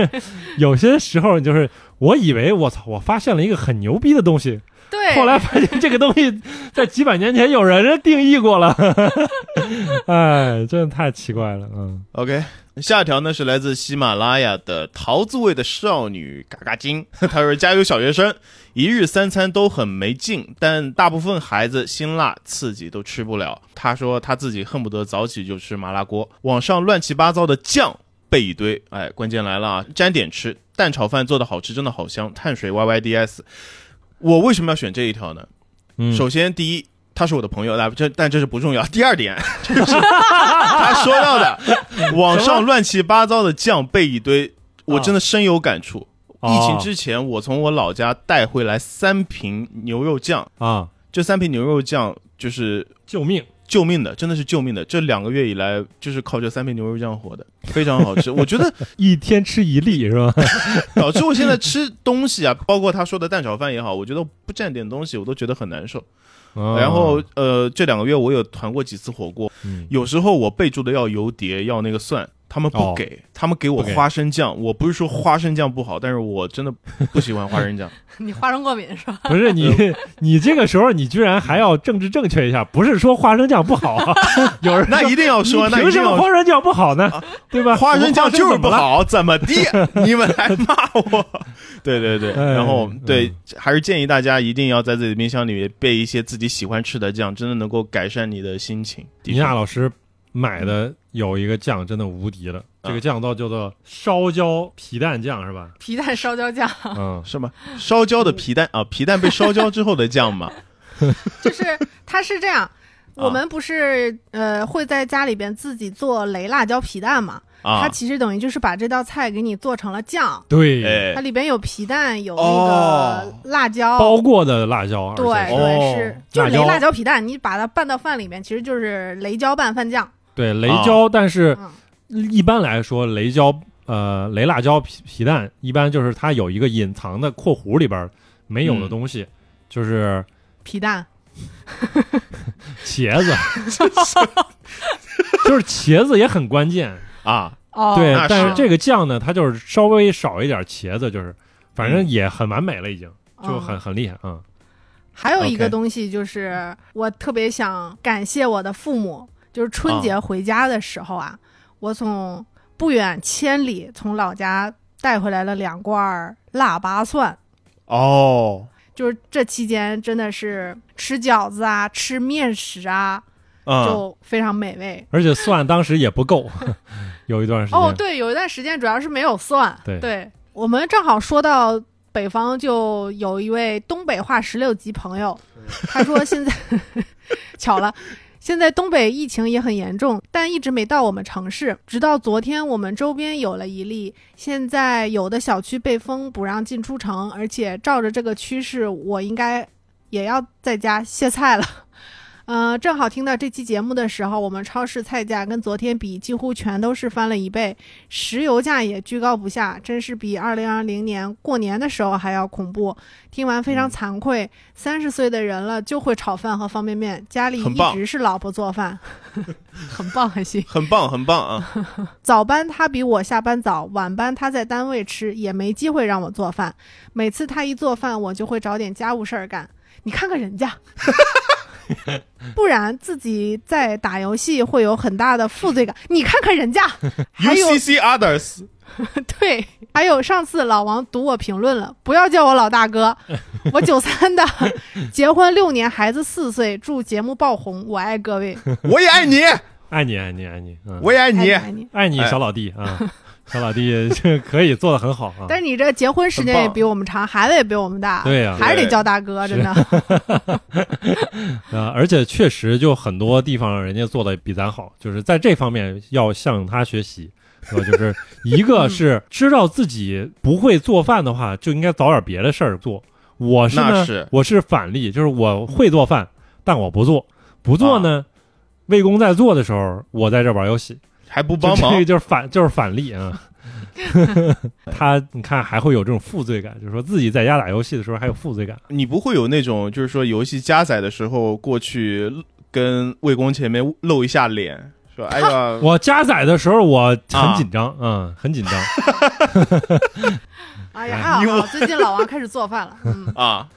[SPEAKER 1] 有些时候，就是我以为我操，我发现了一个很牛逼的东西，
[SPEAKER 3] 对。
[SPEAKER 1] 后来发现这个东西在几百年前有人定义过了。 哎，真的太奇怪了，嗯
[SPEAKER 2] OK，下条呢是来自喜马拉雅的桃子味的少女嘎嘎金， 她说加油小学生，一日三餐都很没劲，但大部分孩子辛辣刺激都吃不了。她说她自己恨不得早起就吃麻辣锅，网上乱七八糟的酱备一堆，哎，关键来了啊，沾点吃，蛋炒饭做的好吃真的好香，碳水 YYDS。我为什么要选这一条呢？
[SPEAKER 1] 嗯，
[SPEAKER 2] 首先，第一，他是我的朋友，那 这但这是不重要。第二点， 就是他说到的网上乱七八糟的酱备一堆，我真的深有感触。
[SPEAKER 1] 哦
[SPEAKER 2] 疫情之前，我从我老家带回来三瓶牛肉酱，
[SPEAKER 1] 啊，
[SPEAKER 2] 这三瓶牛肉酱就是
[SPEAKER 1] 救命！
[SPEAKER 2] 救命的，真的是救命的。这两个月以来，就是靠这三瓶牛肉酱活的，非常好 吃。我觉得
[SPEAKER 1] 一天吃一粒是吧？
[SPEAKER 2] 导致我现在吃东西啊，包括他说的蛋炒饭也好，我觉得不蘸点东西我都觉得很难受。
[SPEAKER 1] 哦
[SPEAKER 2] 然后呃，这两个月我有团过几次火锅，
[SPEAKER 1] 嗯
[SPEAKER 2] 有时候我备注的要油碟，要那个蒜，他们
[SPEAKER 1] 哦
[SPEAKER 2] 不给，他们给我
[SPEAKER 1] 不给
[SPEAKER 2] 花生酱。我不是说花生酱不好，但是我真的不喜欢花生酱。
[SPEAKER 3] 你花生过敏是吧？
[SPEAKER 1] 不是你， 你这个时候你居然还要政治正确一下，不是说花生酱不好啊？ 有人
[SPEAKER 2] 那一定要 说，
[SPEAKER 1] 你
[SPEAKER 2] 那一
[SPEAKER 1] 凭什
[SPEAKER 2] 定
[SPEAKER 1] 么
[SPEAKER 2] 要啊
[SPEAKER 1] 花生酱不好呢？对吧？
[SPEAKER 2] 花生酱就是不
[SPEAKER 1] 我们花生怎么了。
[SPEAKER 2] 好，怎么地？你们来骂我？对对对，
[SPEAKER 1] 哎
[SPEAKER 2] 然后
[SPEAKER 1] 嗯
[SPEAKER 2] 对，还是建议大家一定要在自己的冰箱里面备一些自己喜欢吃的酱，真的能够改善你的心情。的
[SPEAKER 1] 倪
[SPEAKER 2] 确
[SPEAKER 1] 娜老师买的有一个酱真的无敌了，这
[SPEAKER 2] 嗯
[SPEAKER 1] 个酱倒叫做烧焦皮蛋酱是 吧？
[SPEAKER 3] 皮蛋烧椒酱
[SPEAKER 1] 嗯，
[SPEAKER 2] 是吗？烧焦的皮蛋啊，皮蛋被烧焦之后的酱嘛。
[SPEAKER 3] 就是它是这
[SPEAKER 1] 啊
[SPEAKER 3] 样，我们不是呃会在家里边自己做擂辣椒皮蛋嘛？它
[SPEAKER 2] 啊，
[SPEAKER 3] 其实等于就是把这道菜给你做成了酱，
[SPEAKER 1] 对，
[SPEAKER 2] 哎
[SPEAKER 3] 它，里边有皮蛋，有那
[SPEAKER 2] 哦
[SPEAKER 3] 个辣椒，
[SPEAKER 1] 包过的辣椒，
[SPEAKER 3] 对
[SPEAKER 1] 而且是
[SPEAKER 2] 哦
[SPEAKER 3] 对
[SPEAKER 1] 辣
[SPEAKER 3] 是，就是
[SPEAKER 1] 椒
[SPEAKER 3] 擂辣椒皮蛋，你把它拌到饭里面，其实就是擂椒拌饭酱。
[SPEAKER 1] 对雷
[SPEAKER 2] 啊
[SPEAKER 1] 椒，但是
[SPEAKER 3] 嗯，
[SPEAKER 1] 一般来说雷椒呃雷
[SPEAKER 2] 嗯
[SPEAKER 1] 辣椒皮皮蛋一般就是它有一个隐藏的括弧里边没有的东西。就是
[SPEAKER 3] 皮蛋，
[SPEAKER 1] 茄子， 就是茄子也很关键。
[SPEAKER 2] 啊，
[SPEAKER 3] 哦，
[SPEAKER 1] 对
[SPEAKER 2] 那，
[SPEAKER 1] 但
[SPEAKER 2] 是
[SPEAKER 1] 是这个酱呢，它就是稍微少一点茄子，就是反
[SPEAKER 2] 嗯
[SPEAKER 1] 正也很完美了，已经就
[SPEAKER 3] 嗯
[SPEAKER 1] 很很厉害啊。
[SPEAKER 3] 还有
[SPEAKER 2] OK
[SPEAKER 3] 一个东西就是，我特别想感谢我的父母，就是春节回家的时候啊，我从不远千里从老家带回来了两罐儿腊八蒜。
[SPEAKER 2] 哦，
[SPEAKER 3] 就是这期间真的是吃饺子啊，吃面食啊，
[SPEAKER 2] 嗯，
[SPEAKER 3] 就非常美味。
[SPEAKER 1] 而且蒜当时也不够， 有一段时间。
[SPEAKER 3] 哦，对，有一段时间主要是没有蒜。
[SPEAKER 1] 对
[SPEAKER 3] 我们正好说到北方，就有一位东北话十六级朋友，他说现在 巧了。现在东北疫情也很严重，但一直没到我们城市。直到昨天，我们周边有了一例。现在有的小区被封，不让进出城，而且照着这个趋势，我应该也要在家歇菜了。 呃，正好听到这期节目的时候，我们超市菜价跟昨天比，几乎全都是翻了一倍，石油价也居高不下，真是比二零二零年过年的时候还要恐怖。听完非
[SPEAKER 2] 嗯
[SPEAKER 3] 常惭愧，三十岁的人了就会炒饭和方便面，家里
[SPEAKER 2] 很
[SPEAKER 3] 一
[SPEAKER 2] 棒
[SPEAKER 3] 直是老婆做饭， 很棒，还行。
[SPEAKER 2] 很棒，很棒啊！
[SPEAKER 3] 早班他比我下班早，晚班他在单位吃，也没机会让我做饭。每次他一做饭，我就会找点家务事儿干。你看看人家，不然自己在打游戏会有很大的负罪感。你看看人家，还有
[SPEAKER 2] UCC others，
[SPEAKER 3] 对，还有上次老王读我评论了，不要叫我老大哥，我九三的， 结婚六年，孩子四岁，祝节目爆红，我爱各位，
[SPEAKER 2] 我也爱你，
[SPEAKER 1] 爱你爱你爱你，嗯，
[SPEAKER 2] 我也爱你，
[SPEAKER 3] 爱你。
[SPEAKER 1] 爱你
[SPEAKER 2] 哎
[SPEAKER 1] 小老弟啊，小老弟这可以做的很好啊。
[SPEAKER 3] 但是你这结婚时间也比我们长，孩子也比我们大，
[SPEAKER 1] 对
[SPEAKER 2] 啊
[SPEAKER 1] 呀
[SPEAKER 3] 还是得叫大哥，真 的。
[SPEAKER 1] 呃，而且确实就很多地方人家做的比咱好，就是在这方面要向他学习。是吧？就是一
[SPEAKER 2] 嗯
[SPEAKER 1] 个是知道自己不会做饭的话，就应该找点别的事儿做。我是
[SPEAKER 2] 那
[SPEAKER 1] 呢，
[SPEAKER 2] 是
[SPEAKER 1] 我是反例，就是我会做饭，但我不做，不做呢，魏公在做的时候，我在这玩游戏，
[SPEAKER 2] 还不
[SPEAKER 1] 就
[SPEAKER 2] 啊帮
[SPEAKER 1] 这
[SPEAKER 2] 忙
[SPEAKER 1] 个，就是反就是反例 啊。他你看还会有这种负罪感，就是说自己在家打游戏的时候还有负罪感。
[SPEAKER 2] 你不会有那种就是说游戏加载的时候过去跟魏公前面露一下脸，说哎呀，
[SPEAKER 1] 我加载的时候我很
[SPEAKER 2] 啊
[SPEAKER 1] 紧张，嗯，很紧张。
[SPEAKER 3] 哎呀，还好，最近老王开始做饭了。嗯，
[SPEAKER 2] 啊，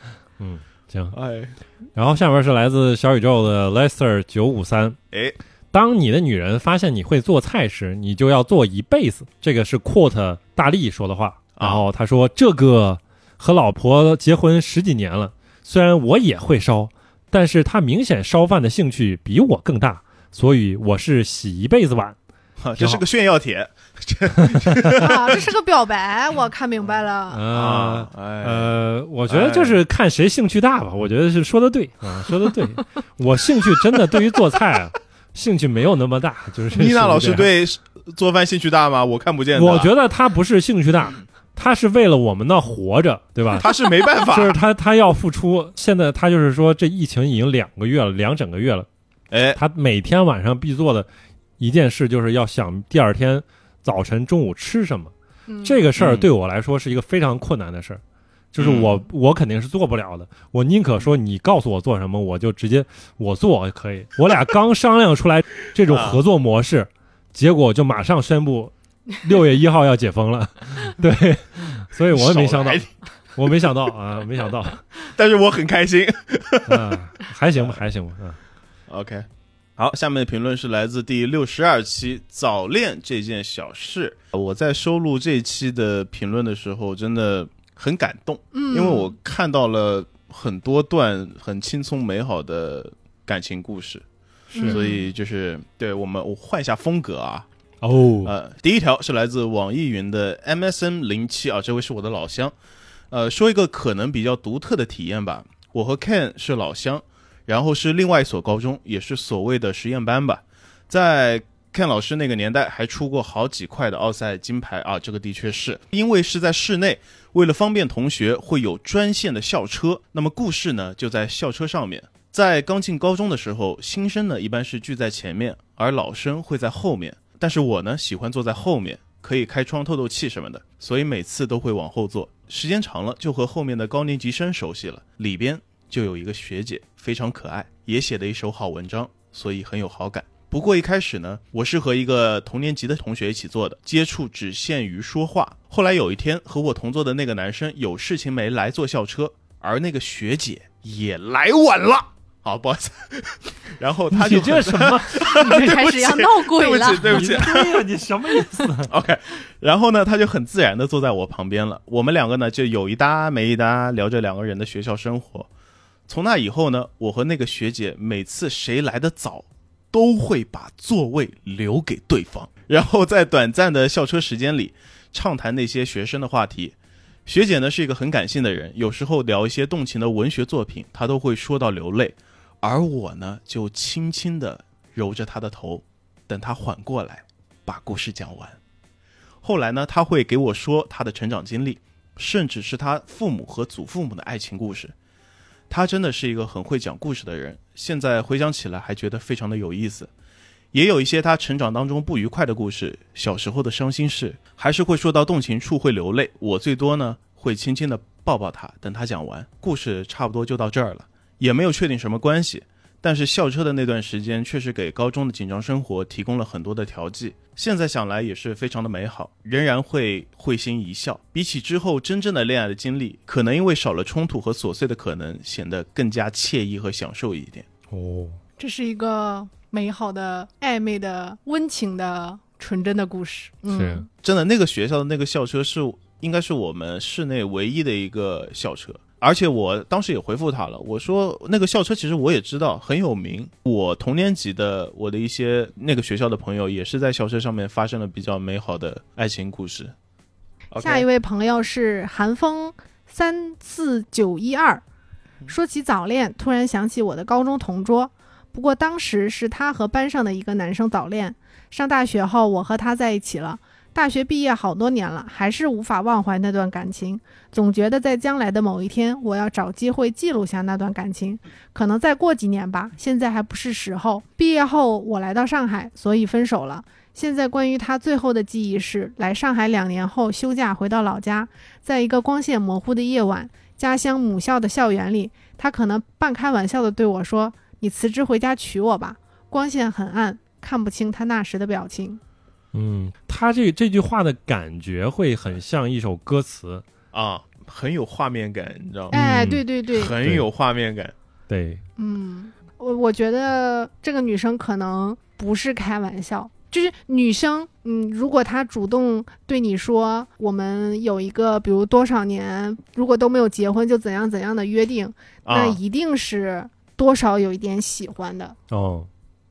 [SPEAKER 1] 行，
[SPEAKER 2] 哎
[SPEAKER 1] 然后下面是来自小宇宙的 Lester 九五三。
[SPEAKER 2] 哎，
[SPEAKER 1] 当你的女人发现你会做菜时，你就要做一辈子。这个是 quote 大力说的话。
[SPEAKER 2] 啊
[SPEAKER 1] 然后他说：“这个和老婆结婚十几年了，虽然我也会烧，但是她明显烧饭的兴趣比我更大，所以我是洗一辈子碗。
[SPEAKER 2] 哈这是个炫耀帖
[SPEAKER 3] 啊，这是个表白，我看明白了。
[SPEAKER 1] 啊，
[SPEAKER 2] 哎，
[SPEAKER 1] 呃，我觉得就是看谁兴趣大吧。我觉得是说的 对啊，说的对。我兴趣真的对于做菜啊， 兴趣没有那么大。就是
[SPEAKER 2] 妮娜老
[SPEAKER 1] 是
[SPEAKER 2] 师
[SPEAKER 1] 这样
[SPEAKER 2] 对做饭兴趣大吗？我看不见的，
[SPEAKER 1] 我觉得他不是兴趣大，他是为了我们的活着，对吧？
[SPEAKER 2] 他是没办法
[SPEAKER 1] 就， 是他他要付出。现在他就是说，这疫情已经两个月了，两整个月了。
[SPEAKER 2] 哎，
[SPEAKER 1] 他每天晚上必做的一件事，就是要想第二天早晨、中午吃什么。
[SPEAKER 3] 嗯
[SPEAKER 1] 这个事儿
[SPEAKER 2] 嗯
[SPEAKER 1] 对我来说是一个非常困难的事儿，就是
[SPEAKER 2] 嗯
[SPEAKER 1] 我我肯定是做不了的。我宁可说你告诉我做什么，我就直接我做可以。我俩刚商量出来 这种合作模
[SPEAKER 2] 啊
[SPEAKER 1] 式，结果就马上宣布六月一号要解封 了。对，所以我也没想到
[SPEAKER 2] 少来，
[SPEAKER 1] 我没想到啊，没想到
[SPEAKER 2] 但是我很开心。
[SPEAKER 1] 啊，还 行吧，还行吧，啊
[SPEAKER 2] OK，好，下面的评论是来自第六十二期早恋这件小事。我在收录这期的评论的时候，真的很感动，
[SPEAKER 3] 嗯，
[SPEAKER 2] 因为我看到了很多段很轻松美好的感情故事，
[SPEAKER 3] 是
[SPEAKER 2] 所以就是对我们我换一下风格啊。
[SPEAKER 1] 哦，
[SPEAKER 2] 呃，第一条是来自网易云的 MSN 零七啊，这位是我的老乡。呃，说一个可能比较独特的体验吧。我和 Ken 是老乡，然后是另外一所高中，也是所谓的实验班吧。在 Ken 老师那个年代，还出过好几块的奥赛金牌啊，这个的确是因为是在室内，为了方便同学，会有专线的校车。那么故事呢，就在校车上面。在刚进高中的时候，新生呢一般是聚在前面，而老生会在后面。但是我呢喜欢坐在后面，可以开窗透透气什么的，所以每次都会往后坐。时间长了，就和后面的高年级生熟悉了。里边就有一个学姐非常可爱，也写了一手好文章，所以很有好感。不过一开始呢，我是和一个同年级的同学一起做的，接触只限于说话。后来有一天，和我同座的那个男生有事情没来坐校车，而那个学姐也来晚了。好，不好意思。然后他就
[SPEAKER 1] 哦 你这什么？
[SPEAKER 3] 你开始要闹
[SPEAKER 2] 对不
[SPEAKER 3] 鬼了
[SPEAKER 2] 起，，对不
[SPEAKER 1] 你
[SPEAKER 2] 起
[SPEAKER 1] 对，呀，你什么意思？
[SPEAKER 2] OK，然后呢，他就很自然的坐在我旁边了。我们两个呢，就有一搭没一搭聊着两个人的学校生活。从那以后呢，我和那个学姐每次谁来的早，都会把座位留给对方，然后在短暂的校车时间里畅谈那些学生的话题。学姐呢是一个很感性的人，有时候聊一些动情的文学作品，她都会说到流泪，而我呢就轻轻的揉着她的头，等她缓过来，把故事讲完。后来呢，他会给我说他的成长经历，甚至是他父母和祖父母的爱情故事。他真的是一个很会讲故事的人，现在回想起来还觉得非常的有意思。也有一些他成长当中不愉快的故事，小时候的伤心事，还是会说到动情处会流泪。我最多呢会轻轻的抱抱他，等他讲完故事，差不多就到这儿了，也没有确定什么关系。但是校车的那段时间，确实给高中的紧张生活提供了很多的调剂。现在想来也是非常的美好，仍然会会心一笑。比起之后真正的恋爱的经历，可能因为少了冲突和琐碎的可能，显得更加惬意和享受一点。
[SPEAKER 1] 哦，
[SPEAKER 3] 这是一个美好的、暧昧的、温情的、纯真的故事。
[SPEAKER 1] 是
[SPEAKER 3] 嗯，
[SPEAKER 2] 真的，那个学校的那个校车是应该是我们市内唯一的一个校车，而且我当时也回复他了，我说那个校车其实我也知道很有名，我同年级的我的一些那个学校的朋友也是在校车上面发生了比较美好的爱情故事。OK
[SPEAKER 3] 下一位朋友是韩风三四九一二，说起早恋，突然想起我的高中同桌，不过当时是他和班上的一个男生早恋。上大学后，我和他在一起了。大学毕业好多年了，还是无法忘怀那段感情，总觉得在将来的某一天，我要找机会记录下那段感情。可能再过几年吧，现在还不是时候。毕业后我来到上海，所以分手了。现在关于他最后的记忆是，来上海两年后休假回到老家，在一个光线模糊的夜晚，家乡母校的校园里，他可能半开玩笑的对我说：“你辞职回家娶我吧。”光线很暗，看不清他那时的表情。
[SPEAKER 1] 嗯，他这这句话的感觉会很像一首歌词，
[SPEAKER 2] 啊，很有画面感，你知道吗？
[SPEAKER 3] 哎，
[SPEAKER 1] 嗯
[SPEAKER 3] 对对对，
[SPEAKER 2] 很有画面感。
[SPEAKER 1] 对，
[SPEAKER 3] 嗯，我我觉得这个女生可能不是开玩笑，就是女生，嗯，如果她主动对你说我们有一个比如多少年，如果都没有结婚就怎样怎样的约定，那
[SPEAKER 2] 啊，
[SPEAKER 3] 一定是多少有一点喜欢的。
[SPEAKER 1] 哦，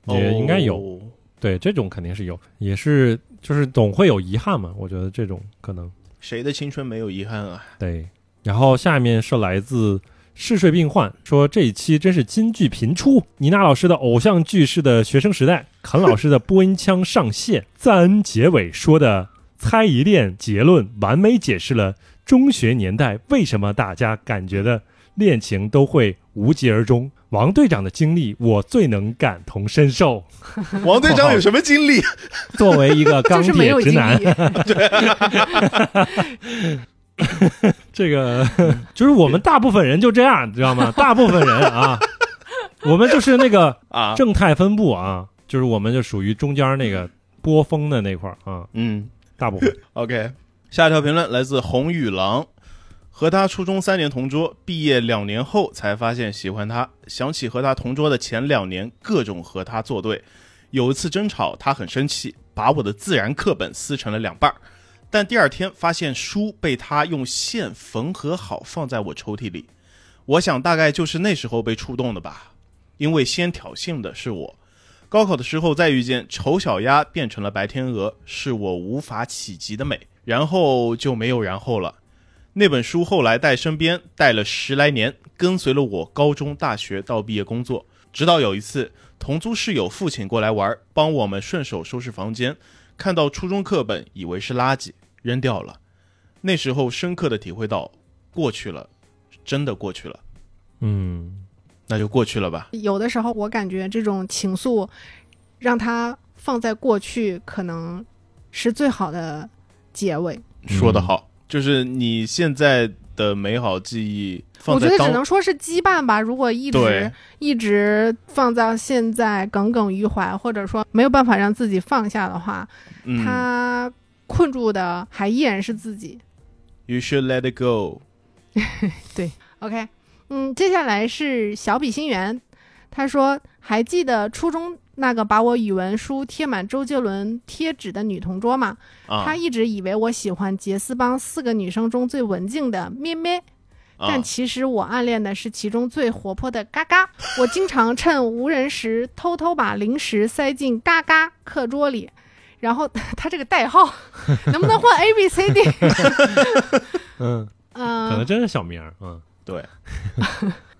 [SPEAKER 1] 也应该有，
[SPEAKER 2] 哦
[SPEAKER 1] 对，这种肯定是有，也是就是总会有遗憾嘛，我觉得这种可能
[SPEAKER 2] 谁的青春没有遗憾 啊？
[SPEAKER 1] 对。然后下面是来自嗜睡病患说这一期真是金句频出，倪娜老师的偶像剧式的学生时代，肯老师的播音腔上线，赞恩结尾说的猜疑恋结论完美解释了中学年代为什么大家感觉的恋情都会无疾而终。王队长的经历我最能感同身受，
[SPEAKER 2] 王队长有什么经 历？
[SPEAKER 1] 作为一个钢
[SPEAKER 3] 就是没
[SPEAKER 1] 铁
[SPEAKER 3] 有
[SPEAKER 1] 直
[SPEAKER 3] 经
[SPEAKER 1] 男。
[SPEAKER 3] 历，
[SPEAKER 1] 这个 就是我们大部分人就这样，你知道吗？大部分人啊，我们就是那个
[SPEAKER 2] 啊，
[SPEAKER 1] 正态分布啊，就是我们就属于中间那个波峰的那块儿啊，
[SPEAKER 2] 嗯，
[SPEAKER 1] 大部分
[SPEAKER 2] OK，下一条评论来自红玉郎，和他初中三年同桌，毕业两年后才发现喜欢他。想起和他同桌的前两年，各种和他作对。有一次争吵，他很生气，把我的自然课本撕成了两半儿。但第二天发现书被他用线缝合好，放在我抽屉里。我想大概就是那时候被触动的吧，因为先挑衅的是我。高考的时候再遇见丑小鸭变成了白天鹅，是我无法企及的美。然后就没有然后了。那本书后来带身边带了十来年，跟随了我高中、大学到毕业工作，直到有一次同租室友父亲过来玩，帮我们顺手收拾房间，看到初中课本以为是垃圾扔掉了。那时候深刻的体会到，过去了，真的过去了，
[SPEAKER 1] 嗯，
[SPEAKER 2] 那就过去了吧。
[SPEAKER 3] 有的时候我感觉这种情愫，让它放在过去，可能是最好的结尾。
[SPEAKER 2] 嗯说得好，就是你现在的美好记忆放
[SPEAKER 3] 我觉
[SPEAKER 2] 在
[SPEAKER 3] 得只
[SPEAKER 2] 当
[SPEAKER 3] 能说是羁绊吧。如果一
[SPEAKER 2] 对
[SPEAKER 3] 直一直放到现在耿耿于怀，或者说没有办法让自己放下的话，
[SPEAKER 2] 嗯
[SPEAKER 3] 他困住的还依然是自己。
[SPEAKER 2] ，You should let it go。
[SPEAKER 3] OK，嗯，接下来是小比心源，他说还记得初中那个把我语文书贴满周杰伦贴纸的女同桌吗？
[SPEAKER 2] 啊，
[SPEAKER 3] 她一直以为我喜欢杰斯邦四个女生中最文静的咩咩。
[SPEAKER 2] 啊
[SPEAKER 3] 但其实我暗恋的是其中最活泼的嘎嘎。我经常趁无人时偷偷把零食塞进嘎嘎课桌里，然后他这个代号 能不能换 A B C D？
[SPEAKER 1] 嗯，可能
[SPEAKER 3] 嗯，
[SPEAKER 1] 真是小名儿，嗯
[SPEAKER 2] 对，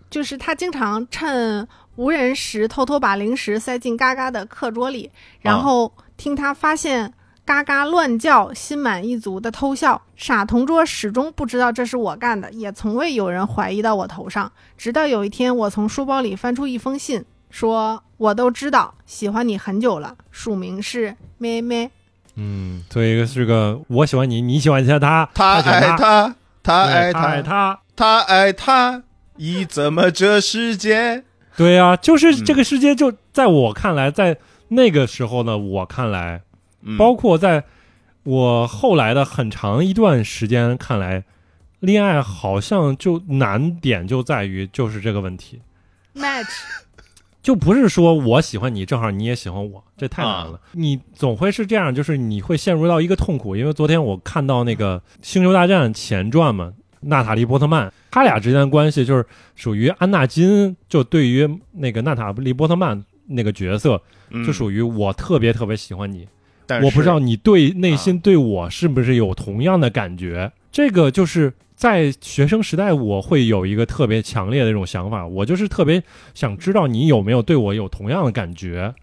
[SPEAKER 3] 就是他经常趁无人时偷偷把零食塞进嘎嘎的课桌里，
[SPEAKER 1] 啊
[SPEAKER 3] 然后听他发现。嘎嘎乱叫，心满意足的偷笑。傻同桌始终不知道这是我干的，也从未有人怀疑到我头上。直到有一天，我从书包里翻出一封信，说：“我都知道，喜欢你很久了。”署名是咩 咩。
[SPEAKER 1] 嗯，作为一个是个我喜欢你，你喜欢他，他
[SPEAKER 2] 他
[SPEAKER 1] 喜欢
[SPEAKER 2] 爱他，他爱
[SPEAKER 1] 对他爱
[SPEAKER 2] 他，
[SPEAKER 1] 他，
[SPEAKER 2] 他爱他，咦，怎么这世界？
[SPEAKER 1] 对呀、就是
[SPEAKER 2] 嗯
[SPEAKER 1] 这个世界，就在我看来，在那个时候呢，我看来，
[SPEAKER 2] 嗯
[SPEAKER 1] 包括在我后来的很长一段时间看来，恋爱好像就难点就在于就是这个问题，
[SPEAKER 3] match
[SPEAKER 1] 就不是说我喜欢你，正好你也喜欢我，这太难了。
[SPEAKER 2] 啊
[SPEAKER 1] 你总会是这样，就是你会陷入到一个痛苦。因为昨天我看到那个《星球大战前传》嘛，娜塔莉波特曼，他俩之间的关系就是属于安纳金就对于那个娜塔莉波特曼那个角色，就属于我特别特别喜欢你，
[SPEAKER 2] 嗯但
[SPEAKER 1] 我不
[SPEAKER 2] 是啊
[SPEAKER 1] 知道你对内心对我是不是有同样的感觉。这个就是在学生时代，我会有一个特别强烈的这种想法，我就是特别想知道你有没有对我有同样的感觉。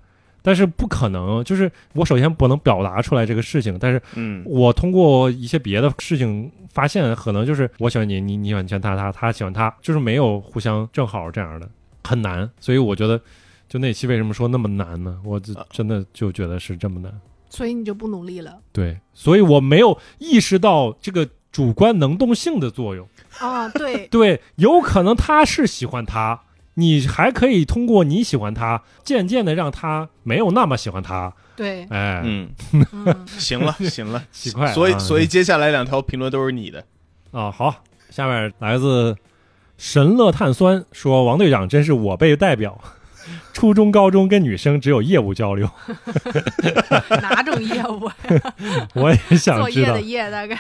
[SPEAKER 1] 但是不可能，就是我首先不能表达出来这个事情，但是
[SPEAKER 2] 嗯
[SPEAKER 1] 我通过一些别的事情发现，可能就是我喜欢你，你你喜欢他，他他喜欢他，就是没有互相正好这样的，很难。所以我觉得，就那期为什么说那么难呢？我就
[SPEAKER 2] 啊
[SPEAKER 1] 真的就觉得是这么难。
[SPEAKER 3] 所以你就不努力了
[SPEAKER 1] 对，所以我没有意识到这个主观能动性的作用。
[SPEAKER 3] 啊、对，
[SPEAKER 1] 对，有可能他是喜欢他，你还可以通过你喜欢他，渐渐的让他没有那么喜欢他。
[SPEAKER 3] 对，
[SPEAKER 1] 哎，，
[SPEAKER 2] 嗯，
[SPEAKER 3] 嗯，
[SPEAKER 2] 行了行了
[SPEAKER 1] 奇怪啊
[SPEAKER 2] 所以所以接下来两条评论都是你的，
[SPEAKER 1] 啊，好，下面来自神乐碳酸说，王队长真是我辈代表。初中、高中跟女生只有业务交流，
[SPEAKER 3] 哪种业 务？
[SPEAKER 1] 我也
[SPEAKER 3] 作
[SPEAKER 1] 想知
[SPEAKER 3] 业
[SPEAKER 1] 道
[SPEAKER 3] 的。业，大 概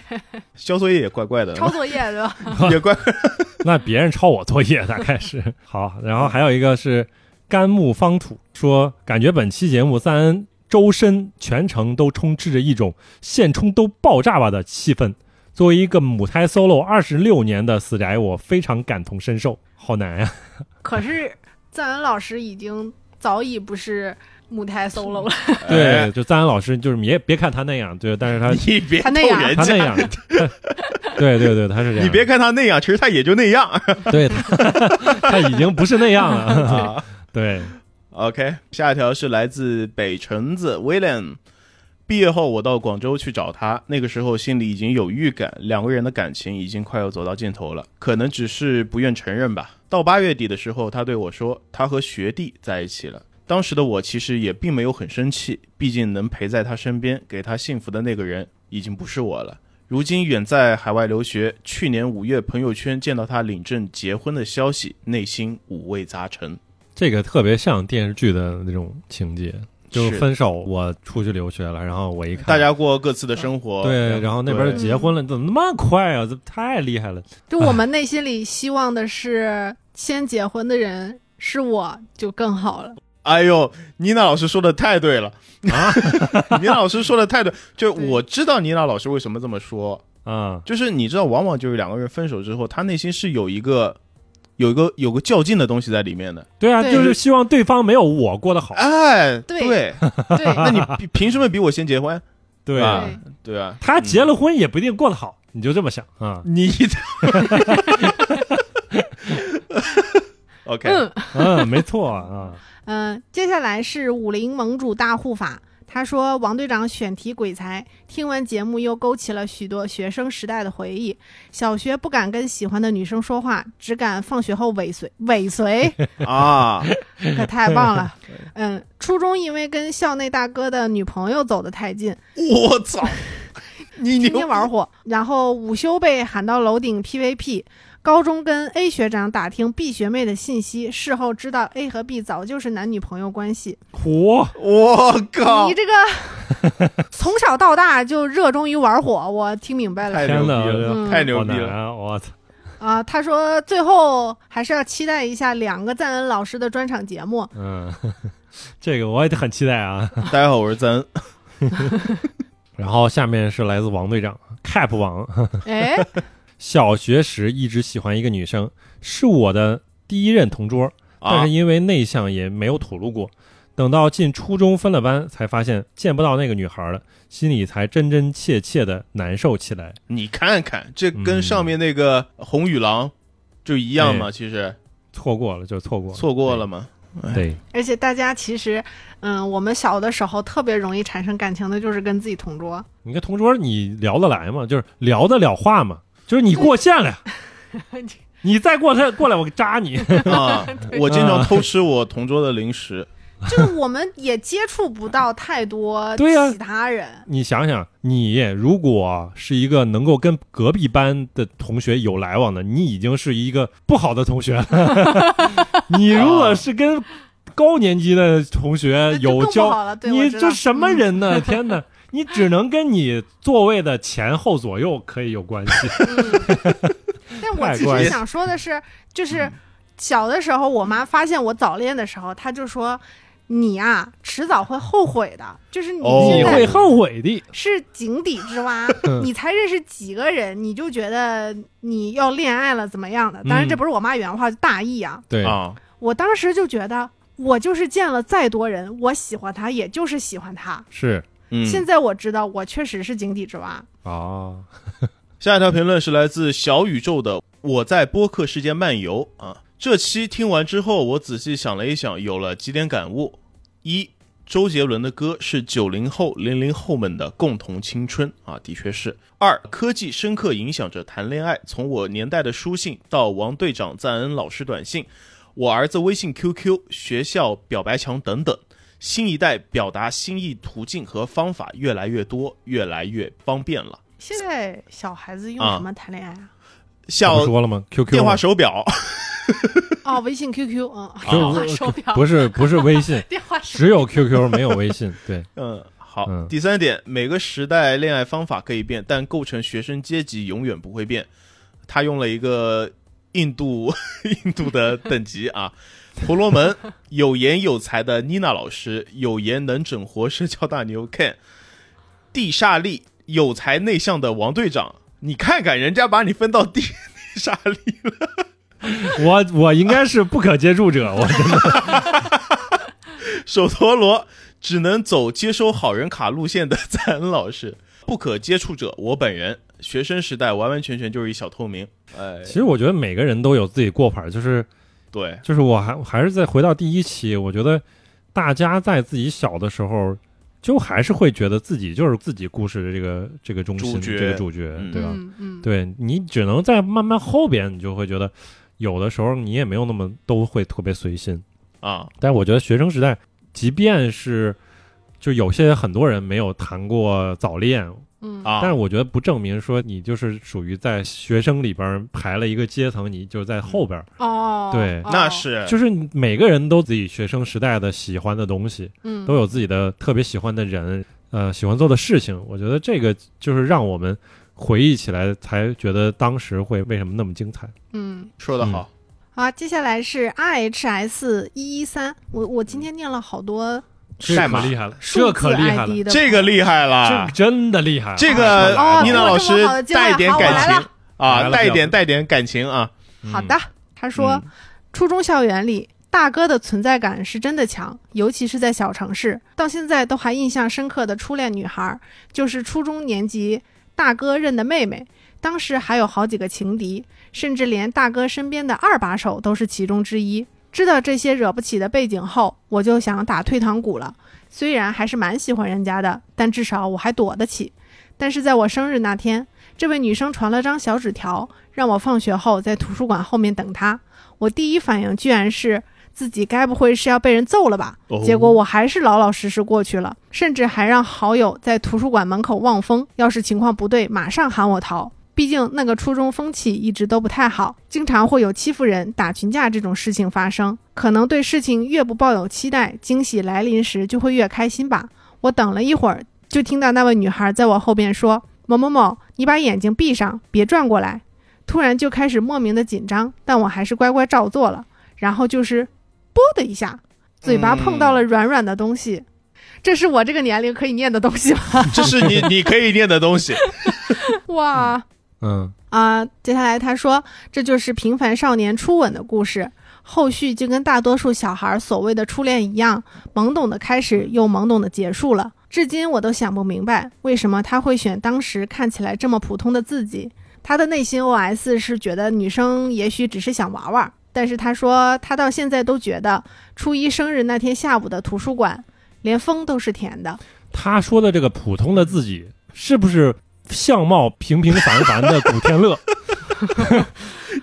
[SPEAKER 2] 交作业也怪怪的，啊
[SPEAKER 3] 抄作业对吧？
[SPEAKER 2] 也怪
[SPEAKER 1] 那别人抄我作业大概是 好。然后还有一个是甘木方土说，感觉本期节目三恩周身全程都充斥着一种现充都爆炸吧的气氛。作为一个母胎 solo 二十六年的死宅，我非常感同身受，好难啊呀、
[SPEAKER 3] 可是赞恩老师已经早已不是母胎 solo 了，
[SPEAKER 1] 对，，就赞恩老师，就是你也别看他那样，对，但是他
[SPEAKER 2] 哎你别
[SPEAKER 3] 他那
[SPEAKER 2] 逗
[SPEAKER 3] 样
[SPEAKER 2] 人
[SPEAKER 1] 他那
[SPEAKER 2] 家，
[SPEAKER 1] 样，对对对，他是这样。
[SPEAKER 2] 你别看他那样，其实他也就那样。
[SPEAKER 1] 对他，他 已经不是那样了。
[SPEAKER 2] 啊
[SPEAKER 1] 对，
[SPEAKER 2] OK，下一条是来自北橙子 William。毕业后，我到广州去找他，那个时候心里已经有预感，两个人的感情已经快要走到尽头了，可能只是不愿承认吧。到八月底的时候，他对我说，他和学弟在一起了。当时的我其实也并没有很生气，毕竟能陪在他身边，给他幸福的那个人已经不是我了。如今远在海外留学，去年五月朋友圈见到他领证结婚的消息，内心五味杂陈。
[SPEAKER 1] 这个特别像电视剧的那种情节，就是分手，我出去留学了，然后我一看
[SPEAKER 2] 大。家过各自的生活。
[SPEAKER 1] 对，然后那边
[SPEAKER 2] 对
[SPEAKER 1] 结婚了，怎么那么快啊？这太厉害了！
[SPEAKER 3] 就我们内心里希望的是先结婚的人是我就更好了。
[SPEAKER 2] 哎呦，妮娜老师说的太对了 啊！妮娜老师说的太对，就
[SPEAKER 3] 对
[SPEAKER 2] 我知道妮娜老师为什么这么说，
[SPEAKER 1] 啊，
[SPEAKER 2] 就是你知道，往往就是两个人分手之后，他内心是有一个。有一个有个较劲的东西在里面的，
[SPEAKER 1] 对啊，
[SPEAKER 3] 对
[SPEAKER 1] 就是希望对方没有我过得好。
[SPEAKER 2] 哎，
[SPEAKER 3] 对
[SPEAKER 2] 对，
[SPEAKER 3] 对，
[SPEAKER 2] 那你凭凭什么比我先结婚？
[SPEAKER 1] 对
[SPEAKER 2] 啊
[SPEAKER 1] 啊，
[SPEAKER 2] 对啊，
[SPEAKER 1] 他结了婚也不一定过得好，你就这么想 啊？
[SPEAKER 2] 嗯你 ，OK，
[SPEAKER 3] 嗯
[SPEAKER 1] 嗯，没错啊。啊
[SPEAKER 3] 呃嗯、接下来是武林盟主大护法，他说：“王队长选题鬼才，听完节目又勾起了许多学生时代的回忆。小学不敢跟喜欢的女生说话，只敢放学后尾随尾随，
[SPEAKER 2] 啊，
[SPEAKER 3] 可太棒了。嗯，初中因为跟校内大哥的女朋友走得太近，
[SPEAKER 2] 我操，你
[SPEAKER 3] 天
[SPEAKER 2] 牛
[SPEAKER 3] 天玩火，然后午休被喊到楼顶 PVP。”高中跟 A 学长打听 B 学妹的信息，事后知道 A 和 B 早就是男女朋友关系。
[SPEAKER 1] 嚯，
[SPEAKER 2] 我靠
[SPEAKER 3] 你，这个从小到大就热衷于玩火，我听明白了
[SPEAKER 2] 太
[SPEAKER 1] 天
[SPEAKER 2] 牛逼
[SPEAKER 1] 哪
[SPEAKER 2] 了，
[SPEAKER 3] 嗯
[SPEAKER 2] 太牛
[SPEAKER 1] 好
[SPEAKER 2] 逼
[SPEAKER 1] 难
[SPEAKER 2] 了，
[SPEAKER 1] 啊！我操，
[SPEAKER 3] 啊、他说最后还是要期待一下两个赞恩老师的专场节目。
[SPEAKER 1] 嗯， 这个我也很期待啊。
[SPEAKER 2] 大家好，我是咱
[SPEAKER 1] 然后下面是来自王队长 Cap 王，
[SPEAKER 3] 哎，
[SPEAKER 1] 小学时一直喜欢一个女生，是我的第一任同桌，但
[SPEAKER 2] 啊
[SPEAKER 1] 是，因为内向也没有吐露过。等到进初中分了班，才发现见不到那个女孩了，心里才真真切切的难受起来。
[SPEAKER 2] 你看看，这跟上面那个红与狼就一样
[SPEAKER 1] 哎
[SPEAKER 2] 嘛，其实
[SPEAKER 1] 错过了就错过了，
[SPEAKER 2] 错哎过了嘛，
[SPEAKER 1] 对，
[SPEAKER 3] 而且大家其实，嗯，我们小的时候特别容易产生感情的，就是跟自己同桌。
[SPEAKER 1] 你跟同桌你聊得来吗？就是聊得了话吗？就是你过线了呀，你再过他过来我扎你。
[SPEAKER 2] 啊，我经常偷吃我同桌的零食，
[SPEAKER 3] 就是我们也接触不到太 多
[SPEAKER 1] 对呀
[SPEAKER 3] 其他人，
[SPEAKER 1] 你想想，你如果是一个能够跟隔壁班的同学有来往的，你已经是一个不好的同学 了。你如果是跟高年级的同学
[SPEAKER 3] 哦那
[SPEAKER 1] 呃有
[SPEAKER 3] 就更 不
[SPEAKER 1] 交，
[SPEAKER 3] 好了。对，我
[SPEAKER 1] 你
[SPEAKER 3] 知道
[SPEAKER 1] 这什么
[SPEAKER 3] 嗯
[SPEAKER 1] 人呢？天哪！你只能跟你座位的前后左右可以有关 系。
[SPEAKER 3] 但我
[SPEAKER 1] 太
[SPEAKER 3] 其
[SPEAKER 1] 怪
[SPEAKER 3] 实
[SPEAKER 1] 了嗯
[SPEAKER 3] 想说的是，就是小的时候，我妈发现我早恋的时候，她就说：“你呀、迟早会后悔的，就是你
[SPEAKER 2] 哦
[SPEAKER 1] 你
[SPEAKER 3] 现
[SPEAKER 1] 会
[SPEAKER 3] 在
[SPEAKER 1] 后悔的。
[SPEAKER 3] 是井底之 蛙，你才认识几个人，你就觉得你要恋爱了怎么样的？”当然，
[SPEAKER 1] 嗯
[SPEAKER 3] 这不是我妈原话，大意啊。
[SPEAKER 1] 对
[SPEAKER 2] 啊，
[SPEAKER 3] 我当时就觉得。我就是见了再多人，我喜欢他，也就是喜欢他。
[SPEAKER 1] 是
[SPEAKER 2] 嗯，
[SPEAKER 3] 现在我知道，我确实是井底之蛙。
[SPEAKER 1] 哦，
[SPEAKER 2] 下一条评论是来自小宇宙的“我在播客世界漫游”啊。这期听完之后，我仔细想了一想，有了几点感悟：一，周杰伦的歌是九零后、零零后们的共同青春啊，的确是；二，科技深刻影响着谈恋爱，从我年代的书信到王队长、赞恩老师短信，我儿子微信、QQ、学校表白墙等等。新一代表达心意途径和方法越来越多，越来越方便了。
[SPEAKER 3] 现在小孩子用
[SPEAKER 2] 啊
[SPEAKER 3] 什么谈恋爱啊？
[SPEAKER 1] 他
[SPEAKER 2] 小
[SPEAKER 1] 不说了吗？QQ
[SPEAKER 2] 电话
[SPEAKER 1] 吗
[SPEAKER 2] 手表，
[SPEAKER 3] 哦，微信、QQ，嗯，
[SPEAKER 1] 就
[SPEAKER 3] 电话手表，
[SPEAKER 1] 啊不是不是微 信，
[SPEAKER 3] 电话手
[SPEAKER 1] 只有 QQ 没有微信。对，
[SPEAKER 2] 嗯，好。
[SPEAKER 1] 嗯
[SPEAKER 2] 第三点，每个时代恋爱方法可以变，但构成学生阶级永远不会变。他用了一个印度 印度的等级啊，婆罗门有颜有才的妮娜老师，有颜能整活社交大牛 Ken，地煞力有才内向的王队长，你看看人家把你分到地 地煞力了，
[SPEAKER 1] 我我应该是不可接触者，我
[SPEAKER 2] 手陀螺只能走接收好人卡路线的赞恩老师， 不可接触者我本人。学生时代完完全全就是一小透明，哎，
[SPEAKER 1] 其实我觉得每个人都有自己过法儿，就是
[SPEAKER 2] 对，
[SPEAKER 1] 就是我还还是再回到第一期，我觉得大家在自己小的时候，就还是会觉得自己就是自己故事的这个这个中心
[SPEAKER 2] 主角
[SPEAKER 1] 这个主角，
[SPEAKER 2] 嗯
[SPEAKER 1] 对吧？
[SPEAKER 3] 嗯嗯，
[SPEAKER 1] 对你只能在慢慢后边，你就会觉得有的时候你也没有那么都会特别随心。
[SPEAKER 2] 啊，
[SPEAKER 1] 但我觉得学生时代，即便是就有些很多人没有谈过早恋，
[SPEAKER 3] 嗯
[SPEAKER 2] 啊
[SPEAKER 1] 但是我觉得不证明说你就是属于在学生里边儿排了一个阶层，你就在后边儿。
[SPEAKER 3] 哦，
[SPEAKER 1] 对
[SPEAKER 3] 哦
[SPEAKER 2] 那是
[SPEAKER 1] 就是每个人都自己学生时代的喜欢的东西，
[SPEAKER 3] 嗯
[SPEAKER 1] 都有自己的特别喜欢的人，呃，喜欢做的事情。我觉得这个就是让我们回忆起来才觉得当时会为什么那么精彩。
[SPEAKER 3] 嗯。
[SPEAKER 2] 说的好，
[SPEAKER 3] 好，接下来是 I H S 一一三，我我今天念了好多
[SPEAKER 1] 这
[SPEAKER 2] 代
[SPEAKER 1] 可
[SPEAKER 2] 码
[SPEAKER 1] 厉害了，
[SPEAKER 3] 数
[SPEAKER 1] 这
[SPEAKER 3] 字
[SPEAKER 1] 可厉害
[SPEAKER 3] ID
[SPEAKER 1] 了，
[SPEAKER 3] 的，
[SPEAKER 2] 这个厉害
[SPEAKER 1] 这
[SPEAKER 2] 了，
[SPEAKER 1] 真的厉害了。啊
[SPEAKER 2] 这
[SPEAKER 3] 哦
[SPEAKER 2] 个妮娜老
[SPEAKER 3] 这
[SPEAKER 2] 师
[SPEAKER 3] 么好的机会
[SPEAKER 2] 带一点
[SPEAKER 3] 好我来
[SPEAKER 2] 感情
[SPEAKER 3] 了
[SPEAKER 1] 来
[SPEAKER 2] 啊，
[SPEAKER 1] 了
[SPEAKER 2] 带一
[SPEAKER 1] 表
[SPEAKER 2] 点
[SPEAKER 1] 哥
[SPEAKER 2] 带一点感情啊，
[SPEAKER 3] 好的。他说，初中校园里大哥的存在感是真的强，尤其是在小城市，到现在都还印象深刻的初恋女孩，就是初中年级大哥认的妹妹。当时还有好几个情敌，甚至连大哥身边的二把手都是其中之一。知道这些惹不起的背景后，我就想打退堂鼓了。虽然还是蛮喜欢人家的，但至少我还躲得起。但是在我生日那天，这位女生传了张小纸条，让我放学后在图书馆后面等她。我第一反应居然是自己该不会是要被人揍了吧？
[SPEAKER 2] 哦
[SPEAKER 3] 结果我还是老老实实过去了，甚至还让好友在图书馆门口望风，要是情况不对，马上喊我逃。毕竟那个初中风气一直都不太好，经常会有欺负人、打群架这种事情发生。可能对事情越不抱有期待，惊喜来临时就会越开心吧。我等了一会儿，就听到那位女孩在我后边说：“某某某，你把眼睛闭上，别转过来。”突然就开始莫名的紧张，但我还是乖乖照做了。然后就是“啵”的一下，嘴巴碰到了软软的东西。这是我这个年龄可以念的东西吗？
[SPEAKER 2] 这是你你可以念的东西。
[SPEAKER 3] 哇！
[SPEAKER 1] 嗯，
[SPEAKER 3] 啊，接下来他说，这就是平凡少年初吻的故事。后续就跟大多数小孩所谓的初恋一样，懵懂的开始，又懵懂的结束了。至今我都想不明白，为什么他会选当时看起来这么普通的自己。他的内心 OS 是觉得女生也许只是想玩玩，但是他说他到现在都觉得初一生日那天下午的图书馆，连风都是甜的。
[SPEAKER 1] 他说的这个普通的自己，是不是相貌平平凡凡的古天乐？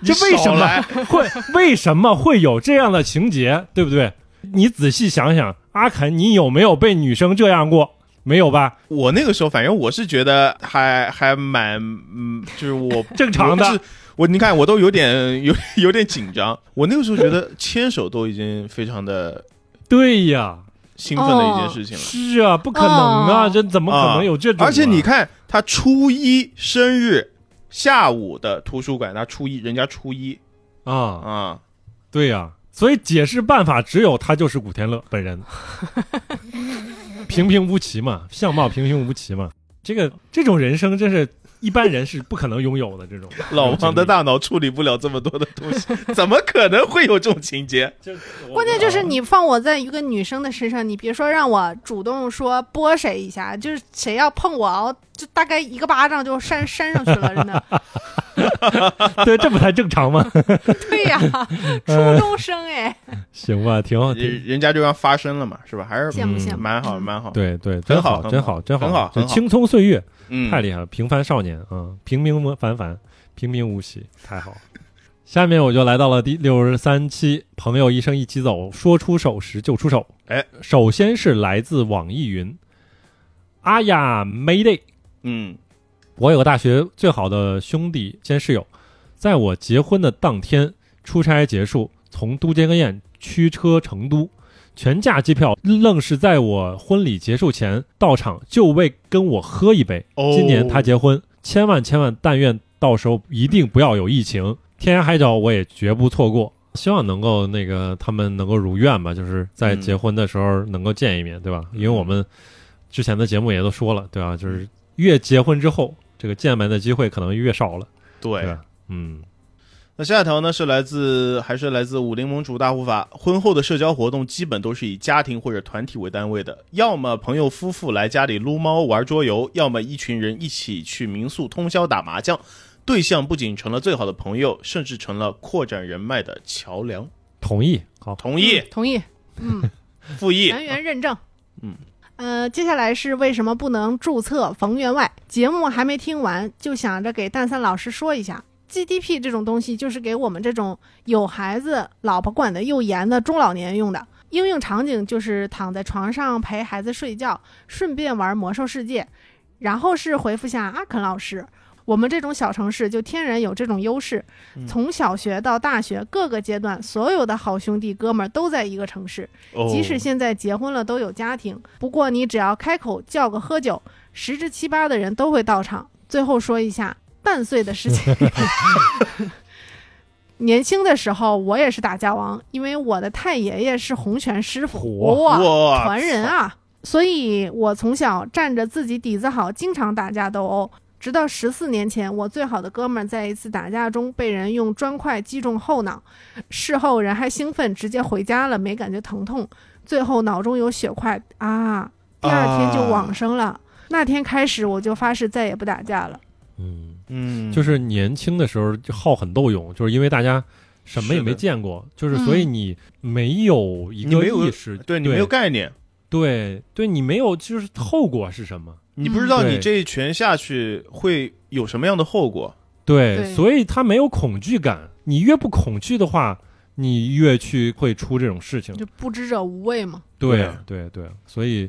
[SPEAKER 1] 这为什
[SPEAKER 2] 你少
[SPEAKER 1] 么
[SPEAKER 2] 来
[SPEAKER 1] 会为什么会有这样的情节，对不对？你仔细想想，阿肯，你有没有被女生这样过？没有吧？
[SPEAKER 2] 我那个时候，反正我是觉得还还蛮，嗯，就是我
[SPEAKER 1] 正常的
[SPEAKER 2] 我是我你看，我都有点有有点紧张。我那个时候觉得牵手都已经非常的
[SPEAKER 1] 对呀，
[SPEAKER 2] 兴奋的一件事情了。
[SPEAKER 1] 是啊，不可能啊，
[SPEAKER 3] 哦
[SPEAKER 1] 这怎么可能有这种啊、
[SPEAKER 2] 哦而且你看，他初一生日下午的图书馆，他初一人家初一
[SPEAKER 1] 啊，
[SPEAKER 2] 啊，
[SPEAKER 1] 对呀、所以解释办法只有他就是古天乐本 人，平平无奇嘛，相貌平平无奇嘛。这个这种人生真是一般人是不可能拥有的。这种
[SPEAKER 2] 老王的大脑处理不了这么多的东西，怎么可能会有这种情节？
[SPEAKER 1] 这种经历，
[SPEAKER 3] 关键就是你放我在一个女生的身上，你别说让我主动说拨谁一下，就是谁要碰我，我就大概一个巴掌就扇扇上去了，真的。
[SPEAKER 1] 对，这不太正常 吗？
[SPEAKER 3] 对呀、初中生哎，
[SPEAKER 1] 行吧，挺好，挺
[SPEAKER 2] 人人家就让发生了嘛，是吧？还是
[SPEAKER 3] 羡慕羡慕，
[SPEAKER 2] 蛮好，蛮好。
[SPEAKER 1] 对对，
[SPEAKER 2] 很
[SPEAKER 1] 真
[SPEAKER 2] 好
[SPEAKER 1] 真
[SPEAKER 2] 很
[SPEAKER 1] 好，
[SPEAKER 2] 好
[SPEAKER 1] 真
[SPEAKER 2] 很好
[SPEAKER 1] 这
[SPEAKER 2] 很好
[SPEAKER 1] 青葱岁月
[SPEAKER 2] 嗯，
[SPEAKER 1] 太厉害了，平凡少年啊，平平凡凡，平平无奇，太好了。下面我就来到了第六十三期，朋友一生一起走，说出手时就出手。
[SPEAKER 2] 哎，
[SPEAKER 1] 首先是来自网易云，阿呀，Mayday，
[SPEAKER 2] 嗯，
[SPEAKER 1] 我有个大学最好的兄弟兼室友，在我结婚的当天出差结束，从都江堰驱车成都，全价机票愣是在我婚礼结束前到场，就为跟我喝一杯。
[SPEAKER 2] 哦
[SPEAKER 1] 今年他结婚，千万千万但愿到时候一定不要有疫情，天涯海角我也绝不错过。希望能够那个他们能够如愿吧，就是在
[SPEAKER 2] 嗯
[SPEAKER 1] 结婚的时候能够见一面，对吧？因为我们之前的节目也都说了，对吧？就是越结婚之后，这个见面的机会可能越少了，对
[SPEAKER 2] 对。
[SPEAKER 1] 吧？嗯，
[SPEAKER 2] 那下一条呢是来自还是来自五柠檬主大护法，婚后的社交活动基本都是以家庭或者团体为单位的，要么朋友夫妇来家里撸猫玩桌游，要么一群人一起去民宿通宵打麻将。对象不仅成了最好的朋友，甚至成了扩展人脉的桥梁。
[SPEAKER 1] 同意，好，
[SPEAKER 2] 同意
[SPEAKER 3] 嗯，同意，嗯，
[SPEAKER 2] 复议。
[SPEAKER 3] 全员认证。
[SPEAKER 2] 嗯，
[SPEAKER 3] 呃，接下来是为什么不能注册冯员外？节目还没听完，就想着给蛋散老师说一下。GDP 这种东西就是给我们这种有孩子、老婆管得又严的中老年用的。应用场景就是躺在床上陪孩子睡觉，顺便玩魔兽世界。然后是回复下阿肯老师，我们这种小城市就天然有这种优势
[SPEAKER 2] 嗯，
[SPEAKER 3] 从小学到大学各个阶段，所有的好兄弟哥们儿都在一个城市。
[SPEAKER 2] 哦
[SPEAKER 3] 即使现在结婚了都有家庭，不过你只要开口叫个喝酒，十之七八的人都会到场。最后说一下半岁的事情。 年轻的时候，我也是打架王，因为我的太爷爷是洪拳师傅，
[SPEAKER 1] 嚯
[SPEAKER 3] 哇，
[SPEAKER 2] 哇
[SPEAKER 3] 传人啊！所以我从小仗着自己底子好，经常打架斗殴。直到十四年前，我最好的哥们儿在一次打架中被人用砖块击中后脑，事后人还兴奋，直接回家了，没感觉疼痛。最后脑中有血块啊，第二天就往生了。那天开始，我就发誓再也不打架了。
[SPEAKER 1] 嗯，
[SPEAKER 2] 嗯，
[SPEAKER 1] 就是是年轻的时候就好狠斗勇，就是因为大家什么也
[SPEAKER 2] 是的
[SPEAKER 1] 没见过，就是所以
[SPEAKER 3] 嗯
[SPEAKER 1] 你没有一
[SPEAKER 2] 你
[SPEAKER 1] 个
[SPEAKER 2] 没有
[SPEAKER 1] 意识，
[SPEAKER 2] 对
[SPEAKER 1] 对
[SPEAKER 2] 你没有概念，
[SPEAKER 1] 对对，你没有就是后果是什么？
[SPEAKER 2] 你不知道
[SPEAKER 1] 嗯
[SPEAKER 2] 你
[SPEAKER 1] 对
[SPEAKER 2] 这一拳下去会有什么样的后果。
[SPEAKER 1] 对，
[SPEAKER 3] 对
[SPEAKER 1] 所以他没有恐惧感。你越不恐惧的话，你越去会出这种事情。
[SPEAKER 3] 嗯就不知者无畏嘛。
[SPEAKER 1] 对对对，所以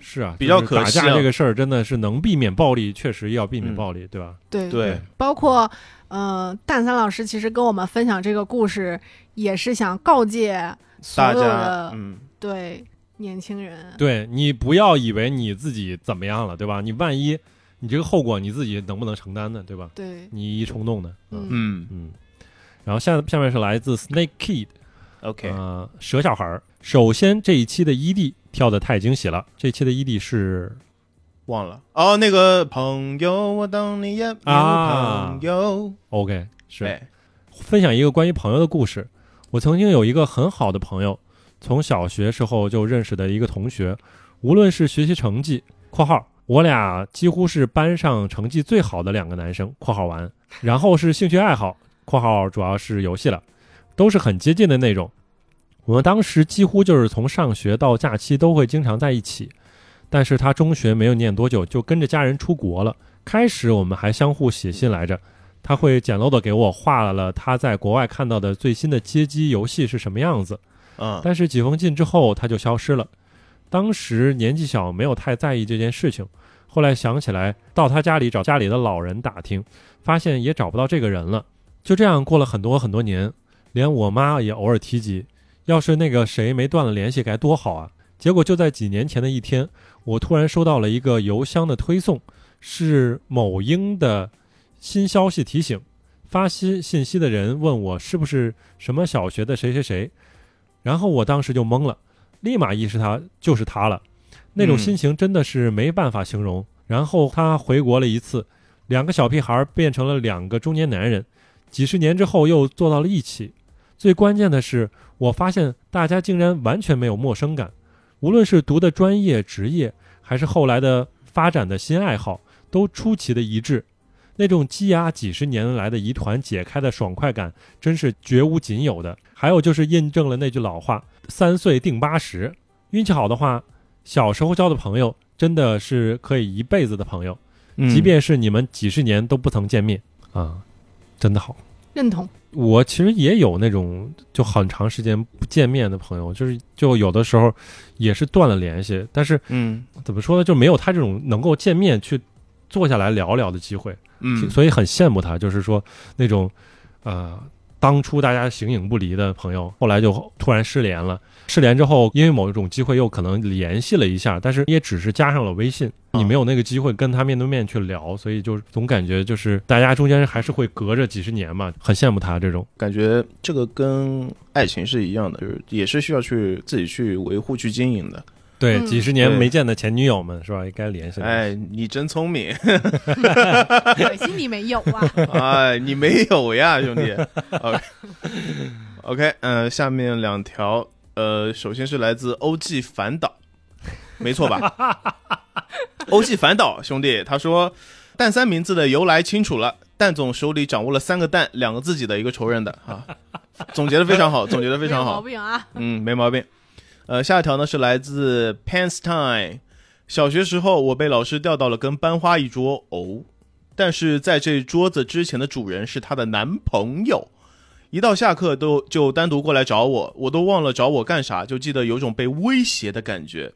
[SPEAKER 1] 是啊，
[SPEAKER 2] 啊比较
[SPEAKER 1] 就是
[SPEAKER 2] 可惜
[SPEAKER 1] 打架
[SPEAKER 2] 啊嗯
[SPEAKER 1] 这个事儿真的是能避免暴力，确实要避免暴力，对吧？
[SPEAKER 3] 对，
[SPEAKER 2] 对，
[SPEAKER 3] 包括呃，蛋三老师其实跟我们分享这个故事，也是想告诫所
[SPEAKER 2] 大
[SPEAKER 3] 有
[SPEAKER 2] 家
[SPEAKER 3] 的、
[SPEAKER 2] 嗯，
[SPEAKER 3] 对年轻人，
[SPEAKER 1] 对你不要以为你自己怎么样了，对吧？你万一你这个后果你自己能不能承担呢，对吧？
[SPEAKER 3] 对
[SPEAKER 1] 你一冲动呢，嗯
[SPEAKER 2] 嗯
[SPEAKER 1] 嗯。然后下下面是来自 Snake Kid，
[SPEAKER 2] ，OK，
[SPEAKER 1] 呃，蛇小孩儿。首先这一期的 ED 跳的太惊喜了，这一期的 ED 是
[SPEAKER 2] 忘了哦，那个朋友，我当你也没有
[SPEAKER 1] 啊
[SPEAKER 2] 朋友，哎
[SPEAKER 1] OK，是
[SPEAKER 2] 对，
[SPEAKER 1] 分享一个关于朋友的故事。我曾经有一个很好的朋友，从小学时候就认识的一个同学，无论是学习成绩（括号我俩几乎是班上成绩最好的两个男生）（括号完），然后是兴趣爱好（括号主要是游戏了），都是很接近的那种。我们当时几乎就是从上学到假期都会经常在一起，但是他中学没有念多久就跟着家人出国了。开始我们还相互写信来着，他会简陋的给我画了他在国外看到的最新的街机游戏是什么样子，
[SPEAKER 2] 嗯，
[SPEAKER 1] 但是几封信之后他就消失了。当时年纪小，没有太在意这件事情。后来想起来，到他家里找家里的老人打听，发现也找不到这个人了。就这样过了很多很多年，连我妈也偶尔提及，要是那个谁没断了联系该多好啊！结果就在几年前的一天，我突然收到了一个邮箱的推送，是某英的新消息提醒。发信信息的人问我是不是什么小学的谁谁谁，然后我当时就懵了，立马意识他就是他了，那种
[SPEAKER 2] 嗯
[SPEAKER 1] 心情真的是没办法形容。然后他回国了一次，两个小屁孩变成了两个中年男人，几十年之后又坐到了一起。最关键的是，我发现大家竟然完全没有陌生感，无论是读的专业、职业，还是后来的发展的新爱好，都出奇的一致。那种积压几十年来的疑团解开的爽快感，真是绝无仅有的。还有就是印证了那句老话：“三岁定八十。”运气好的话，小时候交的朋友，真的是可以一辈子的朋友，
[SPEAKER 2] 嗯
[SPEAKER 1] 即便是你们几十年都不曾见面啊，真的好。
[SPEAKER 3] 认同，
[SPEAKER 1] 我其实也有那种就很长时间不见面的朋友，就是就有的时候也是断了联系，但是
[SPEAKER 2] 嗯
[SPEAKER 1] 怎么说呢，就没有他这种能够见面去坐下来聊聊的机会，
[SPEAKER 2] 嗯，
[SPEAKER 1] 所以很羡慕他，就是说那种呃。当初大家形影不离的朋友，后来就突然失联了。失联之后，因为某一种机会又可能联系了一下，但是也只是加上了微信，
[SPEAKER 2] 啊
[SPEAKER 1] 你没有那个机会跟他面对面去聊，所以就总感觉就是大家中间还是会隔着几十年嘛，很羡慕他这种。
[SPEAKER 2] 感觉这个跟爱情是一样的，就是也是需要去自己去维护、去经营的。
[SPEAKER 1] 对，
[SPEAKER 3] 嗯
[SPEAKER 1] 几十年
[SPEAKER 2] 对
[SPEAKER 1] 没见的前女友们是吧？应该联系联系。
[SPEAKER 2] 哎，你真聪明，
[SPEAKER 3] 可惜你没有啊。
[SPEAKER 2] 哎，你没有呀，兄弟。OK，OK，嗯、下面两条，呃，首先是来自欧记反岛，没错吧？欧记反岛兄弟，他说蛋三名字的由来清楚了，蛋总手里掌握了三个蛋，两个自己的，一个仇人的啊，总结的非常好，总结 的非常
[SPEAKER 3] 没有
[SPEAKER 2] 好
[SPEAKER 3] 毛。病啊。
[SPEAKER 2] 嗯，没毛病。呃，下一条呢是来自 Pants Time。小学时候，我被老师调到了跟班花一桌哦，但是在这桌子之前的主人是她的男朋友，一到下课都就单独过来找我，我都忘了找我干啥，就记得有种被威胁的感觉。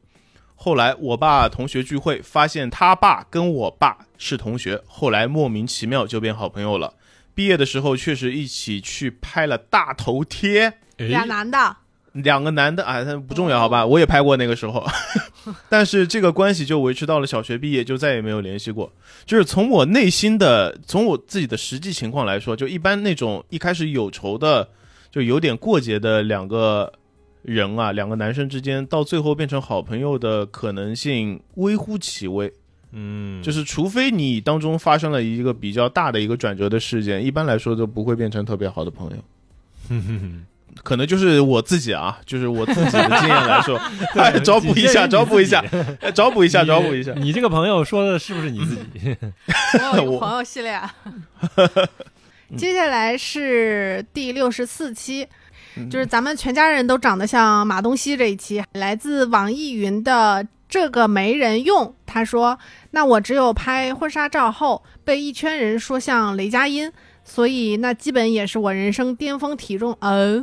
[SPEAKER 2] 后来我爸同学聚会，发现他爸跟我爸是同学，后来莫名其妙就变好朋友了。毕业的时候确实一起去拍了大头贴，
[SPEAKER 3] 俩男的，
[SPEAKER 2] 两个男的啊，他不重要，好吧？我也拍过那个时候， 但是这个关系就维持到了小学毕业，就再也没有联系过。就是从我内心的，从我自己的实际情况来说，就一般那种一开始有仇的，就有点过节的两个人啊，两个男生之间，到最后变成好朋友的可能性微乎其微。
[SPEAKER 1] 嗯，
[SPEAKER 2] 就是除非你当中发生了一个比较大的一个转折的事件，一般来说都不会变成特别好的朋友。 可能就是我自己啊，就是我自己的经验来 说， 哎，找补一下，找补一下，哎找补一
[SPEAKER 1] 一
[SPEAKER 2] 下，找补一下。
[SPEAKER 1] 你这个朋友说的是不是你自己？
[SPEAKER 3] 我有一个
[SPEAKER 2] 我
[SPEAKER 3] 朋友系列，啊接下来是第六十四期，
[SPEAKER 2] 嗯
[SPEAKER 1] 嗯
[SPEAKER 3] 就是咱们全家人都长得像马东锡这一期，来自网易云的这个没人用，他说：“那我只有拍婚纱照后被一圈人说像雷佳音，所以那基本也是我人生巅峰体重， 呃，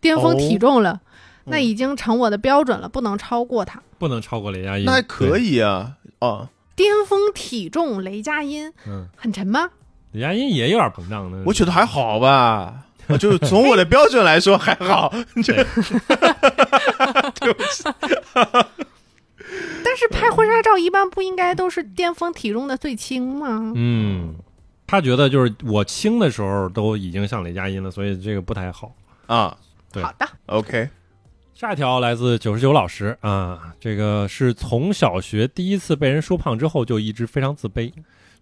[SPEAKER 3] 巅峰体重
[SPEAKER 1] 哦
[SPEAKER 3] 了，
[SPEAKER 1] 嗯
[SPEAKER 3] 那已经成我的标准了，不能超过他。
[SPEAKER 1] 不能超过雷佳音，
[SPEAKER 2] 那还可
[SPEAKER 1] 以。
[SPEAKER 2] 以啊，哦，
[SPEAKER 3] 巅峰体重雷佳音
[SPEAKER 1] 嗯，
[SPEAKER 3] 很沉吗？
[SPEAKER 1] 雷佳音也有点膨胀的，
[SPEAKER 2] 我觉得还 好吧，啊就是从我的标准来说还好，
[SPEAKER 1] 对
[SPEAKER 3] 但是拍婚纱照一般不应该都是巅峰体重的最轻吗？
[SPEAKER 1] 嗯，他觉得就是我轻的时候都已经像雷佳音了，所以这个不太好。
[SPEAKER 2] 啊
[SPEAKER 1] 对
[SPEAKER 3] 好的，
[SPEAKER 2] ，OK，
[SPEAKER 1] 下一条来自九十九老师啊，这个是从小学第一次被人说胖之后就一直非常自卑，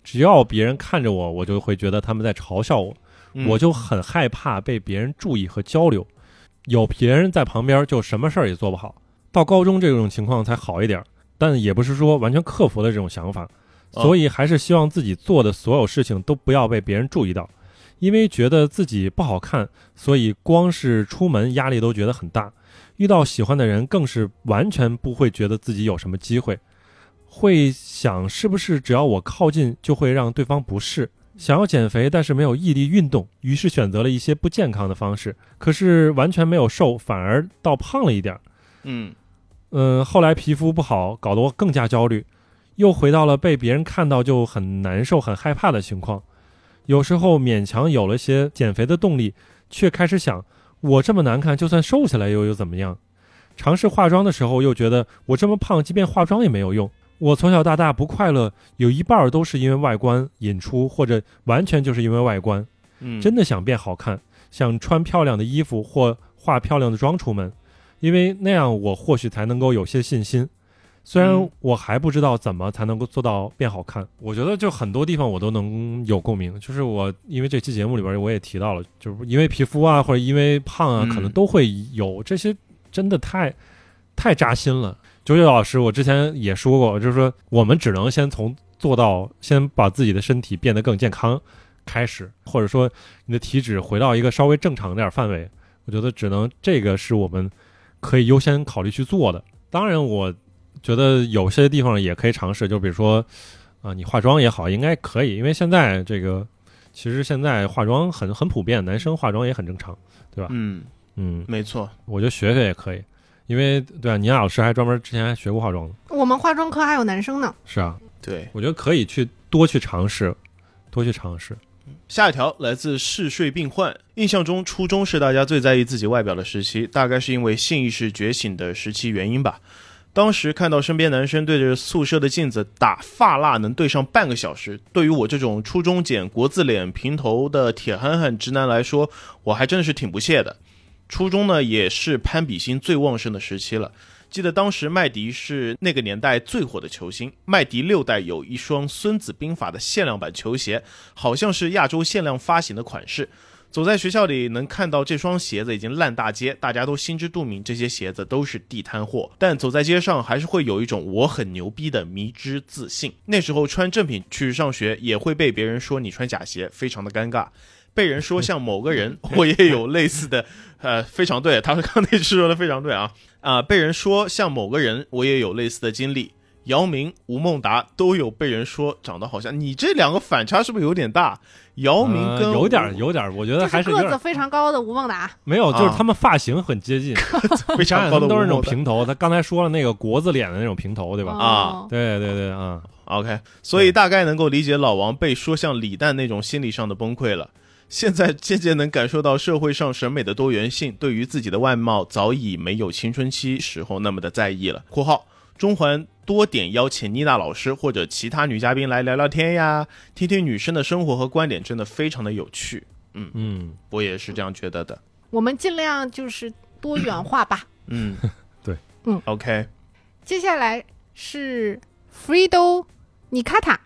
[SPEAKER 1] 只要别人看着我，我就会觉得他们在嘲笑我，
[SPEAKER 2] 嗯
[SPEAKER 1] 我就很害怕被别人注意和交流，有别人在旁边就什么事儿也做不好。到高中这种情况才好一点儿，但也不是说完全克服了这种想法，所以还是希望自己做的所有事情都不要被别人注意到，因为觉得自己不好看，所以光是出门压力都觉得很大。遇到喜欢的人，更是完全不会觉得自己有什么机会，会想是不是只要我靠近就会让对方不适。想要减肥，但是没有毅力运动，于是选择了一些不健康的方式，可是完全没有瘦，反而倒胖了一点儿。
[SPEAKER 2] 嗯
[SPEAKER 1] 嗯，后来皮肤不好，搞得我更加焦虑，又回到了被别人看到就很难受、很害怕的情况。有时候勉强有了些减肥的动力，却开始想，我这么难看，就算瘦下来又又怎么样？尝试化妆的时候，又觉得我这么胖，即便化妆也没有用。我从小到大不快乐，有一半儿都是因为外观引出，或者完全就是因为外观。
[SPEAKER 2] 嗯，
[SPEAKER 1] 真的想变好看，想穿漂亮的衣服或化漂亮的妆出门，因为那样我或许才能够有些信心。虽然
[SPEAKER 2] 嗯
[SPEAKER 1] 我还不知道怎么才能够做到变好看，我觉得就很多地方我都能有共鸣。就是我因为这期节目里边我也提到了，就是因为皮肤啊或者因为胖啊，
[SPEAKER 2] 嗯
[SPEAKER 1] 可能都会有这些，真的太太扎心了。九九老师，我之前也说过，就是说我们只能先从做到先把自己的身体变得更健康开始，或者说你的体脂回到一个稍微正常点儿范围，我觉得只能这个是我们可以优先考虑去做的。当然，我觉得有些地方也可以尝试，就比如说啊、你化妆也好，应该可以，因为现在这个其实现在化妆很很普遍，男生化妆也很正常。
[SPEAKER 2] 嗯，
[SPEAKER 1] 嗯，
[SPEAKER 2] 没错，
[SPEAKER 1] 我觉得学学也可以，因为对啊，倪老师还专门之前还学过化妆呢。
[SPEAKER 3] 我们化妆科还有男生呢，
[SPEAKER 1] 是啊，
[SPEAKER 2] 对。
[SPEAKER 1] 我觉得可以去多去尝试，多去尝试。
[SPEAKER 2] 下一条来自嗜睡病患。印象中，初中是大家最在意自己外表的时期，大概是因为性意识觉醒的时期原因吧。当时看到身边男生对着宿舍的镜子打发蜡，能对上半个小时，对于我这种初中剪国字脸、平头的铁憨憨直男来说，我还真的是挺不屑的。初中呢，也是攀比心最旺盛的时期了。记得当时麦迪是那个年代最火的球星，麦迪六代有一双《孙子兵法》的限量版球鞋，好像是亚洲限量发行的款式。走在学校里能看到这双鞋子已经烂大街，大家都心知肚明，这些鞋子都是地摊货。但走在街上还是会有一种我很牛逼的迷之自信。那时候穿正品去上学，也会被别人说你穿假鞋，非常的尴尬。被人说像某 个人， 我也有类似的，呃，非常对，他们刚才说的非常对啊啊、被人说像某个人，我也有类似的经历。姚明、吴孟达都有被人说长得好像，你这两个反差是不是有点大？姚明跟、
[SPEAKER 1] 呃有点儿，有点儿，我觉得
[SPEAKER 3] 就
[SPEAKER 1] 还
[SPEAKER 3] 是
[SPEAKER 1] 是有
[SPEAKER 3] 个
[SPEAKER 1] 点
[SPEAKER 3] 子
[SPEAKER 1] 儿
[SPEAKER 3] 非常高的吴孟达，
[SPEAKER 1] 没有，就是
[SPEAKER 2] 啊
[SPEAKER 1] 他们发型很接近。
[SPEAKER 2] 非
[SPEAKER 1] 想想
[SPEAKER 2] 常高
[SPEAKER 1] 他
[SPEAKER 2] 的
[SPEAKER 1] 们都是那种
[SPEAKER 2] 吴孟达
[SPEAKER 1] 平头，他刚才说了那个国字脸的那种平头，对吧？
[SPEAKER 3] 哦，
[SPEAKER 1] 对对对啊，
[SPEAKER 2] OK，所以大概能够理解老王被说像李诞那种心理上的崩溃了。现在渐渐能感受到社会上审美的多元性，对于自己的外貌早已没有青春期时候那么的在意了。（括号中环多点邀请妮娜老师或者其他女嘉宾来聊聊天呀，听听女生的生活和观点，真的非常的有趣。
[SPEAKER 1] 嗯，），
[SPEAKER 2] 我也是这样觉得的。
[SPEAKER 3] 我们尽量就是多元化吧。
[SPEAKER 2] 嗯
[SPEAKER 1] 对，
[SPEAKER 3] 嗯
[SPEAKER 2] ，OK，
[SPEAKER 3] 接下来是 Fredo 尼卡塔，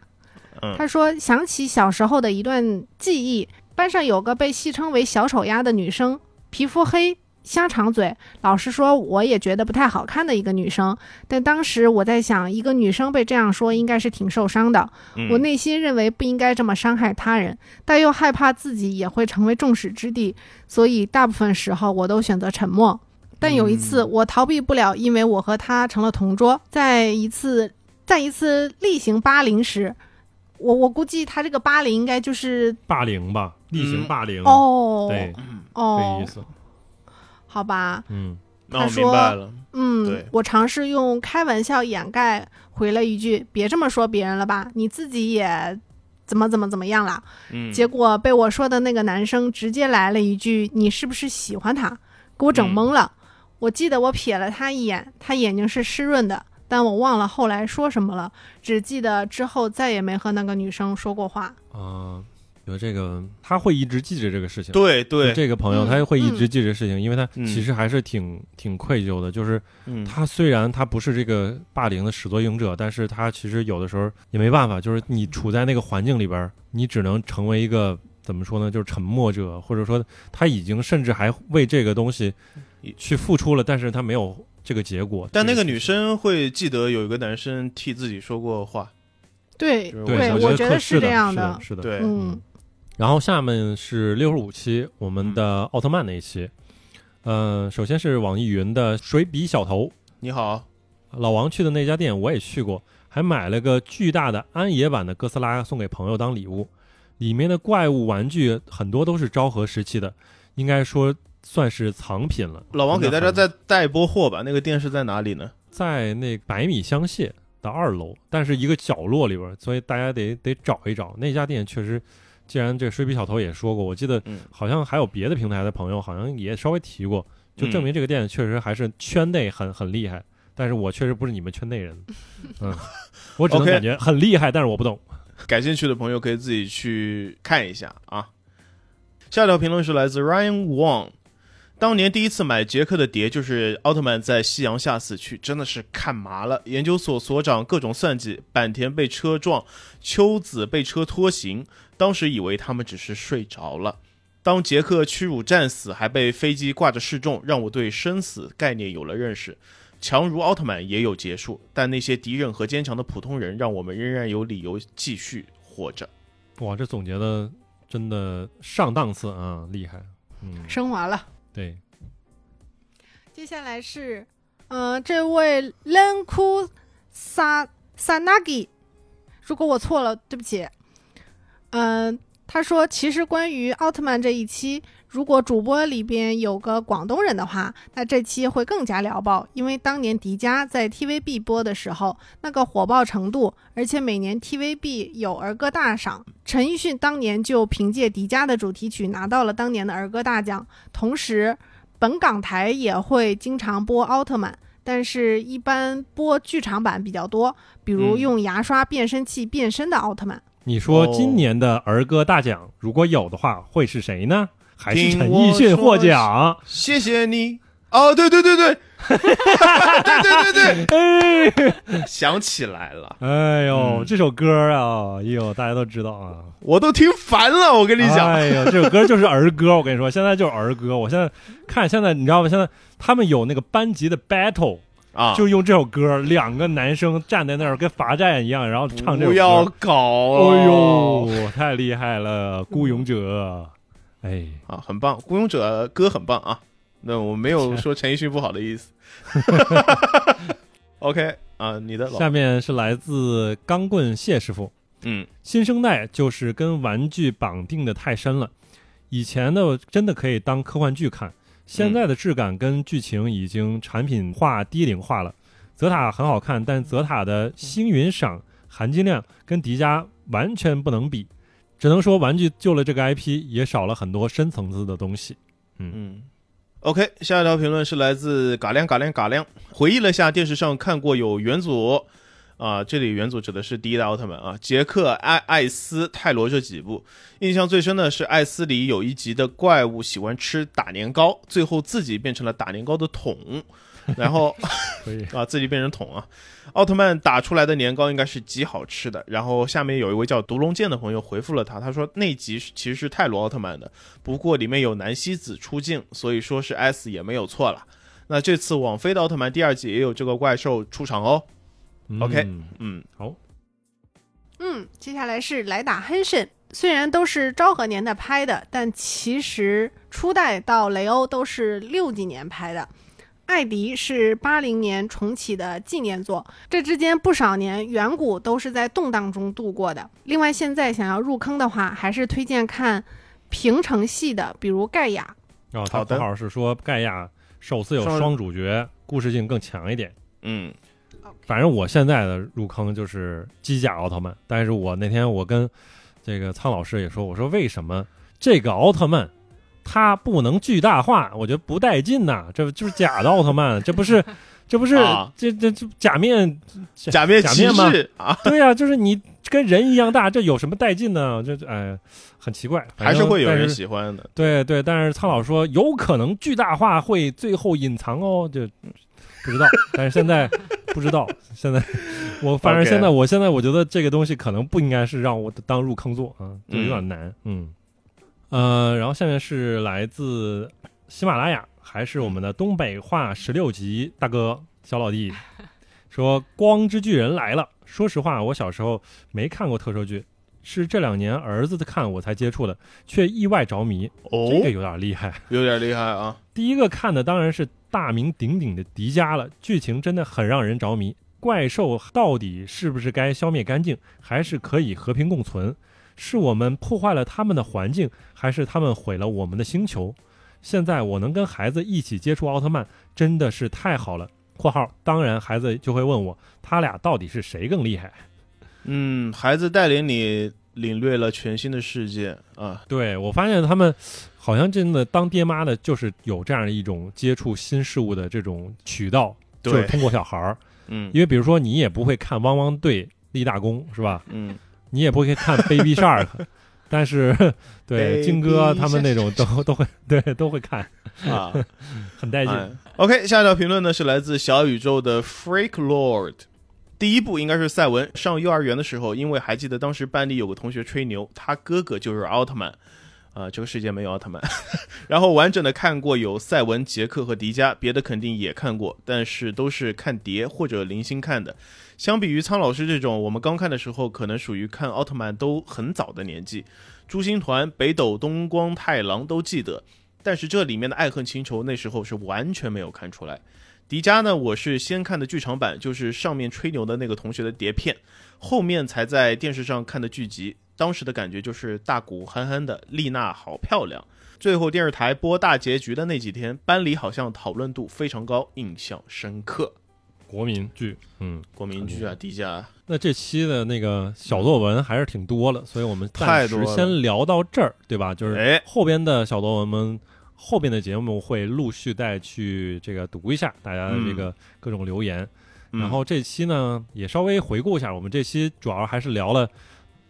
[SPEAKER 2] 嗯
[SPEAKER 3] 他说想起小时候的一段记忆，班上有个被戏称为“小丑丫”的女生，皮肤黑，香肠嘴，老实说我也觉得不太好看的一个女生。但当时我在想，一个女生被这样说应该是挺受伤的。
[SPEAKER 4] 嗯
[SPEAKER 3] 我内心认为不应该这么伤害他人，但又害怕自己也会成为众矢之的，所以大部分时候我都选择沉默。但有一
[SPEAKER 1] 嗯
[SPEAKER 3] 次，我逃避不了，因为我和他成了同桌。在一次，在一次例行霸凌时，我我估计他这个霸凌应该就是
[SPEAKER 1] 霸凌吧，例行霸凌，
[SPEAKER 3] 嗯哦，
[SPEAKER 1] 嗯对，这
[SPEAKER 3] 哦
[SPEAKER 1] 意，思，
[SPEAKER 3] 好吧，
[SPEAKER 1] 嗯，
[SPEAKER 2] 那我
[SPEAKER 3] 他
[SPEAKER 2] 明
[SPEAKER 3] 说
[SPEAKER 2] 白了，
[SPEAKER 3] 嗯
[SPEAKER 2] 对，
[SPEAKER 3] 我尝试用开玩笑掩盖，回了一句：“别这么说别人了吧，你自己也怎么怎么怎么样了。”
[SPEAKER 4] 嗯，
[SPEAKER 3] 结果被我说的那个男生直接来了一句：“你是不是喜欢他？”给我整懵了。我记得我瞥了他一眼，他眼睛是湿润的，但我忘了后来说什么了，只记得之后再也没和那个女生说过话。
[SPEAKER 1] 啊，有这个，他会一直记着这个事情。
[SPEAKER 4] 对对，
[SPEAKER 1] 这个朋友，
[SPEAKER 3] 嗯
[SPEAKER 1] 他会一直记着事情，因为他
[SPEAKER 4] 嗯
[SPEAKER 1] 其实还是挺挺愧疚的。就是
[SPEAKER 4] 嗯
[SPEAKER 1] 他虽然他不是这个霸凌的始作俑者，但是他其实有的时候也没办法，就是你处在那个环境里边儿，你只能成为一个怎么说呢，就是沉默者，或者说他已经甚至还为这个东西去付出了，但是他没有这个结果。
[SPEAKER 2] 嗯但那个
[SPEAKER 1] 这
[SPEAKER 2] 女生会记得有一个男生替自己说过话，
[SPEAKER 3] 对
[SPEAKER 2] 就是
[SPEAKER 1] 对，
[SPEAKER 3] 我
[SPEAKER 1] 我
[SPEAKER 3] 觉
[SPEAKER 1] 可
[SPEAKER 3] 得
[SPEAKER 1] 是
[SPEAKER 3] 这样
[SPEAKER 1] 的，是的，是的。
[SPEAKER 2] 对，
[SPEAKER 3] 嗯
[SPEAKER 1] 然后下面是六十五期我们的
[SPEAKER 2] 嗯
[SPEAKER 1] 奥特曼那一期，呃，首先是网易云的水笔小头，
[SPEAKER 2] 你好，
[SPEAKER 1] 老王去的那家店我也去过，还买了个巨大的安野版的哥斯拉送给朋友当礼物，里面的怪物玩具很多都是昭和时期的，应该说算是藏品了。
[SPEAKER 2] 老王给大家
[SPEAKER 1] 真的
[SPEAKER 2] 再带一波货吧。那个店是在哪里呢？
[SPEAKER 1] 在那百米香榭的二楼，但是一个角落里边儿，所以大家得得找一找那家店。确实，既然这水笔小头也说过，我记得
[SPEAKER 4] 嗯
[SPEAKER 1] 好像还有别的平台的朋友好像也稍微提过，就
[SPEAKER 4] 嗯
[SPEAKER 1] 证明这个店确实还是圈内很很厉害。但是我确实不是你们圈内 人，嗯，我只能
[SPEAKER 4] OK
[SPEAKER 1] 感觉很厉害，但是我不懂。
[SPEAKER 2] 感兴趣的朋友可以自己去看一下啊。下一条评论是来自 Ryan Wang，当年第一次买杰克的碟就是奥特曼在夕阳下死去，真的是看麻了。研究所所长各种算计，坂田被车撞，秋子被车拖行，当时以为他们只是睡着了。当杰克屈辱战死，还被飞机挂着示众，让我对生死概念有了认识。强如奥特曼也有结束，但那些敌人和坚强的普通人，让我们仍然有理由继续活着。
[SPEAKER 1] 哇，这总结的真的上档次啊，厉害。嗯，
[SPEAKER 3] 升华了。
[SPEAKER 1] 对，
[SPEAKER 3] 接下来是，呃，这位 Lenku Sa Sanagi，如果我错了，对不起。嗯、他说，其实关于奥特曼这一期，如果主播里边有个广东人的话，那这期会更加聊爆，因为当年迪迦在 TVB 播的时候，那个火爆程度，而且每年 TVB 有儿歌大赏，陈奕迅当年就凭借迪迦的主题曲拿到了当年的儿歌大奖，同时。本港台也会经常播奥特曼，但是一般播剧场版比较多，比如
[SPEAKER 4] 嗯
[SPEAKER 3] 用牙刷变身器变身的奥特曼。
[SPEAKER 1] 你说
[SPEAKER 2] 哦
[SPEAKER 1] 今年的儿歌大奖如果有的话，会是谁呢？还是
[SPEAKER 2] 听
[SPEAKER 1] 陈
[SPEAKER 2] 我
[SPEAKER 1] 奕迅
[SPEAKER 2] 说
[SPEAKER 1] 获奖？
[SPEAKER 2] 谢谢你。哦，对对对对，对对对对， 想起来了，
[SPEAKER 1] 哎呦，
[SPEAKER 4] 嗯
[SPEAKER 1] 这首歌啊，哎呦，大家都知道啊。
[SPEAKER 2] 我都听烦了。我跟你讲，
[SPEAKER 1] 哎呦，这首歌就是儿歌，我跟你说，现在就是儿歌。我现在看现在，你知道吗？现在他们有那个班级的 battle，
[SPEAKER 2] 啊，
[SPEAKER 1] 就用这首歌，两个男生站在那儿跟罚站一样，然后唱这
[SPEAKER 2] 不要
[SPEAKER 1] 首歌。
[SPEAKER 2] 搞、哦，
[SPEAKER 1] 哎呦，太厉害了，孤勇者。哎，
[SPEAKER 2] 啊，很棒，《孤勇者》歌很棒啊。那我没
[SPEAKER 1] 啊
[SPEAKER 2] 有说陈奕迅不好的意思。OK 啊，你的老
[SPEAKER 1] 下面是来自钢棍谢师傅，
[SPEAKER 4] 嗯
[SPEAKER 1] 新生代就是跟玩具绑定的太深了，以前的真的可以当科幻剧看，现在的质感跟剧情已经产品化、低龄化了。泽塔很好看，但泽塔的星云赏含金量跟迪迦完全不能比，只能说玩具救了这个 IP，也少了很多深层次的东西。
[SPEAKER 2] 嗯，OK，下一条评论是来自嘎亮嘎亮嘎亮，回忆了下电视上看过有元祖，啊、这里元祖指的是第一代奥特曼啊，杰克、艾艾斯、泰罗这几部，印象最深的是艾斯里有一集的怪物喜欢吃打年糕，最后自己变成了打年糕的桶。然后
[SPEAKER 1] 可以，
[SPEAKER 2] 啊，自己变成桶啊。奥特曼打出来的年糕应该是极好吃的。然后下面有一位叫独龙剑的朋友回复了他，他说那集是其实是泰罗奥特曼的，不过里面有南希子出镜，所以说是 S 也没有错了。那这次网飞的奥特曼第二季也有这个怪兽出场哦。
[SPEAKER 1] 嗯
[SPEAKER 2] OK 嗯，
[SPEAKER 3] 嗯，接下来是莱达亨森，虽然都是昭和年代拍的，但其实初代到雷欧都是六几年拍的。艾迪是八零年重启的纪念作，这之间不少年远古都是在动荡中度过的。另外，现在想要入坑的话，还是推荐看平成系的，比如盖亚。
[SPEAKER 1] 然哦后他
[SPEAKER 2] 好的
[SPEAKER 1] 正好是说盖亚首次有
[SPEAKER 2] 双
[SPEAKER 1] 双主角，故事性更强一点。
[SPEAKER 2] 嗯，
[SPEAKER 1] 反正我现在的入坑就是机甲奥特曼，但是我那天我跟这个苍老师也说，我说为什么这个奥特曼它不能巨大化？我觉得不带劲呐、这就是假的奥特曼，这不 是这不是、
[SPEAKER 2] 啊
[SPEAKER 1] 这这这假面
[SPEAKER 2] 假面
[SPEAKER 1] 假
[SPEAKER 2] 骑
[SPEAKER 1] 面吗
[SPEAKER 2] 士啊，
[SPEAKER 1] 对呀、就是你跟人一样大，这有什么带劲呢？这哎很奇怪，反
[SPEAKER 2] 还是
[SPEAKER 1] 正
[SPEAKER 2] 会有
[SPEAKER 1] 但
[SPEAKER 2] 人
[SPEAKER 1] 是
[SPEAKER 2] 喜欢的。
[SPEAKER 1] 对对，但是苍老师说有可能巨大化会最后隐藏哦，就不知道。但是现在不知道，现在我反正
[SPEAKER 2] OK
[SPEAKER 1] 现在我现在我觉得这个东西可能不应该是让我当入坑做啊，就有
[SPEAKER 2] 嗯
[SPEAKER 1] 点难。嗯，呃，然后下面是来自喜马拉雅，还是我们的东北话十六级大哥小老 弟说，《光之巨人》来了。说实话，我小时候没看过特摄剧，是这两年儿子看我才接触的，却意外着迷。
[SPEAKER 2] 哦，
[SPEAKER 1] 这个有点厉害。
[SPEAKER 2] 有点厉害啊。
[SPEAKER 1] 第一个看的当然是大名鼎鼎的迪迦了，剧情真的很让人着迷。怪兽到底是不是该消灭干净，还是可以和平共存？是我们破坏了他们的环境，还是他们毁了我们的星球？现在我能跟孩子一起接触奥特曼，真的是太好了。（括号当然，孩子就会问我，他俩到底是谁更厉害？
[SPEAKER 2] 嗯，孩子带领你领略了全新的世界啊。
[SPEAKER 1] 对我发现他们好像真的当爹妈的，就是有这样一种接触新事物的这种渠道，就是
[SPEAKER 2] 对
[SPEAKER 1] 通过小孩儿。
[SPEAKER 2] 嗯
[SPEAKER 1] 因为比如说你也不会看《汪汪队立大功》是吧？
[SPEAKER 2] 嗯，
[SPEAKER 1] 你也不会看 Baby Shark，但是对
[SPEAKER 2] Baby
[SPEAKER 1] 金哥他们那种都都会对都会看，
[SPEAKER 2] 啊，
[SPEAKER 1] 很带劲。
[SPEAKER 2] 哎 OK，下一条评论呢是来自小宇宙的 Freak Lord。第一部应该是赛文上幼儿园的时候，因为还记得当时班里有个同学吹牛，他哥哥就是奥特曼，啊、这个世界没有奥特曼。 然后完整的看过有赛文、杰克和迪迦，别的肯定也看过，但是都是看碟或者零星看的。相比于苍老师这种，我们刚看的时候可能属于看奥特曼都很早的年纪，朱星团、北斗、东光太郎都记得，但是这里面的爱恨情仇那时候是完全没有看出来。迪迦呢，我是先看的剧场版，就是上面吹牛的那个同学的碟片，后面才在电视上看的剧集。当时的感觉就是大鼓憨憨的，丽娜好漂亮。最后电视台播大结局的那几天，班里好像讨论度非常高，印象深刻。
[SPEAKER 1] 国民剧，嗯，
[SPEAKER 2] 国民剧啊，迪迦，
[SPEAKER 1] 那这期的那个小作文还是挺多了，所以我们暂
[SPEAKER 2] 太
[SPEAKER 1] 时
[SPEAKER 2] 多了
[SPEAKER 1] 先聊到这儿，对吧？就是
[SPEAKER 2] 哎，
[SPEAKER 1] 后边的小作文们。后边的节目会陆续再去这个读一下大家的这个各种留言，
[SPEAKER 2] 嗯
[SPEAKER 1] 然后这期呢也稍微回顾一下，我们这期主要还是聊了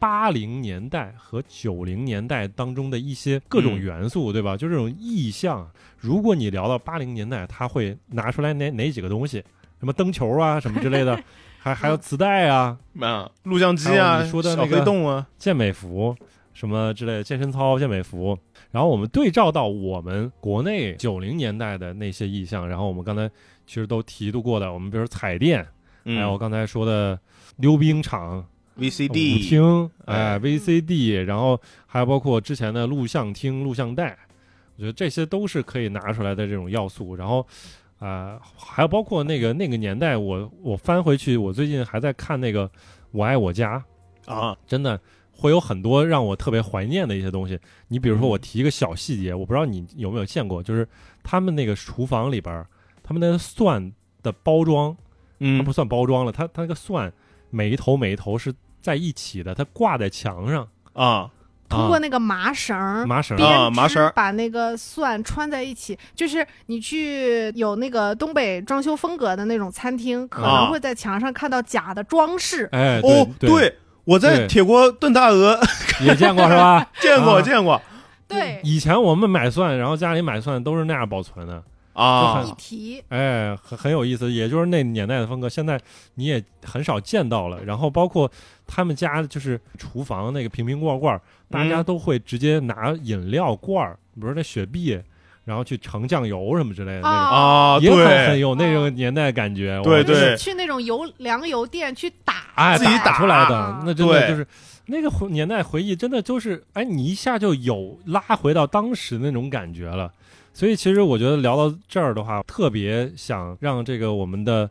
[SPEAKER 1] 八零年代和九零年代当中的一些各种
[SPEAKER 2] 嗯
[SPEAKER 1] 元素，对吧？就这种意象，如果你聊到八零年代，他会拿出来哪哪几个东西？什么灯球啊，什么之类的，还还 有磁带啊、
[SPEAKER 2] 啊，录像机
[SPEAKER 1] 还有
[SPEAKER 2] 啊，
[SPEAKER 1] 你说的那个
[SPEAKER 2] 小黑洞啊，
[SPEAKER 1] 健美服什么之类的，健身操、健美服。然后我们对照到我们国内九零年代的那些意象，然后我们刚才其实都提到过的，我们比如说彩电，
[SPEAKER 2] 嗯
[SPEAKER 1] 还有刚才说的溜冰场、舞
[SPEAKER 2] VCD，
[SPEAKER 1] 厅，
[SPEAKER 2] 哎
[SPEAKER 1] 哎，VCD，然后还包括之前的录像厅、录像带，我觉得这些都是可以拿出来的这种要素。然后，啊、还有包括那个那个年代，我我翻回去，我最近还在看那个《我爱我家
[SPEAKER 2] 啊，》，
[SPEAKER 1] 真的会有很多让我特别怀念的一些东西。你比如
[SPEAKER 2] 嗯
[SPEAKER 1] 说，我提一个小细节，我不知道你有没有见过，就是他们那个厨房里边儿，他们那个蒜的包装它
[SPEAKER 2] 嗯
[SPEAKER 1] 不算包装了，它它那个蒜每一头每一头是在一起的，它挂在墙上，
[SPEAKER 2] 啊，
[SPEAKER 3] 通过
[SPEAKER 1] 那
[SPEAKER 3] 那个麻绳儿
[SPEAKER 1] 麻绳
[SPEAKER 2] 边啊
[SPEAKER 3] 编
[SPEAKER 2] 麻绳
[SPEAKER 3] 织
[SPEAKER 2] 儿
[SPEAKER 3] 把那个蒜穿在一起，就是你去有那个东北装修风格的那种餐厅，可能
[SPEAKER 2] 啊
[SPEAKER 3] 会在墙上看到假的装饰。
[SPEAKER 1] 哎，对
[SPEAKER 2] 哦，， 我在
[SPEAKER 1] 对
[SPEAKER 2] 铁锅炖大鹅
[SPEAKER 1] 也见过是吧？
[SPEAKER 2] 见过
[SPEAKER 1] 啊
[SPEAKER 2] 见过，
[SPEAKER 3] 对，
[SPEAKER 1] 以前我们买蒜，然后家里买蒜都是那样保存的，
[SPEAKER 5] 啊
[SPEAKER 1] 就
[SPEAKER 3] 嗯一提，
[SPEAKER 1] 哎，很很有意思，也就是那年代的风格，现在你也很少见到了。然后包括他们家就是厨房那个瓶瓶罐罐儿，大家都会直接拿饮料罐儿，比如说那雪碧，然后去盛酱油什么之类的那种，
[SPEAKER 5] 啊，
[SPEAKER 1] 也很很
[SPEAKER 5] 对，
[SPEAKER 1] 有那种年代感觉。
[SPEAKER 5] 对
[SPEAKER 1] 我
[SPEAKER 3] 哦就
[SPEAKER 5] 对
[SPEAKER 3] 是去那种油粮油店去打，
[SPEAKER 1] 哎，
[SPEAKER 5] 自己打
[SPEAKER 1] 出来的
[SPEAKER 3] 啊，
[SPEAKER 1] 那真的
[SPEAKER 5] 对
[SPEAKER 1] 就是那个回年代回忆，真的就是哎，你一下就有拉回到当时那种感觉了。所以其实我觉得聊到这儿的话，特别想让这个我们的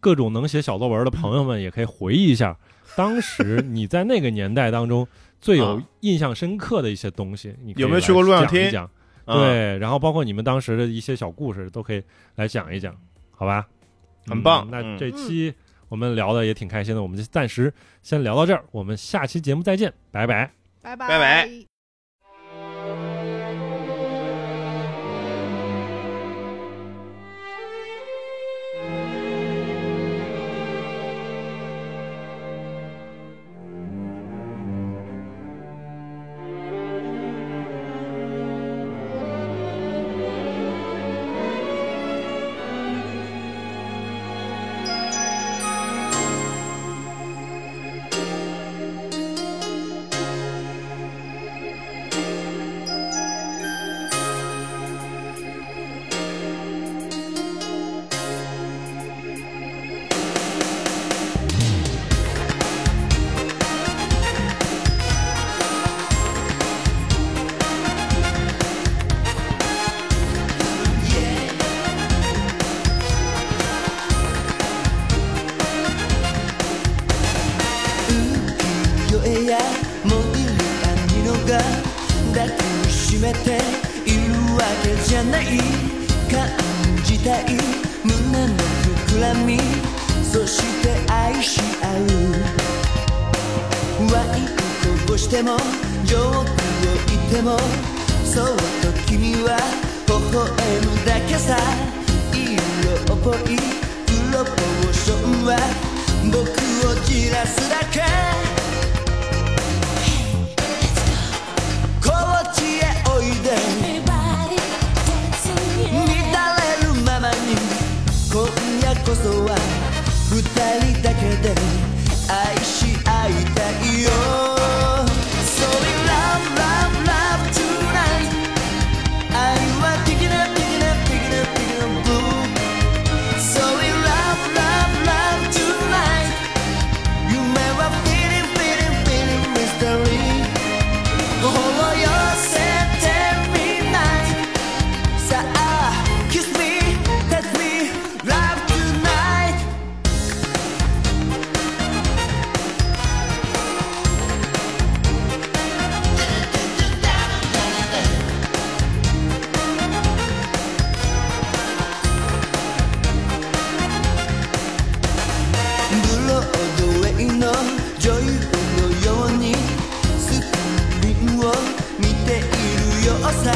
[SPEAKER 1] 各种能写小作文的朋友们也可以回忆一下，当时你在那个年代当中最有
[SPEAKER 5] 啊
[SPEAKER 1] 印象深刻的一些东西，你可以
[SPEAKER 5] 有没有
[SPEAKER 1] 来
[SPEAKER 5] 去过录像
[SPEAKER 1] 讲一
[SPEAKER 5] 厅
[SPEAKER 1] 讲
[SPEAKER 5] 啊，
[SPEAKER 2] 嗯
[SPEAKER 1] 对，然后包括你们当时的一些小故事都可以来讲一讲，好吧？
[SPEAKER 5] 很棒
[SPEAKER 1] 嗯那
[SPEAKER 5] 嗯
[SPEAKER 1] 这期我们聊的也挺开心的，我们就暂时先聊到这儿，我们下期节目再见，拜拜。
[SPEAKER 3] 拜拜
[SPEAKER 2] 拜拜
[SPEAKER 6] 夜やもびる網のが抱きしめているわけじゃない感じたい胸の膨らみそして愛し合う悪いことをしても上手を言ってもそうと君は微笑むだけさ色っぽいプロポーションは僕をじらすだけこっちへおいで乱れるままに今夜こそは二人だけで愛し合いたいよ So we love love love tonight 愛は picking up picking up picking up picking up blue So we love love love tonight 夢は feeling feeling feeling mystery 「ほろ寄せてみない」「さあ Kiss me, touch me, love tonight」ブロードウェイの女優のようにスクリーンを見ているよさ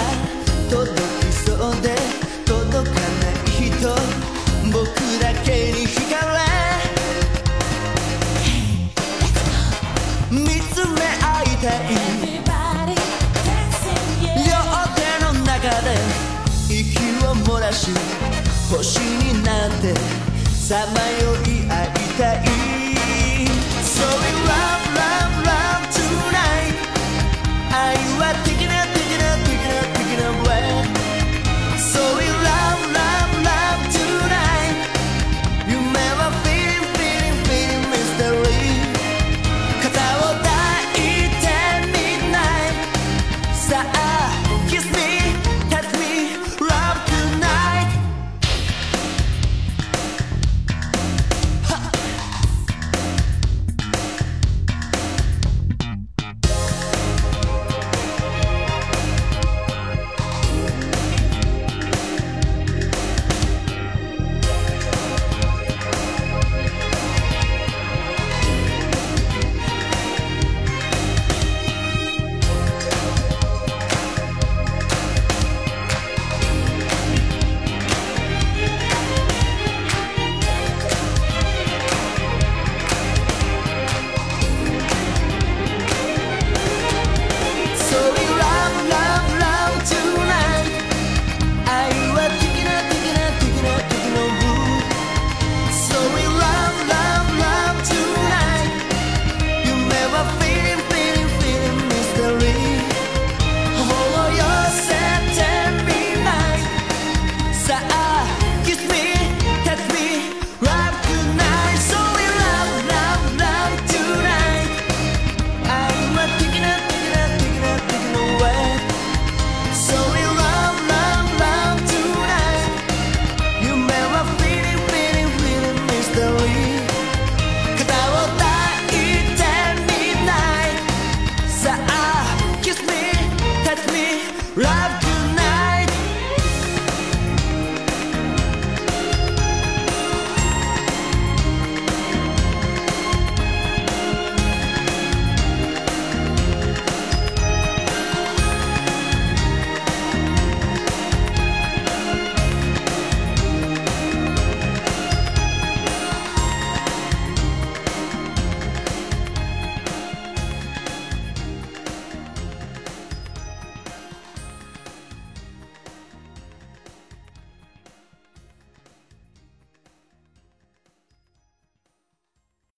[SPEAKER 6] 届きそうで届かない人僕だけに惹かれ見つめ合いたい両手の中で息を漏らし星になってさまよい合いたい So we uh, ah,